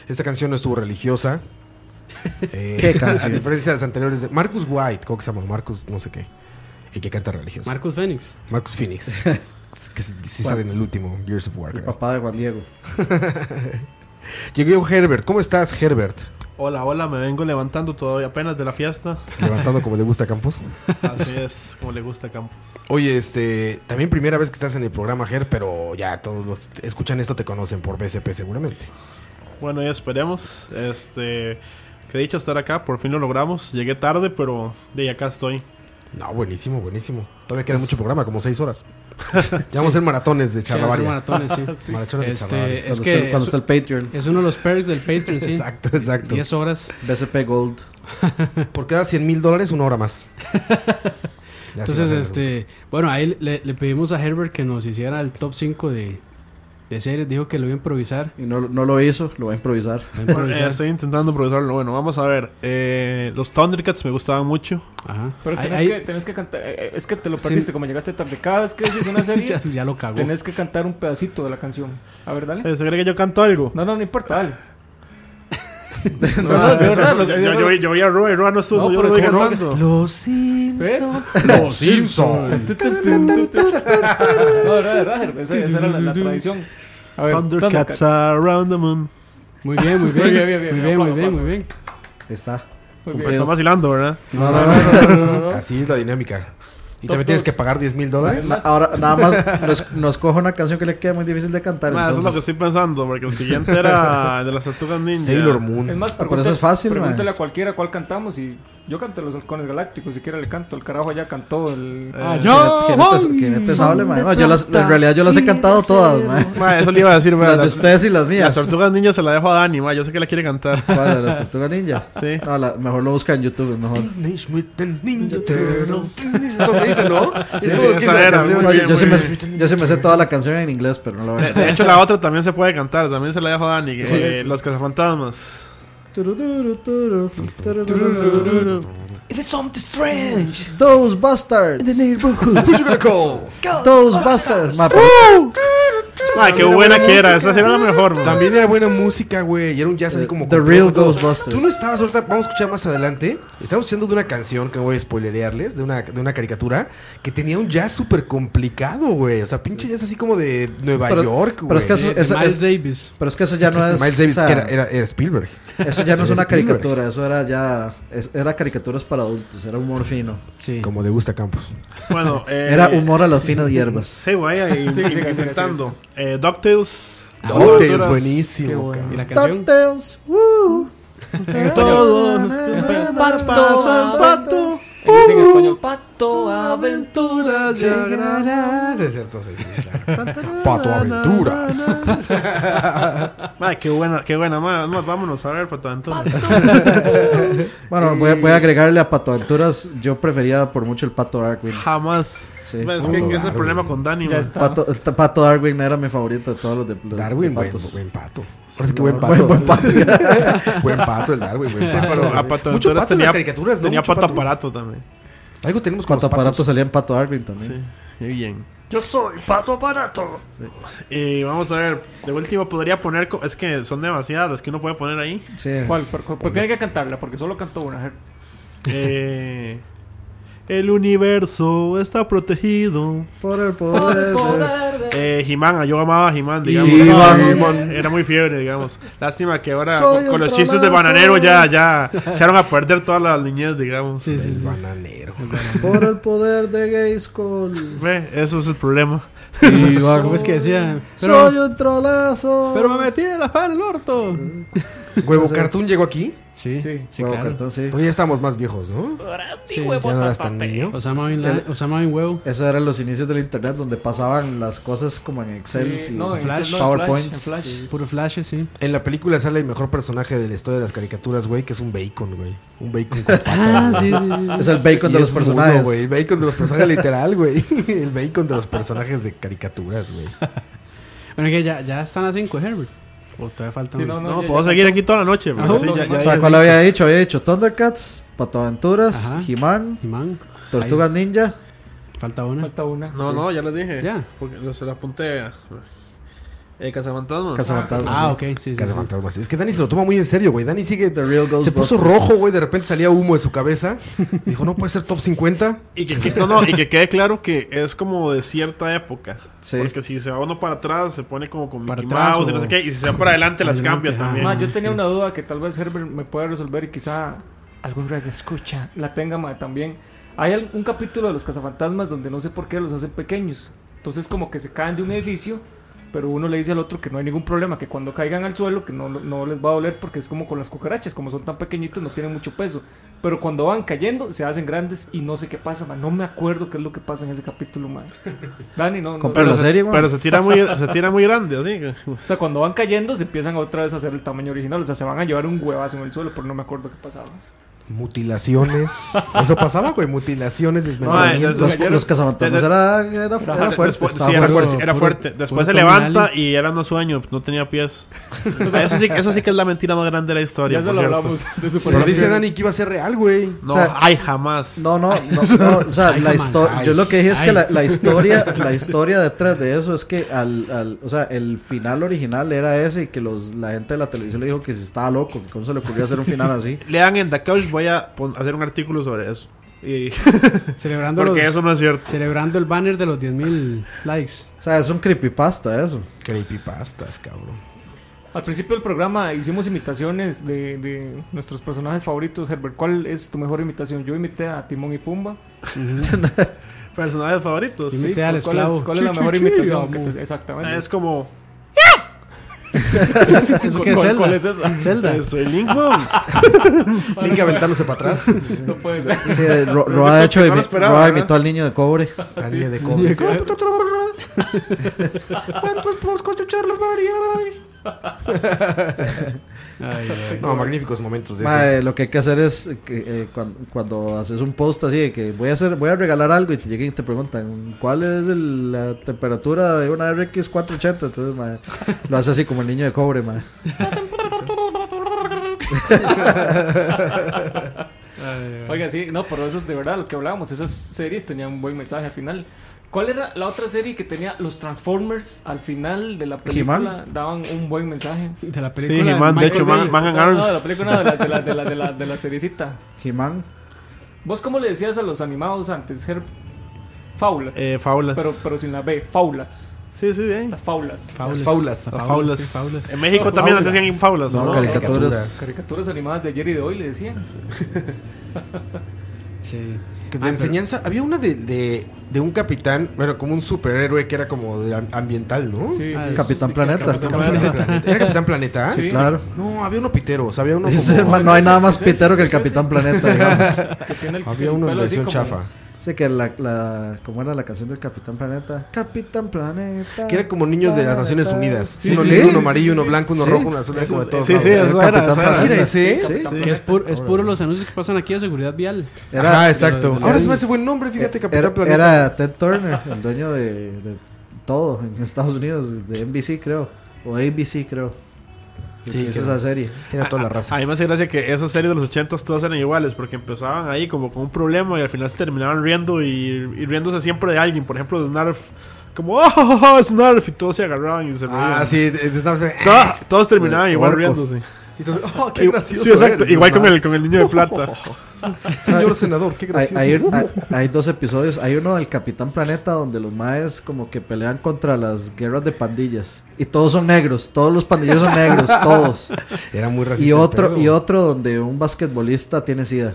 Esta canción no estuvo religiosa. Eh, ¿Qué canción? A diferencia de las anteriores de Marcus White, ¿cómo que se llama? Marcus, no sé qué. Y que canta religioso. Marcus Fénix. Marcus Phoenix. que sí sí sale en el último, Gears of War. El creo. papá de Juan Diego. Llegó Herbert. ¿Cómo estás, Herbert? Hola, hola, me vengo levantando todavía apenas de la fiesta. Levantando como le gusta a Campos. Así es, como le gusta a Campos. Oye, este, también primera vez que estás en el programa, Her, pero ya todos los que escuchan esto te conocen por BCP seguramente. Bueno, ya esperemos. Este, qué dicha estar acá, por fin lo logramos. Llegué tarde, pero de ahí acá estoy. No, buenísimo, buenísimo. Todavía queda mucho programa, como seis horas. ya vamos a hacer maratones de Sí, hacer charlavaria. maratones, sí. Maratones de charlavaria. Este, es Cuando, que está, cuando es, está el Patreon. es uno de los perks del Patreon, sí. Exacto, exacto. 10 horas. BCP Gold. Por cada 100 mil dólares, una hora más. Ya se Entonces, va a hacer. este, bueno, ahí le, le pedimos a Herbert que nos hiciera el top 5 de, de series. Dijo que lo iba a improvisar. Y no, no lo hizo, lo va a improvisar. Bueno, eh, estoy intentando improvisarlo. Bueno, vamos a ver. Eh, los Thundercats me gustaban mucho. Ajá. Pero Ahí- tenés, ahí- que, tenés que cantar. eh, eh, Es que te lo Sí. perdiste como llegaste tarde. Cada vez que dices una serie, ya, ya lo cagó. tenés que cantar un pedacito de la canción. A ver, dale. Eh, ¿Se cree que yo canto algo? No, no, no importa, dale. No, no, de verdad, eso- lo- yo, yo, yo vi a Roa y Roa no estuvo, No, yo pero lo es voy que no- cantando. Los Simpsons. Los Tu, tu, tu, tu, tu. No, de verdad, de verdad, Herbert, esa, esa era la, la tradición. A ver, Thundercats around the moon. Muy bien, muy bien. Muy bien, bien, bien. Muy bien, muy Aplaudo, bien, aplaudo. muy bien. Está. Muy bien. Estamos vacilando, ¿verdad? No, Ah, no, no. Thundercats. Así es la dinámica. Y Top también tienes que dos. pagar 10 mil dólares. Además, Ahora, nada más nos, nos cojo una canción que le queda muy difícil de cantar. Ma, eso es lo que entonces. estoy pensando, porque el siguiente era de las tortugas ninja. Sailor Moon. Es más, pero eso es pregunta- fácil, Pregúntale mae. a cualquiera cuál cantamos y Yo canto los halcones galácticos, siquiera le canto. El carajo ya cantó el. Ah, yo, que neta- que neta es hable, mae. No, yo las- en realidad yo las he cantado todas, mae. Ma, eso le iba a decir, ma, Las de ustedes y las mías. Las tortugas ninja se la dejo a Dani, ma, yo sé que la quiere cantar. ¿Cuál de las tortugas ninja? Sí. No, la- mejor lo busca en YouTube, es mejor. Teenage Mutant Ninja Turtles. Esto me dice, ¿no? Sí, Esto sí, lo esa que hizo la era, canción. muy bien, Yo sí me- yo sí me sé toda la canción en inglés, pero no la voy De, a de hecho, la otra también se puede cantar, también se la dejo a Dani. que- Sí. eh, los cazafantasmas. It is something strange. Those bastards. In the neighborhood. Who you gonna call? Those bastards. Ma, pero- Ah, qué buena que era, esa sí era la mejor. man. También era buena música, güey. Y era un jazz así como. The con Real todo. Ghostbusters. Tú no estabas ahorita. Vamos a escuchar más adelante. Estamos escuchando de una canción que no voy a spoilerearles. De una, de una caricatura. Que tenía un jazz súper complicado, güey. O sea, pinche jazz así como de Nueva Pero- York, güey. pero es que eso- De- de eso- Miles es- Eh, Davis. Pero es que eso ya no es. Miles Davis, o sea, que era, era- era Spielberg. Eso ya no es Era una Spielberg. caricatura, eso era ya. es- era caricaturas para adultos, era humor fino. Sí. Como le gusta Campos. Bueno, eh, Era humor a las finas hierbas. Sí, güey, ahí Sí, sí, sí, inventando. Eh, DuckTales. Ah, DuckTales, Qué buenísimo. bueno. ¿Y la canción? DuckTales, woo. Todo. Pato, Pasan pato. patos. Ese en español. Pato, aventuras. Llegarás. Es cierto, Ah, sí, sí, claro. Pato Aventuras. Ma, qué buena, qué buena. ma, ma, vámonos a ver, Pato Antonio. Bueno, voy a, voy a agregarle a Pato Aventuras. Yo prefería por mucho el Pato Darkwing. Jamás. Sí. Ma, es Puto que ese es el Darwin. problema con Dani. Ya ma. está. Pato, el t- Pato Darwin era mi favorito de todos los de los de Darwin, buen, patos. buen pato. Ahora sí que buen pato. Buen- buen pato. Buen pato el Darwin, buen Sí, pato. pero a Pato Mucho Antonio pato en tenía, las caricaturas, ¿no? tenía Mucho Pato, Aparato también. Algo tenemos con Pato los patos. Aparato salía en Pato Darwin también. Sí, qué bien. Yo soy Pato Aparato. Y vamos a ver, de último podría poner. co- Es que son demasiadas las que uno puede poner ahí. Sí, es- ¿Cuál? ¿Cuál? cuál? Pues tiene que cantarla, porque solo cantó una. Eh, el universo está protegido. Por el poder. de- Eh, He-Man, yo amaba a He-Man, digamos. He-Man. Era muy fiebre, digamos. Lástima que ahora Soy con, con los ultralazo. chistes de bananero ya, ya echaron a perder todas las niñas, digamos. Sí, sí, sí. Bananero. Por el poder de Gayskull. Ve, eso es el problema. ¿Cómo es que decía? Pero, Soy un trolazo. pero me metí la fa en el orto. Huevo Cartoon llegó aquí. Sí, sí, Huevo claro. cartón, sí. Pero ya estamos más viejos, ¿no? Sí. Ya no eras tan niño. Osama Bin Laden, Osama Bin Huevo. Eso eran los inicios del internet donde pasaban las cosas como en Excel y no, en Flash, Excel, no, en PowerPoints. Flash, en Flash. Puro flash, sí. En la película sale el mejor personaje de la historia de las caricaturas, güey, que es un bacon, güey. Un bacon con patas. Ah, sí, sí, Es el bacon de Y los es mudo, personajes. güey. El bacon de los personajes literal, güey. El bacon de los personajes de caricaturas, güey. Bueno, que ya, ya están las 5, Herbert. O todavía faltan. Sí, no, No, ya- puedo ya seguir cantó. aquí toda la noche. porque Ajá. sí, ya- ya- O sea, ya- ¿cuál había dicho? Había dicho Thundercats, Pato Aventuras, Ajá. He-Man, Man, Tortugas Ninja. falta una. Falta una. No, no, ya les dije. Ya. Porque los- se las apunté. a- Eh, Cazafantasmas. Cazafantasmas. Ah, ok, sí, sí. Casa sí. Fantasmas. Es que Dani se lo toma muy en serio, güey. Dani sigue. The Real Se puso Ghostbusters. rojo, güey. De repente salía humo de su cabeza. Dijo, no puede ser top 50. Ah, Y que, que- no, no, y que quede claro que es como de cierta época. Sí. Porque si se va uno para atrás, se pone como con Para Mickey atrás Mouse y no o- sé qué. Y si se va para adelante, las adelante, cambia ajá. también. Ma, yo tenía sí. una duda que tal vez Herbert me pueda resolver y quizá algún radio escucha la tenga ma, también. Hay al- un capítulo de los cazafantasmas donde no sé por qué los hacen pequeños. Entonces como que se caen de un edificio, pero uno le dice al otro que no hay ningún problema, que cuando caigan al suelo que no, no les va a doler porque es como con las cucarachas, como son tan pequeñitos no tienen mucho peso. Pero cuando van cayendo se hacen grandes y no sé qué pasa, ma. no me acuerdo qué es lo que pasa en ese capítulo, ma. Dani, no, no. Pero Pero, la se, serie, güey. pero se tira muy, se tira muy grande, así. que- O sea, cuando van cayendo se empiezan otra vez a hacer el tamaño original, o sea, se van a llevar un huevazo en el suelo, pero no me acuerdo qué pasaba. Mutilaciones. Eso pasaba, güey. Mutilaciones, desmembramientos. Los, Cayeron- los Cazafantasmas de- era, era, era fuerte. Después- sí, estaba era fuerte. fuerte. era Puro- fuerte. Después puro se Tom levanta Allen. y era no sueño, no tenía pies. Eso sí, eso sí que es la mentira más grande de la historia. Ya se por lo cierto. hablamos de su Pero dice Dani que iba a ser real, güey. No, O sea, ay, jamás. No, no, no, no, o sea, Ay, la no histo- más. yo lo que dije es Ay. que la, la historia, la historia detrás de eso es que al, al- o sea, el final original era ese y que los, la gente de la televisión le dijo que si estaba loco, que cómo se le ocurrió hacer un final así. Lean en The Couch, voy a pon- hacer un artículo sobre eso. Y- Celebrando, los, porque eso no es cierto. celebrando el banner de los 10.000 likes. O sea, es un creepypasta eso. Creepypastas, cabrón. Al principio del programa hicimos imitaciones de, de nuestros personajes favoritos. Herbert, ¿cuál es tu mejor imitación? Yo imité a Timón y Pumba. Personajes favoritos. Imité al ¿Cuál, es, esclavo. cuál es la Chu, mejor chu, chu, Ah, imitación? amo. que te- exactamente. Es como. ¿Eso qué es ¿Cuál- Zelda? cuál es esa? Zelda. Soy eh, Link, Link aventándose para atrás. No puede ser. Sí, Ro- Roa, de hecho, No lo imi- esperaba, Roa ¿verdad? imitó al niño de cobre. Al niño de cobre. Sí. No, magníficos momentos de Mae, eso. Lo que hay que hacer es que, eh, cuando, cuando haces un post así de que voy a hacer, voy a regalar algo y te llegan y te preguntan cuál es el- la temperatura de una RX 480. Entonces, mae, lo hace así como el niño de cobre, mae. Oiga, sí, no, pero eso es de verdad lo que hablábamos. Esas series tenían un buen mensaje al final. ¿Cuál era la otra serie que tenía los Transformers al final de la película? Daban un buen mensaje. De la película de He-Man, de hecho, Michael Bay. Ah, Man- Man and No, no, Arms. de la película, no, de la, de la, de la, de la, de la seriecita. He-Man. ¿Vos cómo le decías a los animados antes, Herb? Faulas. Eh, faulas. Pero, pero sin la B, faulas. Sí, sí, bien. Las faulas. Faulas. Las faulas. Las faulas, sí, faulas. En México también las decían en faulas, ¿o No, no? caricaturas. Caricaturas animadas de ayer y de hoy le decían. Sí. Que de Ah, enseñanza, había una de, de, de un capitán, bueno, como un superhéroe que era como de am- ambiental, ¿no? Sí, sí, sí. Capitán Planeta. Capitán Capitán Planeta. ¿Era Capitán Planeta? Sí, claro. No, había uno pitero, o sea, había uno Ese, como- mae, no hay nada más pitero que el Capitán Planeta, digamos. Que tiene el- Había el uno en pelo así versión como- chafa. Sí, que la, la, ¿cómo era la canción del Capitán Planeta? Capitán Planeta. Que era como niños de las Naciones Unidas. Sí, uno sí, negro, sí, uno sí, amarillo, sí, uno sí. blanco, uno Sí. rojo, uno azul. era como de todos Sí, sí, lados. eso Era era, Capitán eso era. Planeta. Sí, ¿Sí era sí, ese? sí. Que es, pur- es puro los anuncios que pasan aquí de seguridad vial. Ajá, exacto. Ahora se me hace buen nombre, fíjate, Capitán Eh, era, Planeta. Era Ted Turner, el dueño de, de todo en Estados Unidos, de NBC creo, o ABC creo. Sí, Sí, que hizo era- esa serie. era toda la raza. A mí me hace gracia que esas series de los 80 todas eran iguales, porque empezaban ahí como con un problema y al final se terminaban riendo y, y riéndose siempre de alguien. Por ejemplo, de Snarf. Como, ¡oh, oh, oh, Snarf! Y todos se agarraban y se reían. Ah, sí, de Snarf se- Toda- todos terminaban De igual orco. riéndose. Y todos, "Oh, qué Y- gracioso Sí, exacto. eres, Igual con Snarf". el, con el niño de plata. Señor senador, qué gracioso. Hay, hay- hay- hay dos episodios. Hay uno del Capitán Planeta donde los maes como que pelean contra las guerras de pandillas. Y todos son negros. Todos los pandilleros son negros. Todos. Era muy racista Y el otro, pedo. y otro donde un basquetbolista tiene sida.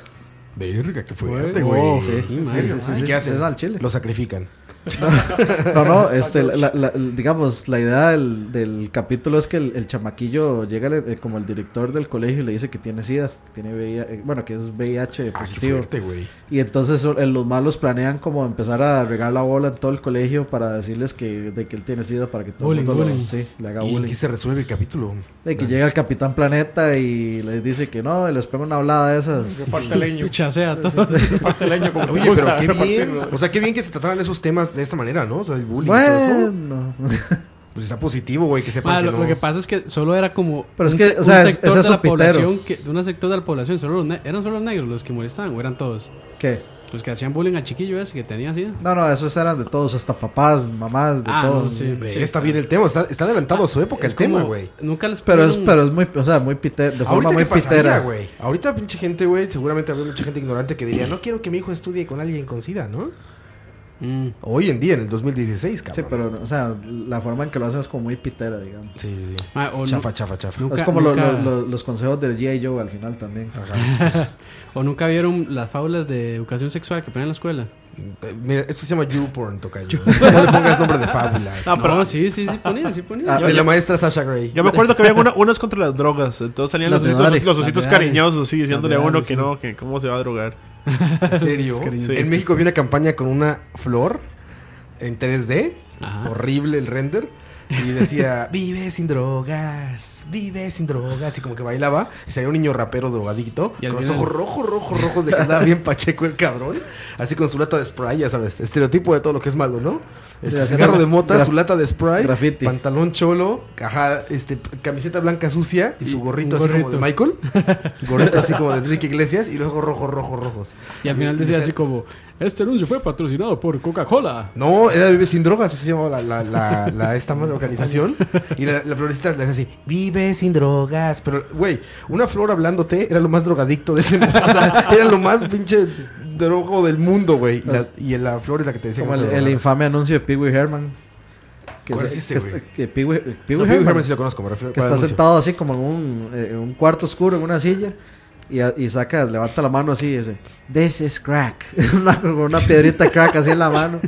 Verga, qué fuerte, fuerte, güey. güey. Sí, sí, sí, sí, ¿Y sí. qué hacen? Es al chile. Lo sacrifican. No, no, este, la- la- digamos, la idea del, del capítulo es que el, el chamaquillo llega le- eh, como el director del colegio y le dice que tiene SIDA, que tiene VIH, eh, bueno, que es VIH Ah, positivo. fuerte, güey. y entonces eh, los malos planean como empezar a regar la bola en todo el colegio para decirles que, de que él tiene SIDA para que todo Bullying, el mundo lo- bullying. sí, le haga ¿Y en bullying. qué se resuelve el capítulo? De que llega el Capitán Planeta y les dice que no, y les pega una hablada de esas. Reparte leño. Pichasea a Sí, todos. sí. Reparte leño como te Oye, gusta, pero qué bien. repartirlo. O sea, qué bien que se trataran esos temas de esa manera, ¿no? O sea, el bullying. y Bueno. todo eso. Pues está positivo, güey, que sepan Ah, que lo, no. lo que pasa es que solo era como. Pero es un que, se- o un sea, es- sector ese es de la un pitero. población que- de un sector de la población. Solo los ne- ¿Eran solo los negros los que molestaban o eran todos? ¿Qué? Los que hacían bullying al chiquillo ese que tenía así. No, no, esos eran de todos, hasta papás, mamás, de Ah, todos. no, sí, Ve, está bien el tema, está, está adelantado a su época el tema, como- güey. Nunca les Pero es, pero es muy, o sea, muy pite- de forma Ahorita muy qué pasaría, pitera. güey. Ahorita pinche gente, güey, seguramente habría mucha gente ignorante que diría, no quiero que mi hijo estudie con alguien con SIDA, ¿no? Mm. Hoy en día, en el 2016, cabrón. Sí, pero, o sea, la forma en que lo hacen es como muy pitera, digamos. Sí, sí. Ah, o chafa, no- chafa, chafa. nunca- es como lo- nunca- lo- lo- los consejos del G.I. Joe al final también. ¿O nunca vieron las fábulas de educación sexual que ponen en la escuela? Eh, Mira, esto se llama YouPorn, toca No le pongas nombre de fábula. Ah, No, pero... sí, sí, sí, ponía, sí ponía. Ah, de la maestra Sasha Gray. Yo me acuerdo que había una, unos contra las drogas. Entonces salían Las los, de ositos- Dale, los las de ositos Dale. cariñosos, sí, diciéndole a Las de uno Dale, que sí. no, que cómo se va a drogar. ¿En serio? Sí. En México había una campaña con una flor en 3D. Horrible el render. Y decía, vive sin drogas, vive sin drogas. Y como que bailaba. Y salía un niño rapero drogadicto. Y al con los final- ojos rojos, rojos, rojos. De que andaba bien pacheco el cabrón. Así con su lata de spray, ya sabes. Estereotipo de todo lo que es malo, ¿no? Este De hacer cigarro de gra- mota, graf- su lata de spray. graffiti. Pantalón cholo. Ajá, este, camiseta blanca sucia. Y su gorrito un así como de gorrito. Michael. gorrito así como de Enrique Iglesias. Y los ojos rojos, rojos, rojos. Y al Y- final y decía decía- así como, este anuncio fue patrocinado por Coca-Cola. No, era de Vive Sin Drogas, así se llamaba la, la, la, la- esta madre organización. Y la, la florista le decía así, Vive Sin Drogas. Pero, güey, una flor hablándote era lo más drogadicto de ese mundo. O sea, era lo más pinche drogo del mundo, güey. Y, la- y la flor es la que te decía Como que el, no te el drogaras. infame anuncio de Pee Wee Herman. Que, ¿Cuál se- es ese, que güey? está- que Pee Wee- Pee Wee No, Pee Wee Herman, Herman sí lo conozco, me refiero- Que ¿cuál está anuncio? sentado así como en un, eh, en un cuarto oscuro, en una silla. Y, a- y saca, levanta la mano así y dice, This is crack. una, con una piedrita crack así en la mano.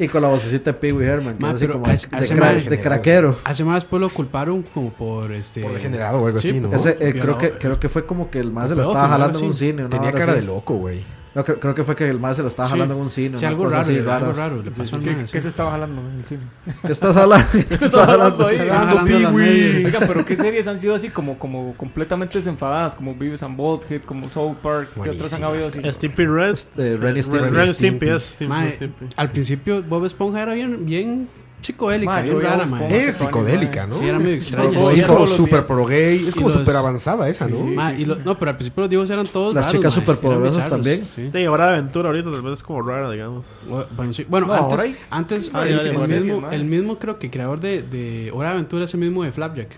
Y con la vocecita de Pee Wee Herman, que Ma, es así pero como hace- de, hace cra- más- de craquero. Hace más después lo culparon como por este. Por degenerado o algo así, Oh, ¿no? Ese, eh, creo, que, creo que fue como que el más se la Pedófilo, estaba jalando algo en un así. cine. una Tenía vara cara así. de loco, güey. No, creo, creo que fue que el más se la estaba Sí. jalando en un cine. Sí, una algo cosa raro, así algo rara. raro le Sí, pasó sí, al sí. man, ¿Qué se estaba jalando en el cine? ¿Qué estás hablando? ¿Qué estás hablando? ahí? Estás Estaba hablando Pee hablando Wee. ahí. Oiga, pero ¿qué series han sido así como, como completamente desenfadadas? Como Beavis and Butthead, como South Park, ¿qué otras han habido así? Stimpy Red. Eh, Ren y Stimpy. Ren y Stimpy, es Stimpy, Mae, Stimpy. Al principio Bob Esponja era bien, bien psicodélica, Mae, yo bien veía rara, Bob mae. Esponja Es psicodélica, ¿no? Sí, era medio extraña. Pero Es sí. como super pro gay. Es Y como los- super avanzada esa, ¿no? Ma, y lo- no, pero al principio los dibujos eran todos Las raros, chicas ma, superpoderosas eran bizarros, también. sí. Sí, ahora de aventura ahorita tal vez es como rara, digamos. Bueno, sí. Bueno, No, antes, ahora hay- antes Ah, el, ya, ya, el ahora sí, mismo, madre. el mismo creo que creador de, de Hora de Aventura es el mismo de Flapjack.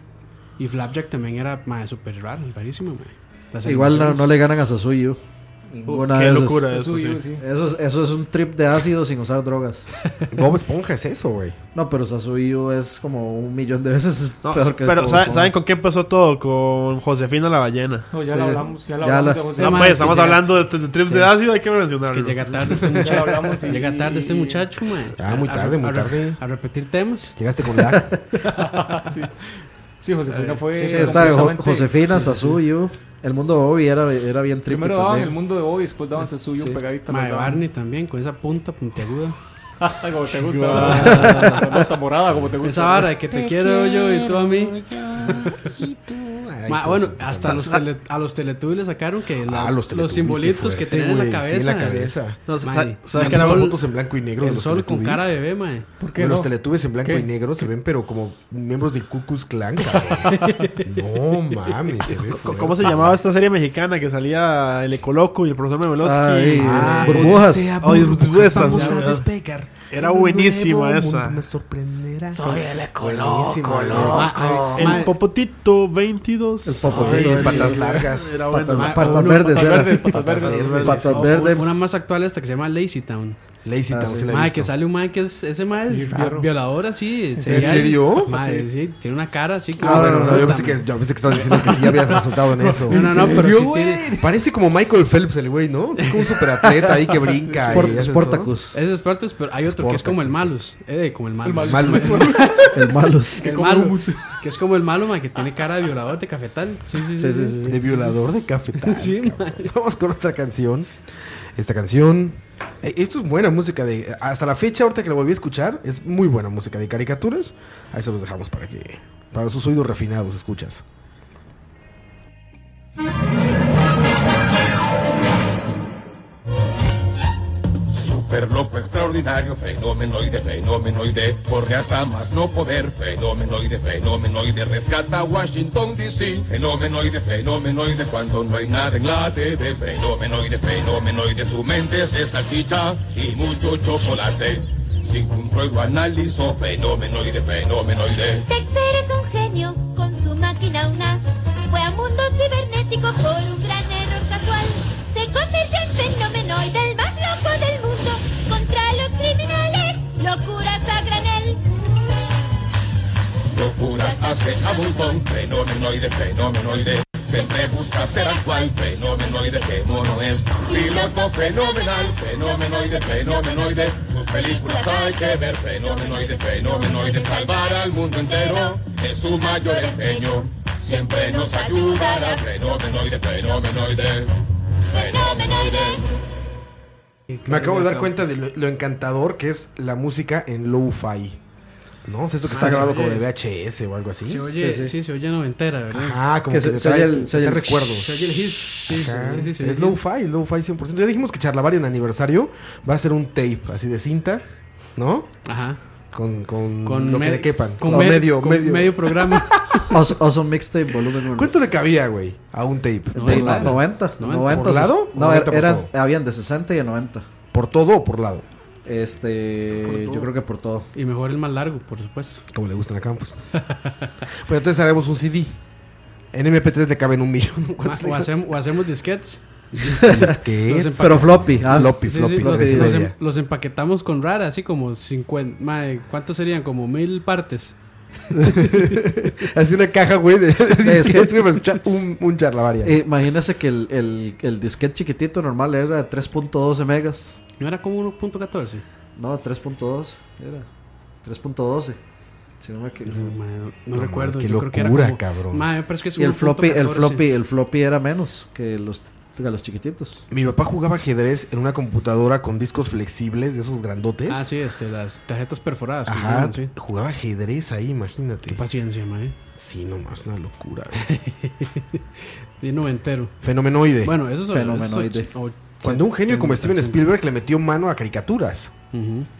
Y Flapjack también era más súper raro, rarísimo, mae. Las Igual no, animaciones- no le ganan a Sasuyu. Ninguna qué de esas. locura eso, Suyo, sí. sí. Eso es, eso es un trip de ácido sin usar drogas. Bob Esponja es eso, güey. No, pero Sasuyu es como un millón de veces No, peor que pero Bob ¿sabe- Esponja. ¿saben con qué empezó todo? Con Josefina la ballena. No, ya Sí, la hablamos, ya la ya hablamos la- de José. No, ma, pues es que estamos ya- hablando de, de trips de ácido, hay que Es que mencionarlo. llega tarde este Ya lo muchacho. hablamos y- Llega tarde este muchacho, mae. Ah, muy A- a- tarde, muy a- tarde. A repetir temas. Llegaste con lag. Ah, sí. sí, Josefina fue. Sí, está Jo- precisamente- Josefina, Sasuyu. El mundo de Bobby era, era bien trippy Primero daban también. el mundo de hoy, después daban el suyo Sí. pegadita. Mae, ¿no? Barney también, con esa punta puntiaguda. como te gusta. ¿verdad? La nota morada, como te gusta. Esa vara de que te, quiero yo y tú a mí. Ma, bueno, hasta a los, tele, a los Teletubbies le sacaron que las- Ah, los, Teletubbies, qué simbolitos fuerte, que tenían en la güey. cabeza. Sí, en la cabeza. No, Mae, sa- ¿sabe el que eran sol- fotos en blanco y negro de El los sol con Teletubbies? cara de bebé, mae. ¿Por qué Güey, Los no? teletubes en blanco ¿Qué? y negro se ven, pero como miembros del Ku Klux Klan, cabrón. No mames, se ve. Co- ¿Cómo se llamaba esta serie mexicana que salía El Ecoloco y el profesor Memelowski? Ay, Ah, burbujas. Ay, pues, esas, Vamos a ¿verdad? despegar. Era buenísima Nuevo esa. mundo Me sorprenderá. Soy el Buenísima, ecoloco, güey. loco. Ma, ay, El mae, Popotito 22. El Popotito Ay, 22. patas largas. Era bueno. Patas, Ma, patas uno, verdes Ah, patas era. verdes, patas verdes. Patas "Oh, o- verdes. Una más actual esta que se llama Lazy Town. Lazy Ah, Town, sí. sí la he Mae, visto. que sale un mae que es, ese mae es vi- violador así. ¿En serio? Mae, sí, tiene una cara así. que- Ah, bueno, no, yo, puta, pensé que, mae. yo pensé que estabas diciendo que sí habías resultado en eso. No, no, no, pero sí tiene... Parece como Michael Phelps, el güey, ¿no? Es como un superatleta ahí que brinca. Sport- y hace Sportacus. Ese es Spartacus, pero hay otro que es como el Malus. Eh, como el Malus. todo. Malus. El malos. Que el malo, que es como el malo, ma, que tiene cara de violador de cafetal. Sí, sí, Sí, sí. sí, sí. sí. De violador de cafetal. Sí, cabrón. Vamos con otra canción. Esta canción. eh, Esto es buena música de. Hasta la fecha, ahorita que la volví a escuchar, es muy buena música de caricaturas. Ahí se los dejamos para que. Para sus oídos refinados, escuchas. Super loco, extraordinario, fenomenoide, fenomenoide, corre hasta más no poder, fenomenoide, fenomenoide, rescata Washington DC, fenomenoide, fenomenoide, cuando no hay nada en la TV, fenomenoide, fenomenoide, su mente es de salchicha y mucho chocolate, sin control lo analizó, fenomenoide, fenomenoide. Dexter es un genio, con su máquina UNAS. Fue a mundo cibernético por un gran error casual. Se convirtió en fenomenoide, el más loco del mundo. Contra los criminales, locuras a granel. Locuras hace a montón, fenomenoide, fenomenoide. Siempre busca ser al cual, fenomenoide, que mono es. Piloto fenomenal, fenomenoide, fenomenoide. Sus películas hay que ver, fenomenoide, fenomenoide. Salvar al mundo entero es su mayor empeño. Siempre nos ayudará, fenomenoide, fenomenoide. Fenomenoide. Me acabo de dar cuenta de lo, lo encantador que es la música en lo-fi. ¿No? Es eso que está Ah, grabado sí, como oye. de VHS o algo así. Se oye, Sí, sí, sí. se oye noventera, ¿verdad? Ah, como Que que, se- te se trae, oye el- te se oye trae el- recuerdos. Se oye el hiss. Sí, sí, Ajá. sí, sí, se oye es el hiss. low-fi, low-fi 100%. Ya dijimos que Charlavarian aniversario va a ser un tape así de cinta, ¿no? Ajá. Con, con, Con lo que me- le quepan. Con O me- medio, con medio. medio programa. Awesome awesome Mixtape, volumen 1. ¿Cuánto le cabía, güey, a un tape? No, De por la- lado. 90, 90. ¿Por lado? No, er, 90 por eran, todo. habían de 60 y de 90. ¿Por todo o por lado? Este, yo creo que por todo. Y mejor el más largo, por supuesto. Como le gustan a Campos. pues entonces haremos un CD. En MP3 le caben un millón. Ma, Ah, o, hacemos, o hacemos disquets. Es que- Los empaque- Pero floppy, ah, floppy, Sí, sí, floppy. los, que se los em- veía. los empaquetamos con rara, así como 50. Mae, ¿cuántos serían? Como mil partes. Así una caja, güey, de, de Es que- disquetes, güey, para escuchar un, un Charlavarian. Eh, imagínese que el, el, el disquete chiquitito normal era de 3.12 megas. ¿No era como 1.14? No, 3.2 era. 3.12. Si no me equivoco. no No, recuerdo, qué yo creo que era locura, como- cabrón. Mae, pero es que es y el floppy, el 1.14. floppy, el floppy era menos que los, que los chiquititos. Mi papá jugaba ajedrez en una computadora con discos flexibles de esos grandotes. Ah, sí, este, las tarjetas perforadas. que Ajá, llaman, sí. jugaba ajedrez ahí, imagínate. Qué paciencia, mae. Sí, nomás, una locura. Y noventero. Fenomenoide. Bueno, eso es Fenomenoide. Cuando un genio como Steven Spielberg le metió mano a caricaturas.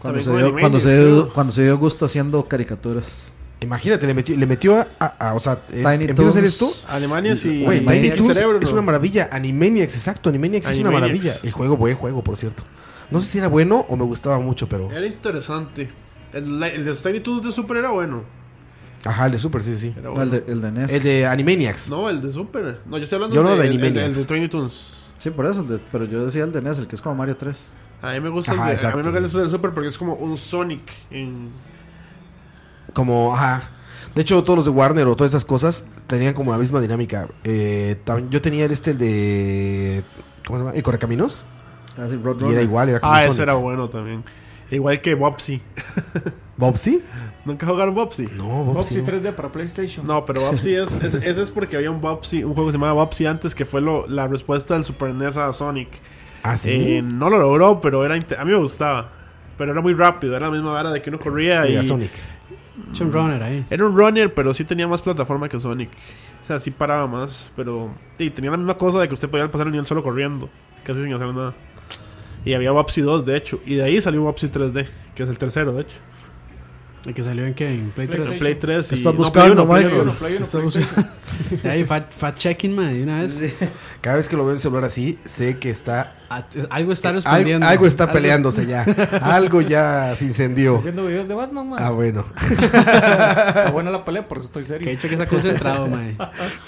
Cuando se, dio, cuando, se dio, cuando se dio gusto haciendo caricaturas. Imagínate, le metió, le metió a, a- a- O sea, eh, Tiny empieza a hacer Toons. esto. Animaniacs y- Güey, Tiny Animaniacs. Toons Cerebro, es ¿no? una maravilla. Animaniacs, exacto. Animaniacs, es una Animaniacs. maravilla. El juego, buen juego, por cierto. No sé si era bueno o me gustaba mucho, pero. Era interesante. El, el de los Tiny Toons de Super era bueno. Ajá, el de Super, sí, sí. bueno. No, el de- el E de NES. El de Animaniacs. No, el de Super. No, yo estoy hablando Yo hablo de el- el- Animaniacs. el de Tiny Toons. Sí, por eso, el de- pero yo decía el de NES, el que es como Mario 3. A mí me gusta Ajá, el de, a exacto. mí me gusta el de Super porque es como un Sonic en Como, ajá. De hecho, todos los de Warner o todas esas cosas tenían como la misma dinámica. Eh, tam- yo tenía el este, el de. ¿Cómo se llama? El Correcaminos. Ah, sí, Road y era Runner. igual, era como Ah, ese Sonic. era bueno también. Igual que Bobsy. ¿Bobsy? ¿Nunca jugaron Bobsy? No, Bobsy 3D para PlayStation. No, pero Bobsy es, es- ese es porque había un Bobsy, un juego que se llamaba Bobsy antes que fue lo- la respuesta del Super NES a Sonic. Ah, ¿sí? Eh, no lo logró, pero era inte- a mí me gustaba. Pero era muy rápido, era la misma vara de que uno corría Y y a Sonic. Es un runner ahí. Era un runner, pero sí tenía más plataforma que Sonic. O sea, sí paraba más, pero y tenía la misma cosa de que usted podía pasar el nivel solo corriendo, casi sin hacer nada. Y había Bobsy 2, de hecho, y de ahí salió Bobsy 3D, que es el tercero, de hecho. El que salió en qué? En Play 3. En Play 3 y- Estás buscando, Michael. Estás buscando. Ahí, fact, fact checking, mae, de una vez. Cada vez que lo veo en celular así, sé que está. Ah, t- Algo está Al- respondiendo. Algo, está peleándose ya. Algo ya se incendió. Viendo videos de Batman, más. Ah, bueno. Está buena la pelea, por eso estoy serio. Que he hecho que está concentrado, mae.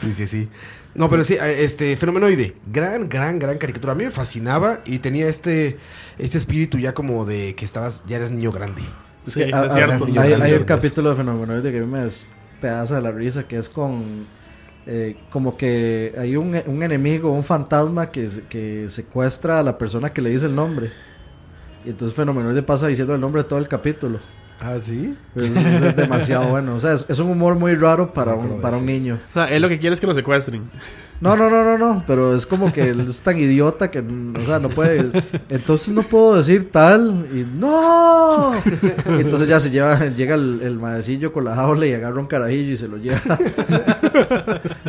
Sí, sí, sí. No, pero sí, eh, este, Fenomenoide. Gran, gran, gran caricatura. A mí me fascinaba y tenía este, este espíritu ya como de que estabas, ya eras niño grande. pues, Es que a- a- hay, hay un capítulo de Fenomenoide que a mí me despedaza de la risa, que es con... eh, como que hay un, un enemigo, un fantasma que, se- que secuestra a la persona que le dice el nombre. Y entonces Fenomenoide pasa diciendo el nombre todo el capítulo. Ah, ¿sí? Eso, eso es demasiado bueno. O sea, es, es un humor muy raro para, un, para un niño. O sea, él lo que quiere es que lo secuestren. No, no, no, no, no, pero es como que él es tan idiota que, o sea, no puede. Entonces no puedo decir tal y no. Y entonces ya se lleva, llega el, el maecillo con la jaula y agarra un carajillo y se lo lleva.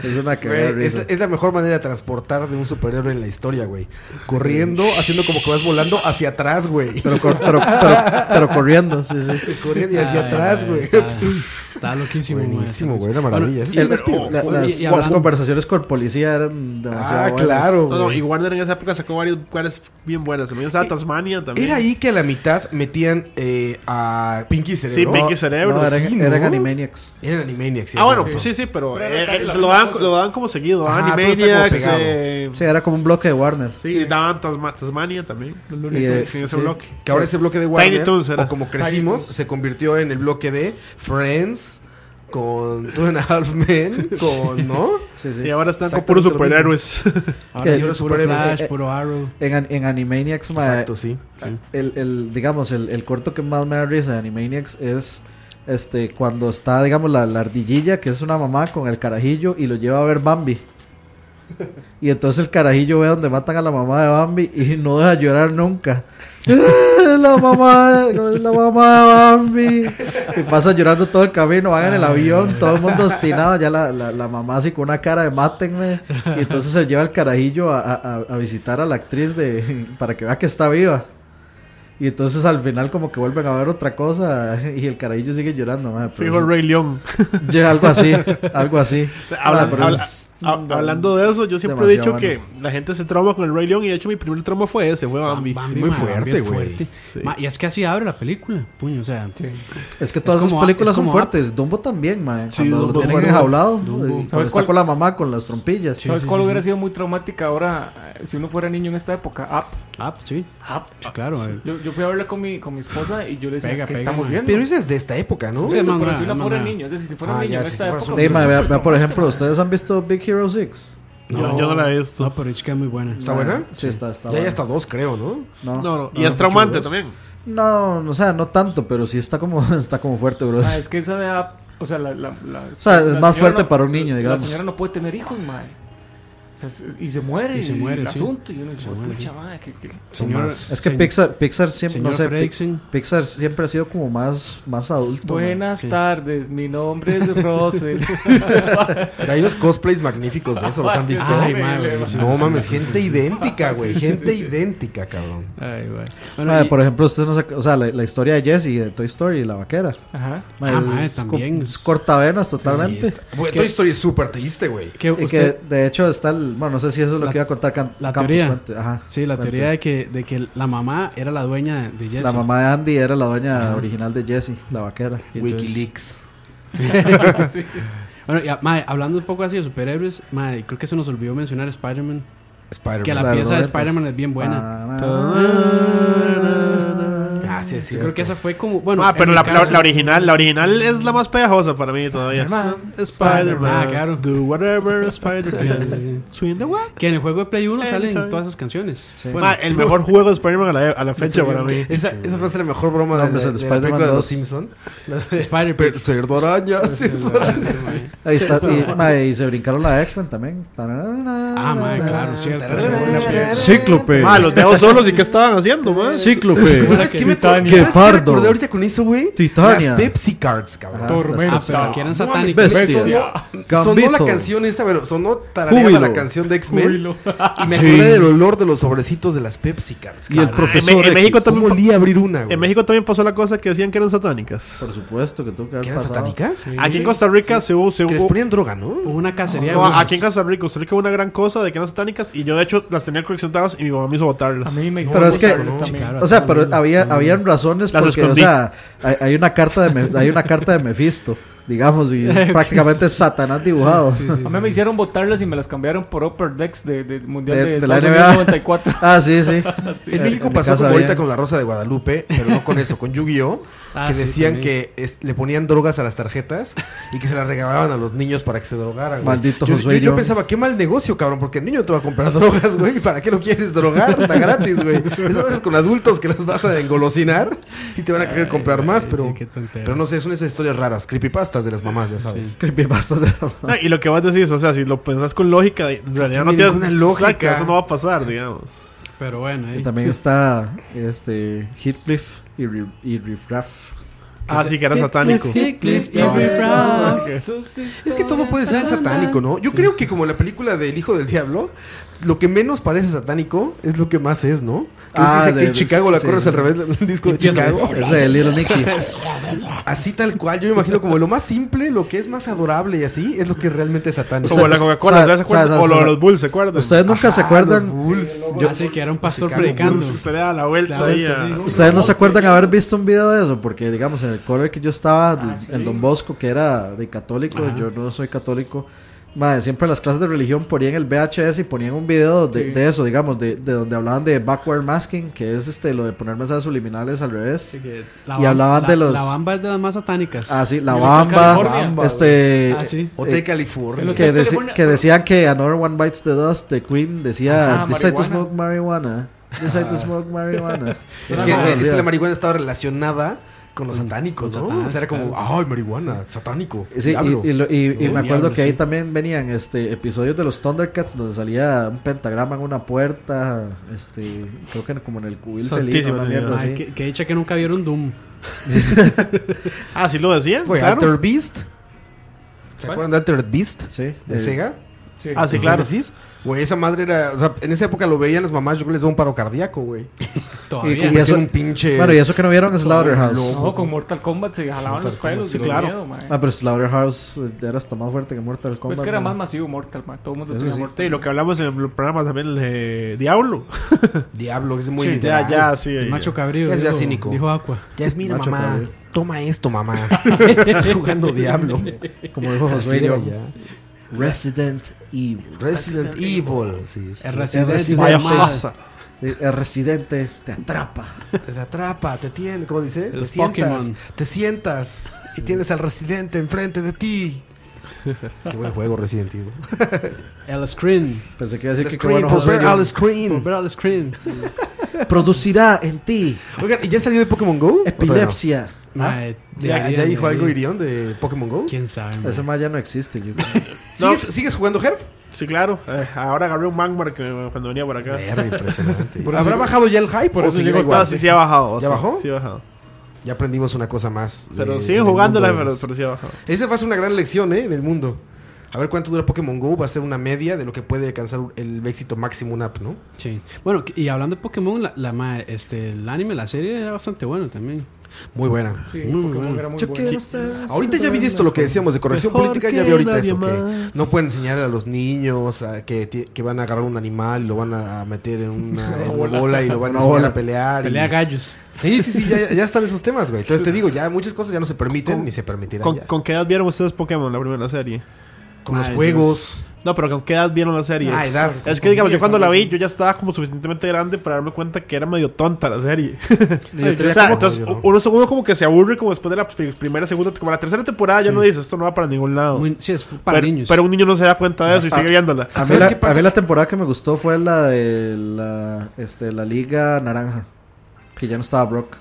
es una cagada de Güey, es, risa. es la mejor manera de transportar de un superhéroe en la historia, güey. Corriendo, haciendo como que vas volando hacia atrás, güey. Pero, cor- pero- pero- pero corriendo, sí, sí. Corriendo y hacia Ay, atrás, ay, güey. está- está loquísimo, Buenísimo, güey. Una maravilla. Ese El- es el- la- las, Y- y las hablando- conversaciones con el policía eran demasiado Ah, buenas. claro, No, no, güey. Eh, y Warner en esa época sacó varios cuáles bien buenas. También estaba Tasmania también. Era ahí que a la mitad metían eh, a Pinky Cerebro. Sí, Pinky Cerebro. Sí, eran- ¿no? eran Animaniacs. Eran Animaniacs. sí, ah, bueno, razón. sí, sí, pero Pero eh, era casi eh, la lo, misma daban, cosa. lo daban como seguido. daban Ah, todo está como Animaniacs, pegado. eh, Sí, era como un bloque de Warner. sí, daban Tasma- Tasmania también. Los Looney Y, eh, Tunes en ese sí. bloque. Que ahora ese bloque de Tiny Warner, Toons era. o como Tiny crecimos, Toons. se convirtió en el bloque de Friends con Two and a Half Men, con, ¿no? Y ahora están con Exactamente puros lo mismo. superhéroes. Ahora sí, ahora superhéroes. Eh, eh, En, An- en Animaniacs, ma, Exacto, sí. El, el, digamos, el, el corto que más me da risa de Animaniacs es este cuando está, digamos, la, la ardillilla, que es una mamá con el carajillo y lo lleva a ver Bambi. Y entonces el carajillo ve donde matan a la mamá de Bambi y no deja llorar nunca. ¡Ah, la mamá, la mamá de Bambi. Y pasa llorando todo el camino, van en el avión, todo el mundo obstinado, ya la, la, la mamá así con una cara de mátenme. Y entonces se lleva el carajillo a, a- a visitar a la actriz de para que vea que está viva. Y entonces al final como que vuelven a ver otra cosa y el carajillo sigue llorando. madre, pero Fijo es- Rey León. Ya, algo así, algo así. Hablan- Ah, Madre, pero habla- es- ha- hablando de eso, yo siempre he dicho demasiado que la gente se trauma con el Rey León y de hecho mi primer trauma fue ese, fue Bambi. Bambi, mae, Bambi es fuerte. Ma, Y es que así abre la película, puño, o sea. Es que todas esas como- películas es son como- fuertes. Dumbo también, mae. Sí, Cuando Dumbo lo tienen fuerte. enjaulado. Dumbo. eh, ¿Sabes cuando está cuál? con la mamá con las trompillas. ¿Sabes cuál hubiera sido muy traumática ahora eh, si uno fuera niño en esta época? Up. Up, Ah, pues sí. Up. claro, eh. Yo, yo fui a verla con mi, con mi esposa y yo le decía, Pega, ¿qué pega, estamos man. viendo? Pero eso es de esta época, ¿no? Sí, Eso pero por- si una no, fuera no. niño, es decir, si fuera Ah, niño ya, en si esta fuera época. pues, su- Sí, mae, vea- vea, por ejemplo, ¿ustedes han visto Big Hero 6? No, yo no la he visto. No, pero es que es muy buena. ¿Está buena? Sí, está, Ya está hay buena. hasta dos, creo, ¿no? No, no, y es traumante dos. también. No, no, o sea, no tanto, pero sí está como, está como fuerte, bro. Ma, Ah, es que esa edad. O sea, la. la- la- O sea, es la más señora fuerte no- para un niño, digamos. La señora no puede tener hijos, madre. O sea, se- y se muere. Y se muere, El sí. asunto. Y uno dice, Se muere, pucha, sí. madre. Que, que... Señor- es que señor- Pixar, Pixar siempre, no señor sé, Pi- Fredrickson. Pixar siempre ha sido como más, más adulto. ¿no? Buenas Sí. tardes, mi nombre es Russell. Hay unos cosplays magníficos de eso, ¿los han visto? Ay, madre, sí, no sí, mames, sí, gente sí, sí. idéntica, Sí, Ah, güey. sí, Gente sí. idéntica, cabrón. Ay, güey. Madre, Por ejemplo, usted no se- o sea, la, la historia de Jessie de Toy Story y la vaquera. Ajá. Madre, Ah, madre, es, co- también. es cortavenas totalmente. Güey, Toy Story es súper triste, güey. Y que de hecho está el. Bueno, no sé si eso es lo que iba a contar Can- La Campos, teoría. cuente. Ajá, sí, la cuente. teoría de que, de que la mamá era la dueña de Jesse. La mamá de Andy era la dueña Ajá. original de Jessie, la vaquera. Y entonces- Wikileaks. Sí. Bueno, y, ah, mae, hablando un poco así de superhéroes, mae, creo que se nos olvidó mencionar Spider-Man. Spider-Man. Que La la de pieza de los noventas. Spider-man es bien buena. Ah, sí, es Yo cierto. creo que esa fue como. Bueno, ah, pero en mi la, la- caso- la original, la original es la más pegajosa para mí todavía. Spider-Man. Spider-Man. Ah, claro. Do whatever, Spider-Man. Sí, sí, sí. Swing the web. Que en el juego de Play 1 Anytime. salen todas esas canciones. Bueno, Ma, el mejor juego de Spider-Man a la, a la fecha para mí. Esa, esa va a ser la mejor broma de, hombre, es la, el de la Spider-Man película de los 2. Simpsons. Spider-Pig. araña, cerdo araña. Ahí está, y, ma, y se brincaron la de X-Men también. Ah, mae, claro, cierto, esa es buena pieza. Cíclope. Ma, los dedos solos y qué estaban haciendo, ma. Cíclope. ¿Sabes qué me acor- ¿sabes qué Titania. me Guepardo. acordé ahorita con eso, güey? Titania. Las Pepsi Cards, cabrón. Ajá, Tormenta. las Pepsi Ah, pero Cards. que eran No mames, satánicas. Bestia. Bestia. Sonó sonó la Gambito. canción esa, bueno, sonó tarea Júbilo. la canción de X-Men. Júbilo. Y me Sí. acordé del olor de los sobrecitos de las Pepsi Cards. Y el cabrón. profesor Ah, en, en X. México también ¿Cómo olí abrir una, güey? en México también pasó la cosa que decían que eran satánicas. Por supuesto que tuvo que haber ¿Que eran pasado. satánicas? Aquí en Costa Rica se hubo... Se Que les hubo- ponían droga, ¿no? Hubo una cacería. de No, brujas. aquí en Costa Rica, Costa Rica hubo una gran cosa de que eran satánicas y yo de hecho las tenía coleccionadas y mi mamá me hizo A botarlas. mí me hicieron Pero es que, botarlos también. o sea, pero había, habían razones Las porque, escondí. o sea, hay, hay una carta de Me- hay una carta de Mephisto, digamos, y prácticamente es Satanás dibujado. A mí me hicieron botarlas y me las cambiaron por Upper Decks de, de Mundial De- de, de la Estados NBA. Unidos 94. Ah, sí, sí. En México En mi pasó casa como había. ahorita con la Rosa de Guadalupe, pero no con eso, con Yu-Gi-Oh! Ah, que sí, decían también. que es- le ponían drogas a las tarjetas y que se las regalaban a los niños para que se drogaran. güey. Maldito yo, Josué yo- yo Young. pensaba, qué mal negocio, cabrón, porque el niño te va a comprar drogas, güey. ¿Para qué lo quieres drogar? Está gratis, güey. Eso lo haces con adultos que los vas a engolosinar y te van a querer comprar más, pero. qué tontera. pero no sé, son esas historias raras, creepypastas de las mamás, ya sabes. Creepypasta de la- Ah, y lo que vos decís, o sea, si lo pensás con lógica, en realidad no tiene ninguna tiene lógica. lógica, eso no va a pasar, digamos. Pero bueno, ahí. Y también está este Heathcliff y, Re- y Riff Raff. Ah, sí, que era satánico. Es que todo puede ser satánico, ¿no? Yo creo que como la película del Hijo del Diablo, lo que menos parece satánico es lo que más es, ¿no? Que Ah, dice de- que Chicago la sí, corres sí. al revés, el disco de Empieza- Chicago. Es de Little Nicky. Así tal cual, yo me imagino como lo más simple, lo que es más adorable y así, es lo que realmente es satánico. Ah, Como la Coca-Cola, o sea, ¿se acuerdan? o sea, O lo de o sea, los Bulls, ¿se acuerdan? Ustedes nunca se acuerdan. Yo sé Ah, que era un pastor Chicago predicando. Bulls, se le da la vuelta La ahí vuelta, a- sí, sí. Ustedes no se acuerdan haber visto un video de eso, porque digamos en el cole que yo estaba, en Don Bosco, que era de católico, Ah, Ajá. yo no soy católico. Madre, siempre en las clases de religión ponían el VHS y ponían un video de, Sí. de eso, digamos, de, de donde hablaban de backward masking, que es este lo de poner mensajes subliminales al revés. Así que y Bam- hablaban la- de los. La bamba es de las más satánicas. Ah, sí, la Y Hotel bamba. California. Este. Ah, sí. Hotel eh, California. El que, Hotel deci- California. que decían que Another One Bites the Dust de Queen decía Ah, Decide to marihuana. Ah. smoke marijuana. Decide to smoke marijuana. Es que, es que la marihuana estaba relacionada con los satánicos, ¿no? Satanás, o sea, era como, ay, marihuana, satánico. Sí, diablo. y, y lo- y- y Oh, me acuerdo diablo, que ahí sí. también venían este episodios de los Thundercats donde salía un pentagrama en una puerta, este, creo que era como en el cubil feliz, Santísimo una Dios. mierda Ay, así. que, que dicha que nunca vieron Doom. Ah, sí lo decían, Fue claro. Altered Beast. ¿Se ¿Cuál? acuerdan de Altered Beast? Sí, eh, De el- Sega. Sí. Ah, sí, ¿De claro. Genesis? Güey, esa madre era. O sea, en esa época lo veían las mamás, yo creo que les daba un paro cardíaco, güey. y, Todavía. y Metieron eso, un pinche. bueno, y eso que no vieron es Slaughterhouse. No, con Mortal Kombat se jalaban los pelos. sí, y los claro. miedos, mae. Ah, pero Slaughterhouse era hasta más fuerte que Mortal Kombat. Pues que era ¿no? más masivo Mortal, mae. Todo el mundo Eso tenía sí. Mortal. Sí, lo que hablamos en el programa también, eh, Diablo. Diablo, que es muy Sí, literal. ya, ya, sí. El ya. macho cabrío. Ya es ya dijo- cínico. Dijo Aqua. Ya es, mira, Macho mamá. cabrón. Toma esto, mamá. Estás jugando Diablo. Como dijo Josué Así era yo, ya. Resident Evil. Resident Evil. Sí. El residente. residente. de Mad. Biohazard. Sí, El residente te atrapa. Te atrapa, te tiene, ¿cómo dice? Te Es sientas. Pokémon. Te sientas. Y tienes al residente enfrente de ti. Qué buen juego, Resident Evil. El screen. Pensé que iba a decir que qué Scream, bueno Josué volver al Young. screen. Volver al screen. producirá en ti. Oigan, ¿y ya salió de Pokémon Go? Epilepsia. Mae, ¿Ya, ya dijo algo Irión de Pokémon Go? ¿Quién sabe? Ese más ya no existe. yo creo. ¿Sigues, ¿Sigues jugando Herb? Sí, claro. Eh, ahora agarré un Magmar que me- cuando venía por acá. Verga, impresionante. ¿Habrá bajado ya el hype? Por o eso seguirá llegó Eh, igual? todo. Sí, sí ha bajado. o ¿Ya sea, bajó? Sí ha bajado. Ya aprendimos una cosa más. Pero de- siguen del jugándola, mundo de pero- los- pero sí ha bajado. Esa va a ser una gran lección, ¿eh? En el mundo. A ver cuánto dura Pokémon Go. Va a ser una media de lo que puede alcanzar el éxito máximo una app, ¿no? Sí. Bueno, y hablando de Pokémon, la, la ma- este, el anime, la serie era bastante bueno también. Muy buena. Sí, Muy Pokémon buena. era muy Yo buena. quiero ser- Ahorita ya vi esto lo que decíamos de corrección Mejor política, ya que vi ahorita nadie eso, que más. no pueden enseñar a los niños a que, ti- que van a agarrar un animal y lo van a meter en una, en una bola. bola y lo van a Una enseñar bola. a pelear. y- Pelea gallos. Sí, sí, sí, ya, ya están esos temas, güey. Entonces te digo, ya muchas cosas ya no se permiten ni se permitirán ¿Con, ya. con qué edad vieron ustedes Pokémon, la primera serie? Con los Ay, juegos. No, pero ¿con qué edad vieron la serie? Ah, edad. Es que, digamos, yo Diez, cuando la algo vi, así. yo ya estaba como suficientemente grande para darme cuenta que era medio tonta la serie. yo o tenía sea, como- entonces, no, yo no. uno, uno como que se aburre como después de la pri- primera, segunda, como la tercera temporada ya Sí. no dice, esto no va para ningún lado. Muy- sí, es para pero, niños. Pero un niño no se da cuenta de eso y sigue viéndola. A mí, ¿Sabes la, qué a pasa? mí la temporada que me gustó fue la de la, este, la Liga Naranja, que ya no estaba Brock.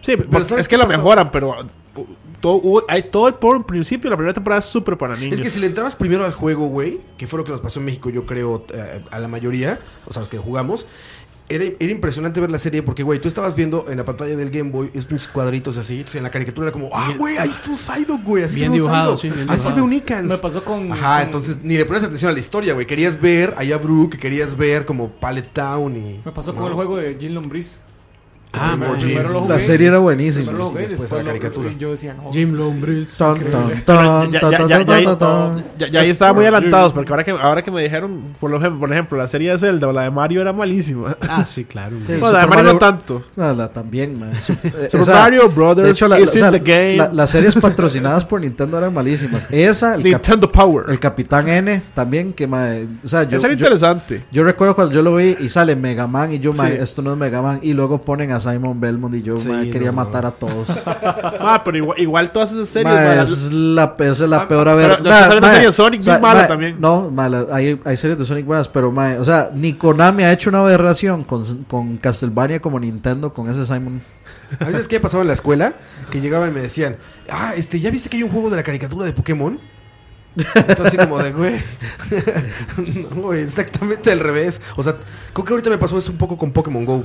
Sí, Pero pero ¿sabes es qué que la pasa? mejoran, pero uh, todo, hubo- hay todo el por principio, la primera temporada es súper para niños. Es que si le entrabas primero al juego, güey, que fue lo que nos pasó en México, yo creo, eh, a la mayoría, o sea, los que jugamos, era, era impresionante ver la serie porque, güey, tú estabas viendo en la pantalla del Game Boy esos pinches cuadritos así, entonces en la caricatura era como, ah, güey, ahí está un Psyduck, güey, así se ve Bien un dibujado, Psyduck, sí, bien Así se ve dibujado. un Icans. Me pasó con- Ajá, con- entonces ni le pones atención a la historia, güey. Querías ver allá Brook, querías ver como Pallet Town y. Me pasó No. con el juego de Jim Lombris. Ah, man, Jim. La serie era buenísima. Primero lo jugué, Y después después la lo- caricatura. y yo decía, no, Jim sí, Lombris. Tan, increíble. tan, tan, Ya- tan, ya- ya- tan, ya ahí- tan, tan. ya- ya ahí estaban muy adelantados, porque ahora que, ahora que me dijeron, por, lo ejem- por ejemplo, la serie de Zelda o la de Mario era malísima. Ah, sí, claro. Sí, Bueno, la de Mario no tanto. No, la también, man. Su- eh, Super Mario Brothers, Is It the Game? la- las series patrocinadas por Nintendo eran malísimas. Esa, el Nintendo Power. El Capitán N también, que ma, eh, o sea, yo, Esa era yo- interesante. Yo recuerdo cuando yo lo vi y sale Mega Man y yo, ma, Sí. esto no es Mega Man. Y luego ponen a Simon Belmont y yo, ma, quería matar a todos. Ah, pero igual, igual todas esas series. Ma, ma, la- es la, pe- esa es la peor a Ah, ver. pero después sale una serie de Sonic o sea, bien mala ma, también. No, ma, la- hay, hay series de Sonic buenas, pero ma, o sea, ni Konami ha hecho una aberración con, con Castlevania como Nintendo con ese Simon. A veces que pasaba en la escuela, que llegaban y me decían, ah, este, ¿ya viste que hay un juego de la caricatura de Pokémon? Entonces así como de, güey. no, güey, exactamente al revés. O sea, creo que ahorita me pasó eso un poco con Pokémon Go.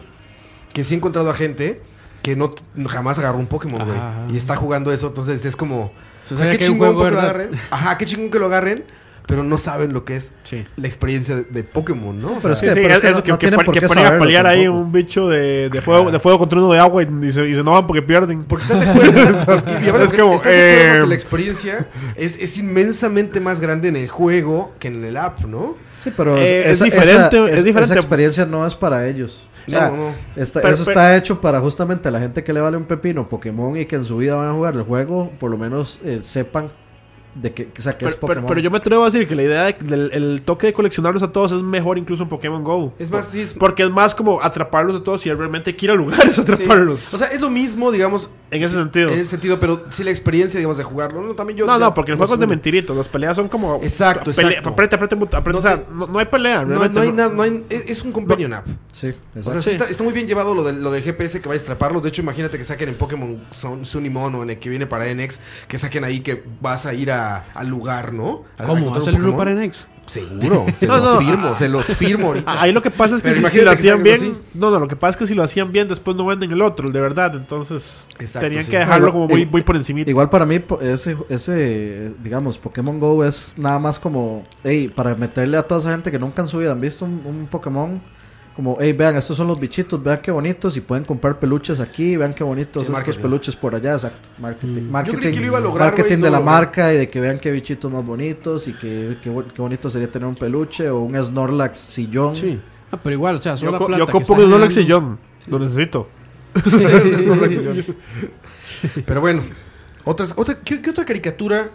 Que sí he encontrado a gente que no jamás agarró un Pokémon, güey. Ajá. Y está jugando eso, entonces es como. Se "Ah, sabe qué que hay un chingón juego, que lo ¿verdad?" agarren. Ajá, qué chingón que lo agarren. Pero no saben lo que es Sí. la experiencia de, de Pokémon, ¿no? O Pero sea, Sí, sí, es- eso que- que pon- que ponen a pelear ahí un bicho de, de fuego, de fuego contra uno de agua y, y se, y se enojan porque pierden. Porque estás de acuerdo. Y, y ahora es que como. estás de acuerdo eh, porque la experiencia es, es inmensamente más grande en el juego que en el app, ¿no? Sí, pero Eh, es esa- diferente, esa- es es- diferente. Esa experiencia no es para ellos. O sea, No, no. está- Pero- eso pero- está hecho para justamente la gente que le vale un pepino Pokémon y que en su vida van a jugar el juego, por lo menos eh, sepan de que, o sea, que pero, es pero- Pokémon. pero yo me atrevo a decir que la idea de- del el toque de coleccionarlos a todos es mejor incluso en Pokémon Go. Es más, sí, es- Porque es más como atraparlos a todos y realmente quiere lugares a atraparlos. Sí. O sea, es lo mismo, digamos. En ese sentido. En ese sentido, pero sí la experiencia, digamos, de jugarlo. No, también yo. No, ya- no, porque el no juego es de soy- mentiritos. Las peleas son como. Exacto, pele- exacto. Apriete, apriete, apriete, apriete, o sea, no, no hay pelea. No, realmente, no hay no- nada, no hay- es, es un companion app. Sí, O sea, exacto. sí Sí. está, está muy bien llevado lo del, lo del GPS que vayas a atraparlos. De hecho, imagínate que saquen en Pokémon Sun, Sun y Moon o en el que viene para NX, que saquen ahí que vas a ir a- al lugar, ¿no? A ¿Cómo? encontrar un ¿Vas a salir Pokémon. para NX? Seguro, se No, los no, firmo, ah, se los firmo ahorita. Ahí lo que pasa es que Pero si- si, imagínate lo que hacían bien. salga algo No, no, lo que pasa es que si lo hacían bien, después no venden el otro, el de verdad. Entonces, Exacto, tenían sí. que dejarlo Igual- como muy, ig- muy por encima. Igual para mí, po- ese, ese, digamos, Pokémon Go es nada más como, hey, para meterle a toda esa gente que nunca en su vida han visto un, un Pokémon, como, hey, vean, estos son los bichitos, vean qué bonitos, y pueden comprar peluches aquí, vean qué bonitos Sí, estos marketing. peluches por allá, exacto. Marketing, Yo creí que lo iba a lograr, marketing güey, no de la lo logró. marca y de que vean qué bichitos más bonitos y que, qué, bu- qué bonito sería tener un peluche o un Snorlax sillón. Sí. Ah, pero igual, o sea, solo Yo, la co- plata. yo que compro está un Rolex y generando- John. Lo necesito. Es normal que yo- Pero bueno, otras, otra, ¿qué, qué otra caricatura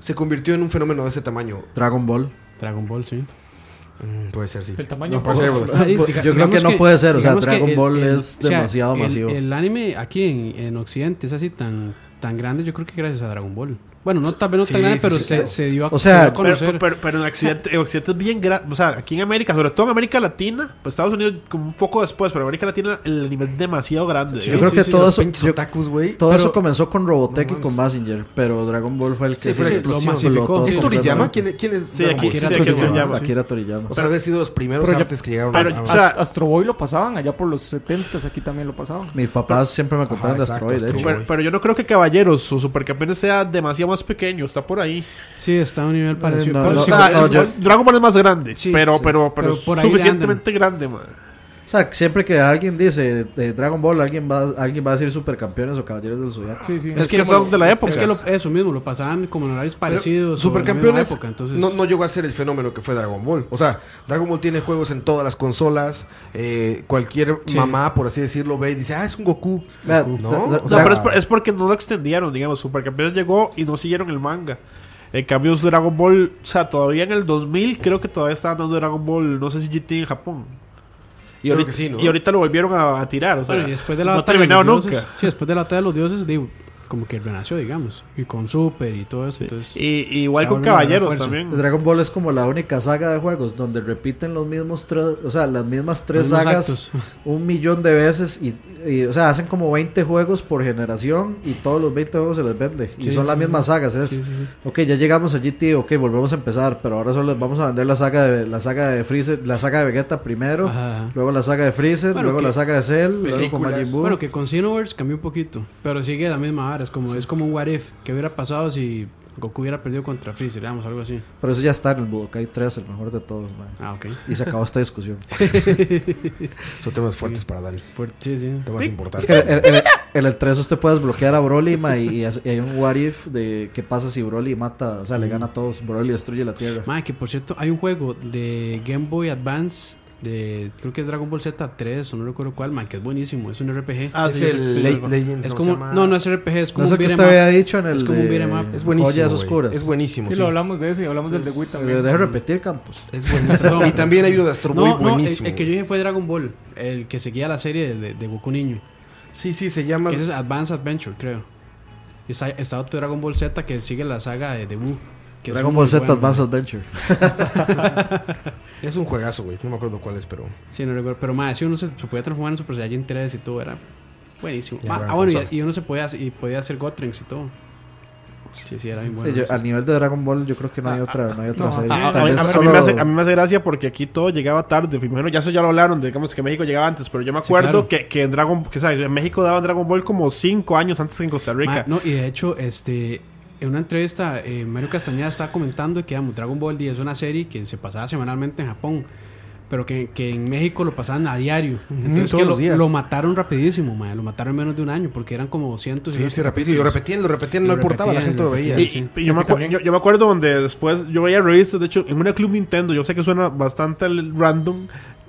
se convirtió en un fenómeno de ese tamaño? Dragon Ball. Dragon Ball, sí. Mm, puede ser, sí. El tamaño. No, puede ser, Por- güey. Ahí, Pu- diga- yo creo que no puede ser, o sea, digamos que Dragon el- Ball el- es o sea, demasiado el- masivo. El anime aquí en, en Occidente es así tan, tan grande, yo creo que gracias a Dragon Ball. Bueno, no tal vez no tan grande, pero se, se dio a, O se dio a sea, pero, conocer. pero, pero en accidentes accidente bien grandes. O sea, aquí en América, sobre todo en América Latina, pues Estados Unidos como un poco después, pero en América Latina el anime es demasiado grande. yo creo que todo eso. yo- todo Pero- eso comenzó con Robotech y con Mazinger, pero Dragon Ball fue el Sí, que fue se la explotó, explosión. explotó todo ¿Es Toriyama? ¿Quién, quién es? Sí, aquí- Dragon Ball? sí, aquí es Toriyama. Akira Toriyama. O sea, haber sido de los primeros Pero ya- artes que llegaron pero, a- o a- sea, Astro Boy lo pasaban allá por los 70 aquí también lo pasaban. Mis papás siempre me contaron de Asteroid, de hecho. Pero, pero yo no creo que Caballeros o Supercampeones sea demasiado más pequeño, está por ahí. Sí, está a un nivel parecido. no, Pero no, sí, no, por- no, sí, yo- por- Dragon Ball es más grande, pero- pero- pero por ahí suficientemente grande, man. O sea, siempre que alguien dice de Dragon Ball, alguien va, alguien va a decir supercampeones o caballeros del Zodiaco. Sí, sí. son de la época. Es que lo- eso mismo, lo pasaban como en horarios parecidos. o en la misma Supercampeones época, entonces- no, no llegó a ser el fenómeno que fue Dragon Ball. O sea, Dragon Ball tiene juegos en todas las consolas. eh, cualquier Sí. mamá, por así decirlo, ve y dice, ah, es un Goku. Vea, Goku, da- da- ¿no? no, O sea, pero es, por- es porque no lo extendieron, digamos. Supercampeones llegó y no siguieron el manga. En cambio, es Dragon Ball, o sea, todavía en el 2000, creo que todavía estaban dando Dragon Ball, no sé si GT en Japón. Y Creo ahorita, que sí, ¿no? y ahorita lo volvieron a, a tirar, o sea, Bueno, y después de la no ha batalla de los terminado dioses- nunca. Sí, después de la batalla de los dioses, digo, como que renació, digamos. Y con Super y todo eso. Entonces, y igual está volviendo a ganar fuerza. Dragon Ball es como la única saga de juegos donde repiten los mismos tres, o sea, las mismas tres Los mismos sagas actos. un millón de veces y, y, o sea, hacen como 20 juegos por generación y todos los 20 juegos se les vende y Sí, son las sí, mismas sí. sagas, es Sí, sí, sí. Ok, ya llegamos a GT, ok, volvemos a empezar, pero ahora solo les vamos a vender la saga de la saga de Freezer, la saga de Vegeta primero, Ajá. luego la saga de Freezer, Bueno, luego que- la saga de Cell, luego con Majin Buu. Bueno, que con Xenoverse cambió un poquito, pero sigue la misma vara. Es como, es como un what if. ¿Qué hubiera pasado si Goku hubiera perdido contra Freezer? Digamos, algo así. Pero eso ya está en el Budokai 3, el mejor de todos, mae. Ah, ok. Y se acabó esta discusión. Son temas fuertes para Dani. Fuertes, sí. Temas importantes. Es que en- en- en, en el 3 usted puede desbloquear a Broly ma, y, y hace- y hay un what if de qué pasa si Broly mata, o sea, le gana a todos, Broly destruye la Tierra. Madre, que por cierto, hay un juego de Game Boy Advance. De, creo que es Dragon Ball Z 3 o no recuerdo cuál, man, que es buenísimo, es un RPG. Ah, Es sí, el sí, sí, Le- sí. Legend, es ¿no se como, llama? no, no es RPG, es como No es el que beat 'em usted había up. dicho en el es como un de- beat 'em up. Es buenísimo, Joyas güey. oscuras. Es buenísimo, Sí, sí. lo hablamos de ese y hablamos del de Wii también. de Eh, repetir, Campos. Es buenísimo. y también hay uno de Astro No, Boy no, el- buenísimo. el, que yo dije fue Dragon Ball, el que seguía la serie de, de, de Goku Niño. Sí, sí, se llama. Ese es Advanced Adventure, creo. Y Está, está otro Dragon Ball Z que sigue la saga de, de Buu. que es Dragon muy Ball Z bueno, Advanced man. Adventure. Eh, Es un juegazo, güey. No me acuerdo cuál es, pero. Sí, no recuerdo. Pero más, si uno se, se podía transformar en Super Saiyan 3 y todo, era buenísimo. Ya Ah, era ah, bueno, consola. y, y uno se podía, hacer- y podía hacer Gotrens y todo. Sí, sí, era bien bueno. Sí, yo- eso. al nivel de Dragon Ball yo creo que no hay otra, no hay otra no, serie. Ah, A, a- Tal a mí- vez a mí solo- me hace, a mí me hace gracia porque aquí todo llegaba tarde. Bueno, ya eso ya lo hablaron, digamos que México llegaba antes, pero yo me Sí, acuerdo claro. que, que en Dragon que, ¿sabes? en México daban Dragon Ball como 5 años antes que en Costa Ma- Rica. no, y de hecho, este, en una entrevista, eh, Mario Castañeda estaba comentando que digamos, Dragon Ball D es una serie que se pasaba semanalmente en Japón, pero que, que en México lo pasaban a diario. Entonces, todos que los lo, días. lo mataron rapidísimo, ma, lo mataron en menos de un año, porque eran como 200 Sí, sí, rapidísimo. Y lo repetían, lo repetían, no importaba, la gente lo veía. Y- y yo, me acu- yo- yo me acuerdo donde después yo veía revistas, de hecho, en una Club Nintendo, yo sé que suena bastante al random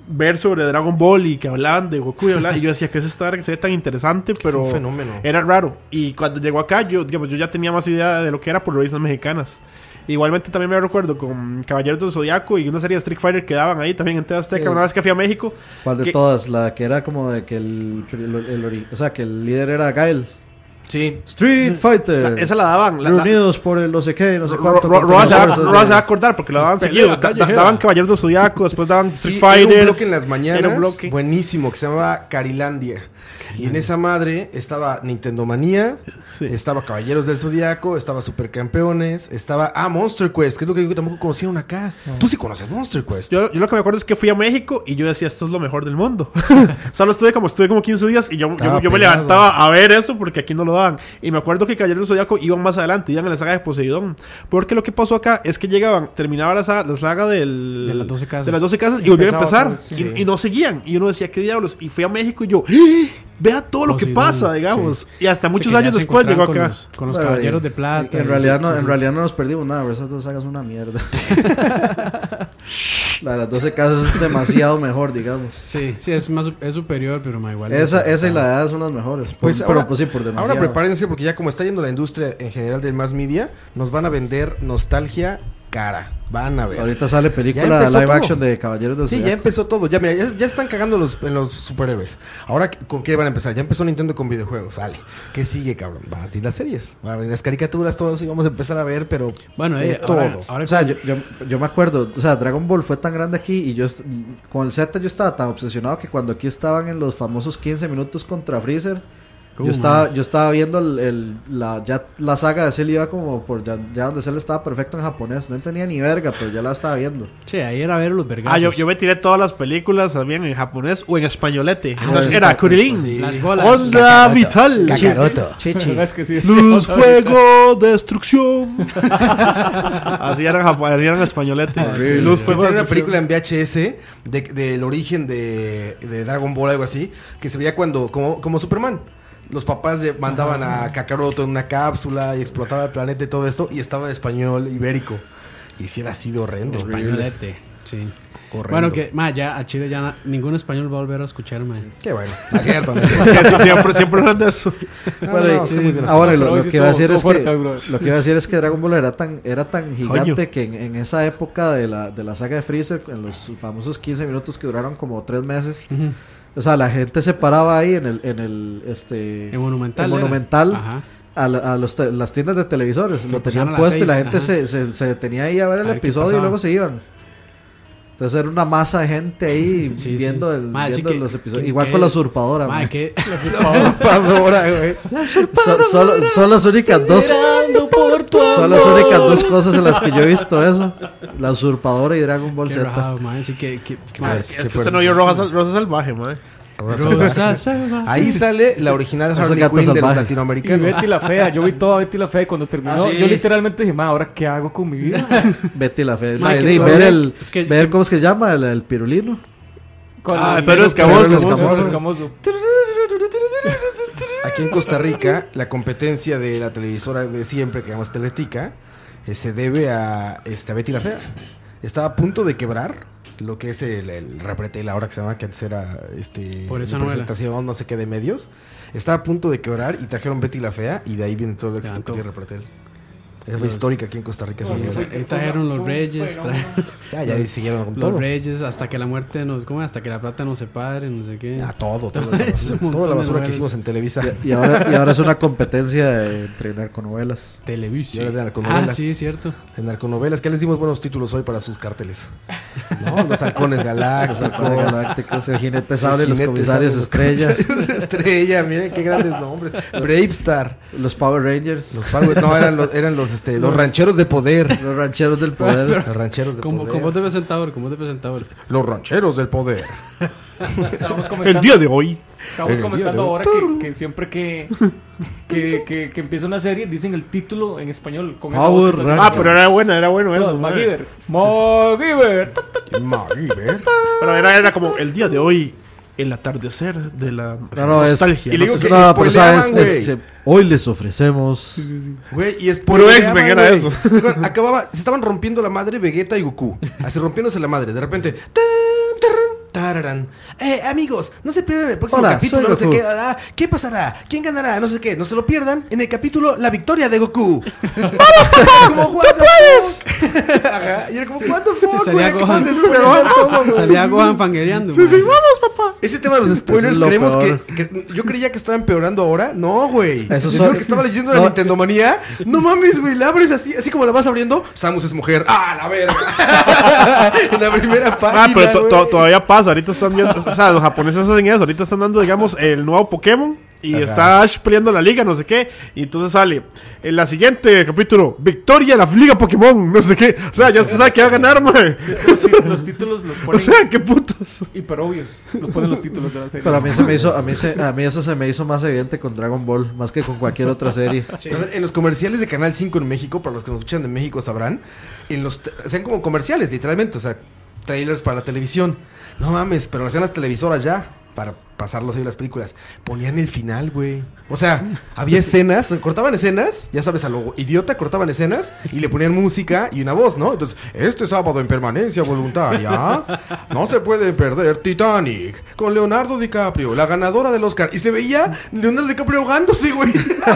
ver sobre Dragon Ball y que hablaban de Goku y hablaban, y yo decía que es esta era que se ve tan interesante, pero un fenómeno. era raro. Y cuando llegó acá, yo, digamos, yo ya tenía más idea de lo que era por revistas mexicanas. Igualmente también me recuerdo con Caballeros del Zodiaco y una serie de Street Fighter que daban ahí también en TV Azteca, Sí. una vez que fui a México. ¿Cuál de que- todas? La que era como de que el, el- el ori- o sea, que el líder era Gael. Sí. Street Fighter. La- esa la daban, la- la- Reunidos por el no sé qué, no sé Ro- cuánto. Ro- contra Roa las se va- fuerzas Roa de- se va a acordar porque lo daban Pelea seguido. Da- da- callejera. daban Caballeros del Zodiaco, después daban Street Sí, Fighter. Era un bloque en las mañanas. Era un bloque. Buenísimo, que se llamaba Carilandia. Y en esa madre estaba Nintendo Manía, estaba Caballeros del Zodiaco, estaba Supercampeones, estaba. Ah, Monster Quest, que es lo que yo tampoco conocieron acá. Tú sí conoces Monster Quest. Yo, yo lo que me acuerdo es que fui a México y yo decía, esto es lo mejor del mundo. Solo estuve como, estuve como 15 días y yo, yo, Estaba yo me pegado. levantaba a ver eso porque aquí no lo daban. Y me acuerdo que Caballeros del Zodiaco iban más adelante, iban a la saga de Poseidón. Porque lo que pasó acá es que llegaban, terminaba la saga, la saga del, De las 12 casas. de las 12 casas y, Y volvían a empezaba empezar. otra Y, vez, sí. y no seguían. Y uno decía, ¿qué diablos? Y fui a México y yo, "¡Ah! vea todo lo que Poseidón, pasa, digamos. sí. Y hasta Sí, muchos que ya años se después llegó encontraban Con acá. los, con los Bueno, caballeros y- de plata. En y- realidad, no, sí, en sí. realidad no nos perdimos nada, pero esas dos sagas son una mierda. la de las 12 casas es demasiado mejor, digamos. Sí, sí, es, más, es superior, pero ma, igual. Esa, esa y la edad son las mejores. por- Pues pero ahora- pues sí, por demasiado. Ahora prepárense porque ya como está yendo la industria en general del más media, nos van a vender nostalgia cara. Van a ver. Ahorita sale película Ya empezó live todo. action de Caballeros del Sí, ya Zodiaco. empezó todo. Ya, mira, ya, ya están cagando los, en los superhéroes. Ahora, ¿con qué van a empezar? Ya empezó Nintendo con videojuegos. Sale. ¿Qué sigue, cabrón? Van a decir las series. Van a venir las caricaturas, todo eso. Y vamos a empezar a ver, pero. de eh, todo. Ah, o sea, yo, yo- yo me acuerdo, o sea, Dragon Ball fue tan grande aquí y yo est- con el Z yo estaba tan obsesionado que cuando aquí estaban en los famosos 15 minutos contra Freezer, Uh, yo estaba yo estaba viendo el, el- la, ya la saga de Cell iba como por ya, ya donde Cell estaba perfecto en japonés, no entendía ni verga, pero ya la estaba viendo. Sí, ahí era ver los vergazos. Ah, yo, yo me tiré todas las películas, sabían, en japonés o en españolete. Entonces Ah, sí, era está- Kurilin, sí. Las bolas. Onda Cacaroto. Vital, Cacaroto. Chi- Chichi. Verdad es que sí. Luz, fuego, destrucción. Así eran japoneses, eran españolete. Ah, Luz fue fuego, una destrucción. película en VHS de- del origen de, de Dragon Ball, algo así, que se veía cuando, como, como Superman. Los papás le mandaban a Kakaroto en una cápsula y explotaba el planeta y todo eso, y estaba en español ibérico. Y si era así de horrendo. Españolete, sí. Horrendo. Bueno, que, ma, ya a Chile ya na- ningún español va a volver a escuchar, ma. Qué bueno, acierto, ¿no? siempre, siempre hablan de eso. No, Bueno, no, y- no, es que muy de las ahora cosas. lo, lo Sí, que iba a estuvo- decir es estuvo que fuerte, bro. lo que iba a decir es que Dragon Ball era tan era tan gigante Coño. que en, en esa época de la, de la saga de Freezer en los famosos 15 minutos que duraron como tres meses Ujú. o sea la gente se paraba ahí en el en el este En Monumental en era. Monumental, Ajá. a, la- a los te- las tiendas de televisores lo empezaron tenían a las puesto y la seis, gente ajá. se, se, se detenía ahí a ver el A ver qué episodio y pasaba. luego se iban entonces era una masa de gente ahí Sí, sí. viendo, el- Ma, sí viendo que- los episodios. que- Igual que- con la usurpadora. Ma, man. que- La usurpadora, güey. So- solo, son las Pues únicas dos. Son las únicas dos cosas en las que yo he visto eso. La usurpadora y Dragon Ball Qué Z. rajado, ma, así que- que- ma, Ah, Es que, es que usted no vio Rosa, Rosa Salvaje, man. Rosa Salvaje. Ahí sale la original Esos Harley gatos Quinn de los salvajes. Y latinoamericanos. Betty la Fea, yo vi toda Betty la Fea y cuando terminó, Ah, sí. yo literalmente dije, ma, ¿ahora qué hago con mi vida? Betty la fe. Ma, Ay, que de- sabía- ver el, es que- ver cómo es que se llama el, el pirulino. Con Ah, el Pedro Escamoso, Pedro Escamoso. Aquí en Costa Rica, la competencia de la televisora de siempre, que llamamos Teletica, eh, se debe a, este, a Betty la Fea. Estaba a punto de quebrar lo que es el, el repretel ahora que se llama, que antes era este, Por esa de novela. presentación, no sé qué, de medios. Estaba a punto de quebrar y trajeron Betty la Fea y de ahí viene todo el éxito que Tanto. tiene repretel. Esa fue Los- histórica aquí en Costa Rica. esa Sí, novela. ahí trajeron los reyes. tra- Ya, ya siguieron con los todo. reyes, hasta que la muerte nos. ¿Cómo? Hasta que la plata nos separe, no sé qué. A todo, todo. eso, un toda la montón de basura que novelas. hicimos en Televisa. Y ahora, y ahora es una competencia de, entre narconovelas. Televisa. Y ahora de narconovelas. Ah, sí, cierto. De narconovelas. que les dimos buenos títulos hoy para sus cárteles? ¿No? Los halcones galácticos. Los halcones galácticos, el jinete sable, los comisarios estrella. estrellas estrella, miren qué grandes nombres. Bravestar. Los Power Rangers. Los Power- no, eran los, eran los, este, los Los- rancheros de poder. Los rancheros del poder. Los rancheros de Como, poder. como de presentador, como de presentador. Los rancheros del poder. Estábamos comentando- En Estábamos el día comentando ¿eh? de hoy. ahora que, que siempre que, que, que, que empieza una serie dicen el título en español. Con esa voz que Power está Ah, haciendo. pero era bueno, era bueno Todos, eso. ma. MacGyver. MacGyver. MacGyver. Pero era, era como el día de hoy, el atardecer de la No, no, es. nostalgia. no, sé es si- nada, pero, o sea, es- spoileaban, es- güey. hoy les ofrecemos. Güey, y es Puro spoileaban, X-Men era güey. eso. ¿Se acuerdan? Acababa, se estaban rompiendo la madre Vegeta y Goku. Así rompiéndose la madre. De repente. tan, tarán, tararán. Eh, amigos, no se pierdan el próximo Hola, capítulo. soy No sé Goku. qué, ah, ¿Qué pasará? ¿Quién ganará? No sé qué. No se lo pierdan. En el capítulo La victoria de Goku. ¡Vamos, papá! Como, "What the fuck?" Ajá. Y era como, ¿cuándo fue? Salía Gohan. Salía Gohan panguereando. ma. papá. Ese tema de los spoilers, Pues Es lo creemos que, peor. que- Yo creía que estaba empeorando ahora. No, güey. Eso Eso soy- que estaba leyendo la No. Nintendomanía. No mames, güey. La abres así, así como la vas abriendo. Samus es mujer. ¡Ah, la verga! en la primera página. Ah, pero to- güey. to- todavía pasa. Ahorita están viendo. O sea, los japoneses hacen eso. Ahorita están dando, digamos, el nuevo Pokémon. Y Ajá. está Ash peleando la liga, no sé qué. Y entonces sale en la siguiente capítulo: Victoria, la liga Pokémon, no sé qué. O sea, ya se sabe que va a ganar, mae. Los tí- Los títulos los ponen. O sea, qué putos. Hiperobvios. Los ponen los títulos de la serie. Pero a mí, se me hizo, a, mí se- a mí eso se me hizo más evidente con Dragon Ball, más que con cualquier otra serie. A ver, en los comerciales de Canal 5 en México, para los que nos escuchan de México sabrán, en los t- hacían como comerciales, literalmente, o sea, trailers para la televisión. No mames, pero lo hacían las televisoras ya. para pasarlos ahí las películas. Ponían el final, güey. O sea, había escenas, cortaban escenas, ya sabes, a lo idiota cortaban escenas y le ponían música y una voz, ¿no? Entonces, este sábado en permanencia voluntaria, no se puede perder Titanic con Leonardo DiCaprio, la ganadora del Oscar. Y se veía Leonardo DiCaprio ahogándose, güey.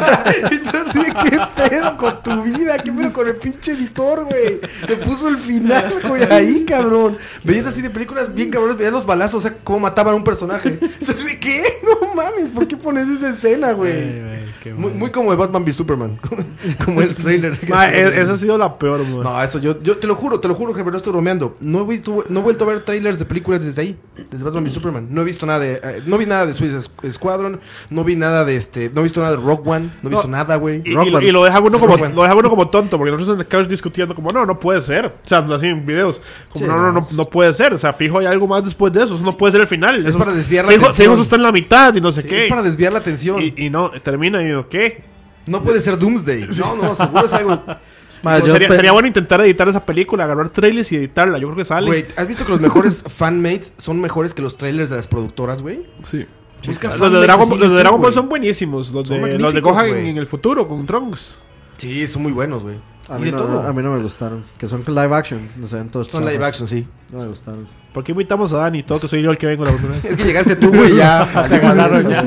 Entonces, ¿qué pedo con tu vida? ¿Qué pedo con el pinche editor, güey? Le puso el final, güey, ahí, cabrón. Veías así de películas bien cabrones, veías los balazos, o sea, cómo mataban a un personaje. Entonces, ¿qué? No mames, ¿por qué pones esa escena, güey? Muy, muy como de Batman v Superman, como el trailer. Ma, e- esa ha sido la peor, güey. No, eso yo, yo te lo juro, te lo juro, Herbert, no estoy bromeando. No he, vuelto, no he vuelto a ver trailers de películas desde ahí, desde Batman v Superman. No he visto nada de, eh, no vi nada de Suicide Squadron, no vi nada de este, no he visto nada de Rock One, no he visto nada, güey. Y, Rock y- One. y lo deja uno como Rock One. lo deja uno como tonto, porque nosotros estamos discutiendo como no, no puede ser. O sea, así en videos, como Sí, no, no, no, no puede ser. O sea, fijo hay algo más después de eso, eso no puede ser el final. Es Eso- para desviar la fijo, atención. fijo, eso está en la mitad y no sé Sí, qué. es para desviar la atención. Y, y no, termina y digo, ¿qué? No puede ser Doomsday. No, no, seguro es algo. Ma, yo sería, pe- sería bueno intentar editar esa película, agarrar trailers y editarla. Yo creo que sale. Güey, ¿has visto que los mejores fanmates son mejores que los trailers de las productoras, güey? Sí. Busca los de fanmates Dragon, en Ball- los de YouTube, Dragon Ball güey. son buenísimos. Los Son de, los de magníficos, Gohan en, güey. en el futuro con Trunks. Sí, son muy buenos, güey. A Y mí, de no, todo. a mí no me gustaron. Que son live action. No sé, entonces, Son live action, sí. No me gustaron. ¿Por qué invitamos a Dani? Todo que soy yo el que vengo la otra vez. Es que llegaste tú, güey, ya. Se agarraron ya.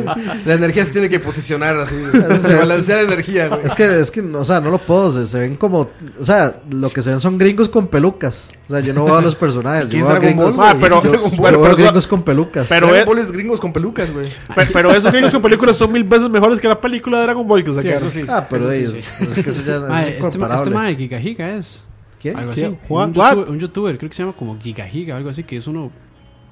La energía se tiene que posicionar así. Eso Se sí. balancea la energía, güey. Es que, es que, o sea, no lo puedo. Se, se ven como. O sea, lo que se ven son gringos con pelucas. O sea, yo no veo a los personajes. Yo ¿Qué es veo a Dragon gringos, Ball, güey? yo- Ah, pero- yo pero- veo pero- gringos con pelucas. pero Dragon es- Ball es gringos con pelucas, güey. Pero, pero esos niños con películas son mil veces mejores que la película de Dragon Ball que sacaron. eso sí. Ah, pero ellos- es que eso ya- eso Ma, es este, ma- incomparable. este mae de Giga Giga es. ¿Quién? Algo así. ¿Quién? Juan- Un, youtuber, un youtuber, creo que se llama como Giga Giga, algo así, que es uno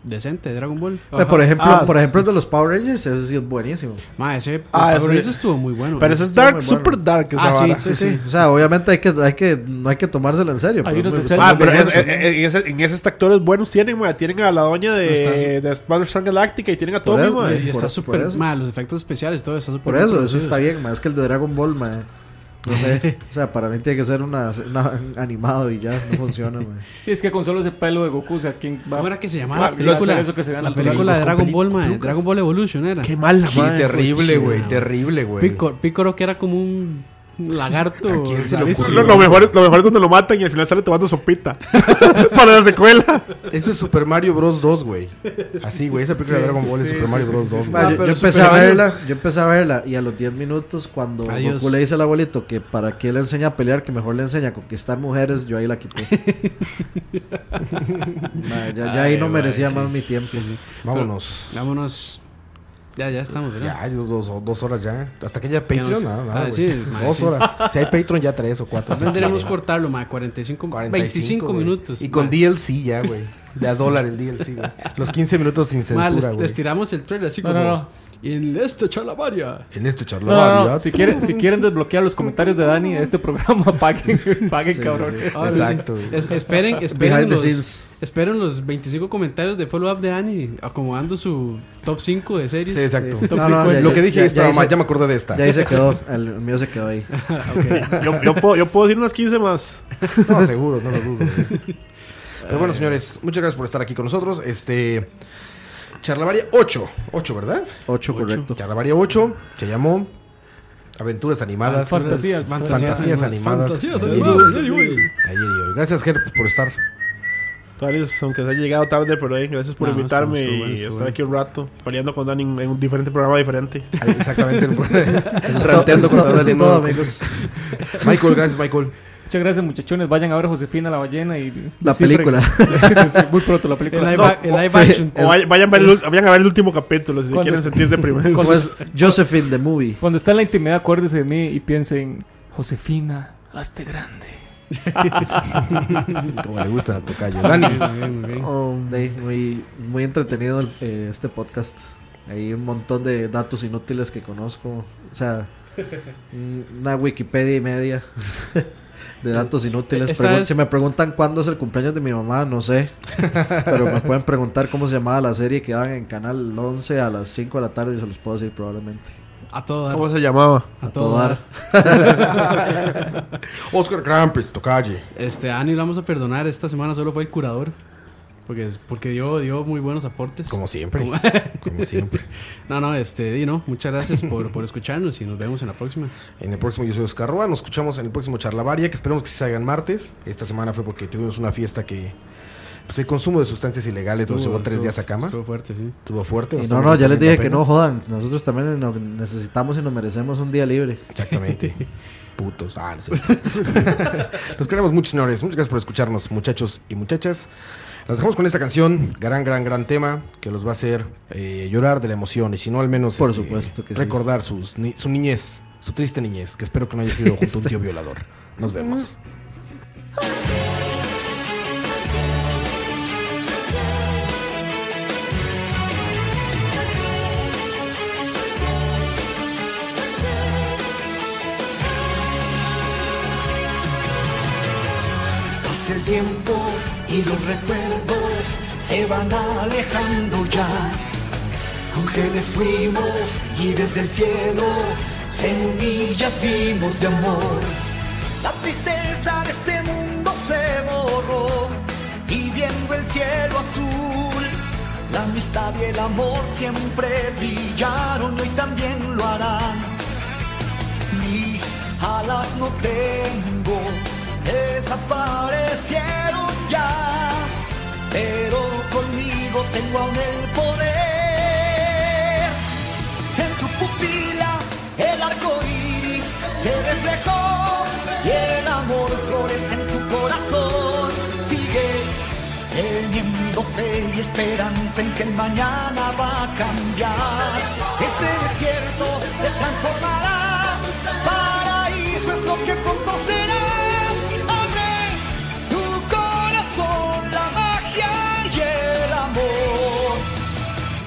decente de Dragon Ball. Pero, por ejemplo, Ah. por ejemplo, el de los Power Rangers, ese sí es buenísimo. Ma, ese Power ese- Rangers estuvo muy bueno. Ah, Pero ese es dark, estuvo muy super dark esa ah, sí, vara. sí, Sí, sí. sí. O sea, obviamente hay que, hay que, no hay que tomárselo en serio. Hay pero unos me decentes. gusta. Ah, pero Bien es- hecho. en, en ese, en esos actores buenos tienen, ma, tienen a la doña de, de Battlestar Galactica y tienen a Tommy, ma. Y está súper mal, los efectos especiales, todo está súper Por eso, eso producido. está bien, ma. Es que el de Dragon Ball, ma, No sé. o sea, para mí tiene que ser una, una- animado y ya. No funciona, ma. Y es que con solo ese pelo de Goku, o sea, ¿quién va ¿Cómo era que se llamaba va a la película? hacer Eso que se vea la natural? película de Dragon Ball, ma, Dragon Ball Evolution era. Qué mala, Sí, madre, terrible, güey, cochina, terrible, güey. Piccolo, Piccolo que era como un lagarto. rarísimo. lo, lo mejor, es- lo mejor es cuando lo matan y al final sale tomando sopita para la secuela. Eso es Super Mario Bros. 2, güey. Así, güey. Esa película de Dragon Ball es Super Mario Bros. 2. Ma, Ah, yo, yo empecé a verla, yo empecé a verla y a los 10 minutos cuando Adiós. Goku le dice al abuelito que para qué le enseña a pelear, que mejor le enseña a conquistar mujeres, yo ahí la quité. Ma, ya ya ahí Ay, no ma, merecía sí, más mi tiempo. Vámonos. Vámonos. Ya, ya estamos, ¿verdad? Ya, hay dos, dos- dos horas ya. Hasta que haya Ya Patreon, no sé. nada, Ah, nada, güey. sí, madre, Dos sí. horas. Si hay Patreon, ya tres o cuatro. si Tendremos que quieren. cortarlo, ma, 45, 45, 25 güey. minutos. Y con ma. DLC ya, güey. De a Sí. dólar el DLC, güey. Los 15 minutos sin Ma, censura, les, güey. les tiramos el trailer así No, como. no, no. Y en este charlavaria. En este No, charla. no, no. Si quieren, si quieren desbloquear los comentarios de Dani de este programa, paguen, paguen Sí, sí, cabrón. sí. Ahora Ah, sí. Es- esperen, esperen Behind the los, scenes. esperen los 25 comentarios de follow-up de Ani acomodando su top 5 de series. Sí, exacto. Top No, no, 50. ya- Lo que dije ya- estaba ya hice- mal, ya me acordé de esta. Ya ahí se quedó, el, el mío se quedó ahí. Yo, yo puedo, yo puedo decir unas 15 más. No, seguro, no lo dudo. güey. Pero bueno, señores, muchas gracias por estar aquí con nosotros. Este. Charlavaria 8. 8, ¿verdad? 8, correcto. Charlavaria 8 se llamó Aventuras Animadas. Fantasías, Fantasías, fantasías Animadas. Fantasías de ayer y animadas, hoy. de ayer y hoy. De ayer y hoy. Gracias, Herb, por estar. Tales, aunque se haya llegado tarde, pero eh, gracias por No, no, invitarme estuvo- y estuvo bueno, estuvo estar bueno. aquí un rato, peleando con Dani en en un diferente programa diferente. Exactamente. Eso es todo- Ranteando eso es con todo- todo eso el es todo, mundo. amigos. Michael, gracias, Michael. Muchas gracias, muchachones. Vayan a ver Josefina la ballena y. La descifren. película. Muy pronto la película. El live No, ac- el o- live sí. action. O vaya- Vayan, a ver el ul- vayan a ver el último capítulo si se ¿Cuándo quieren es- sentir deprimidos. ¿Cuándo es- Pues, Josephine the Movie. Cuando está en la intimidad, acuérdese de mí y piensen, Josefina, hazte grande. Como le gustan a Tocayo. Dani. Oh, de- muy, muy entretenido el- eh, este podcast. Hay un montón de datos inútiles que conozco. O sea, un- una Wikipedia y media de datos inútiles. Esta Pregun- es- Si me preguntan cuándo es el cumpleaños de mi mamá, no sé. Pero me pueden preguntar cómo se llamaba la serie que daban en Canal 11 a las 5 de la tarde y se los puedo decir probablemente. A todo dar. ¿Cómo se llamaba? A, A todo, todo dar. Oscar Krampus, Tocayo. Este, Ani lo vamos a perdonar. Esta semana solo fue el curador. Porque, es- porque dio, dio muy buenos aportes. Como siempre. Como siempre. No, no, este, Dino, muchas gracias por, por escucharnos y nos vemos en la próxima. En el próximo yo soy Oscar Roa. Nos escuchamos en el próximo Charlavaria, que esperemos que se hagan martes. Esta semana fue porque tuvimos una fiesta que... Pues el consumo de sustancias ilegales nos Estuvo- llevó tres estuvo- días a cama. Estuvo fuerte, sí. Estuvo fuerte. nos Y no, estamos no, ya les dije que apenas. no jodan. Nosotros también nos necesitamos y nos merecemos un día libre. Exactamente. Putos. Ah, no es cierto. Los queremos mucho, señores. Muchas gracias por escucharnos, muchachos y muchachas. Nos dejamos con esta canción, gran, gran, gran tema, que los va a hacer eh, llorar de la emoción y si no, al menos Por este, supuesto que sí. recordar sus, ni- su niñez, su triste niñez, que espero que no haya sido junto a un tío Este. violador. Nos vemos. Pasa el tiempo y los recuerdos se van alejando ya. Ángeles fuimos y desde el cielo semillas vimos de amor. La tristeza de este mundo se borró y viendo el cielo azul. La amistad y el amor siempre brillaron y hoy también lo harán. Mis alas no tengo, desaparecieron ya, pero conmigo tengo aún el poder. En tu pupila el arco iris se reflejó y el amor florece en tu corazón. Sigue teniendo fe y esperanza en que el mañana va a cambiar. Este desierto se transformará, paraíso es lo que pronto será. Abre tu corazón, la magia y el amor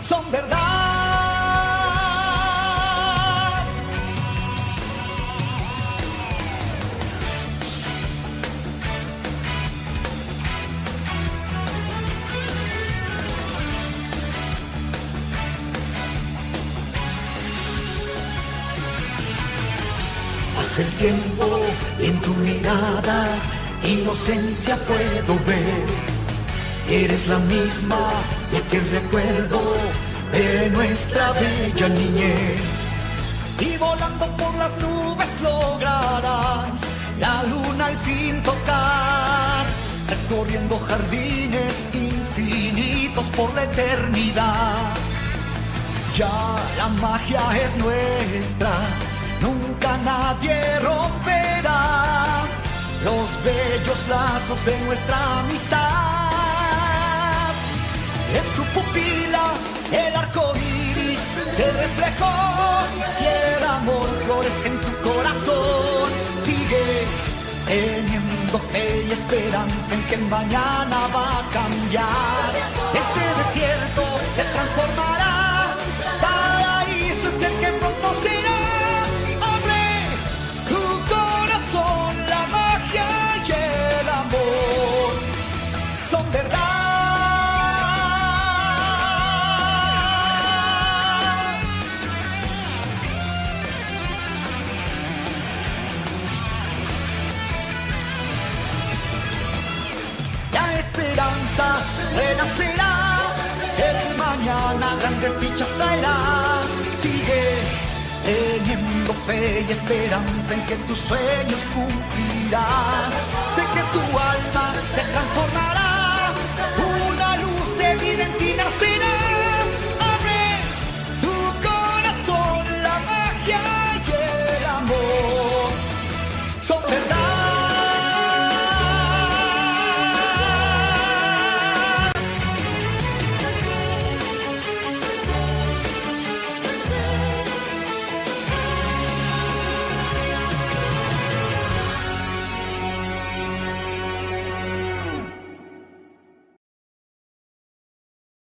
son verdad. Pasa el tiempo y en tu mirada, inocencia puedo ver. Eres la misma de que recuerdo de nuestra bella niñez. Y volando por las nubes lograrás la luna al fin tocar. Recorriendo jardines infinitos por la eternidad. Ya la magia es nuestra, nunca nadie romperá los bellos lazos de nuestra amistad. En tu pupila el arco iris se reflejó y el amor florece en tu corazón. Sigue teniendo fe y esperanza en que el mañana va a cambiar. Ese desierto se transformará, paraíso es el que pronto será. Abre tu corazón, la magia y el amor son verdad. La esperanza renacerá, el mañana grandes dichas traerá. Sigue teniendo fe y esperanza en que tus sueños cumplirás. Sé que tu alma se transformará.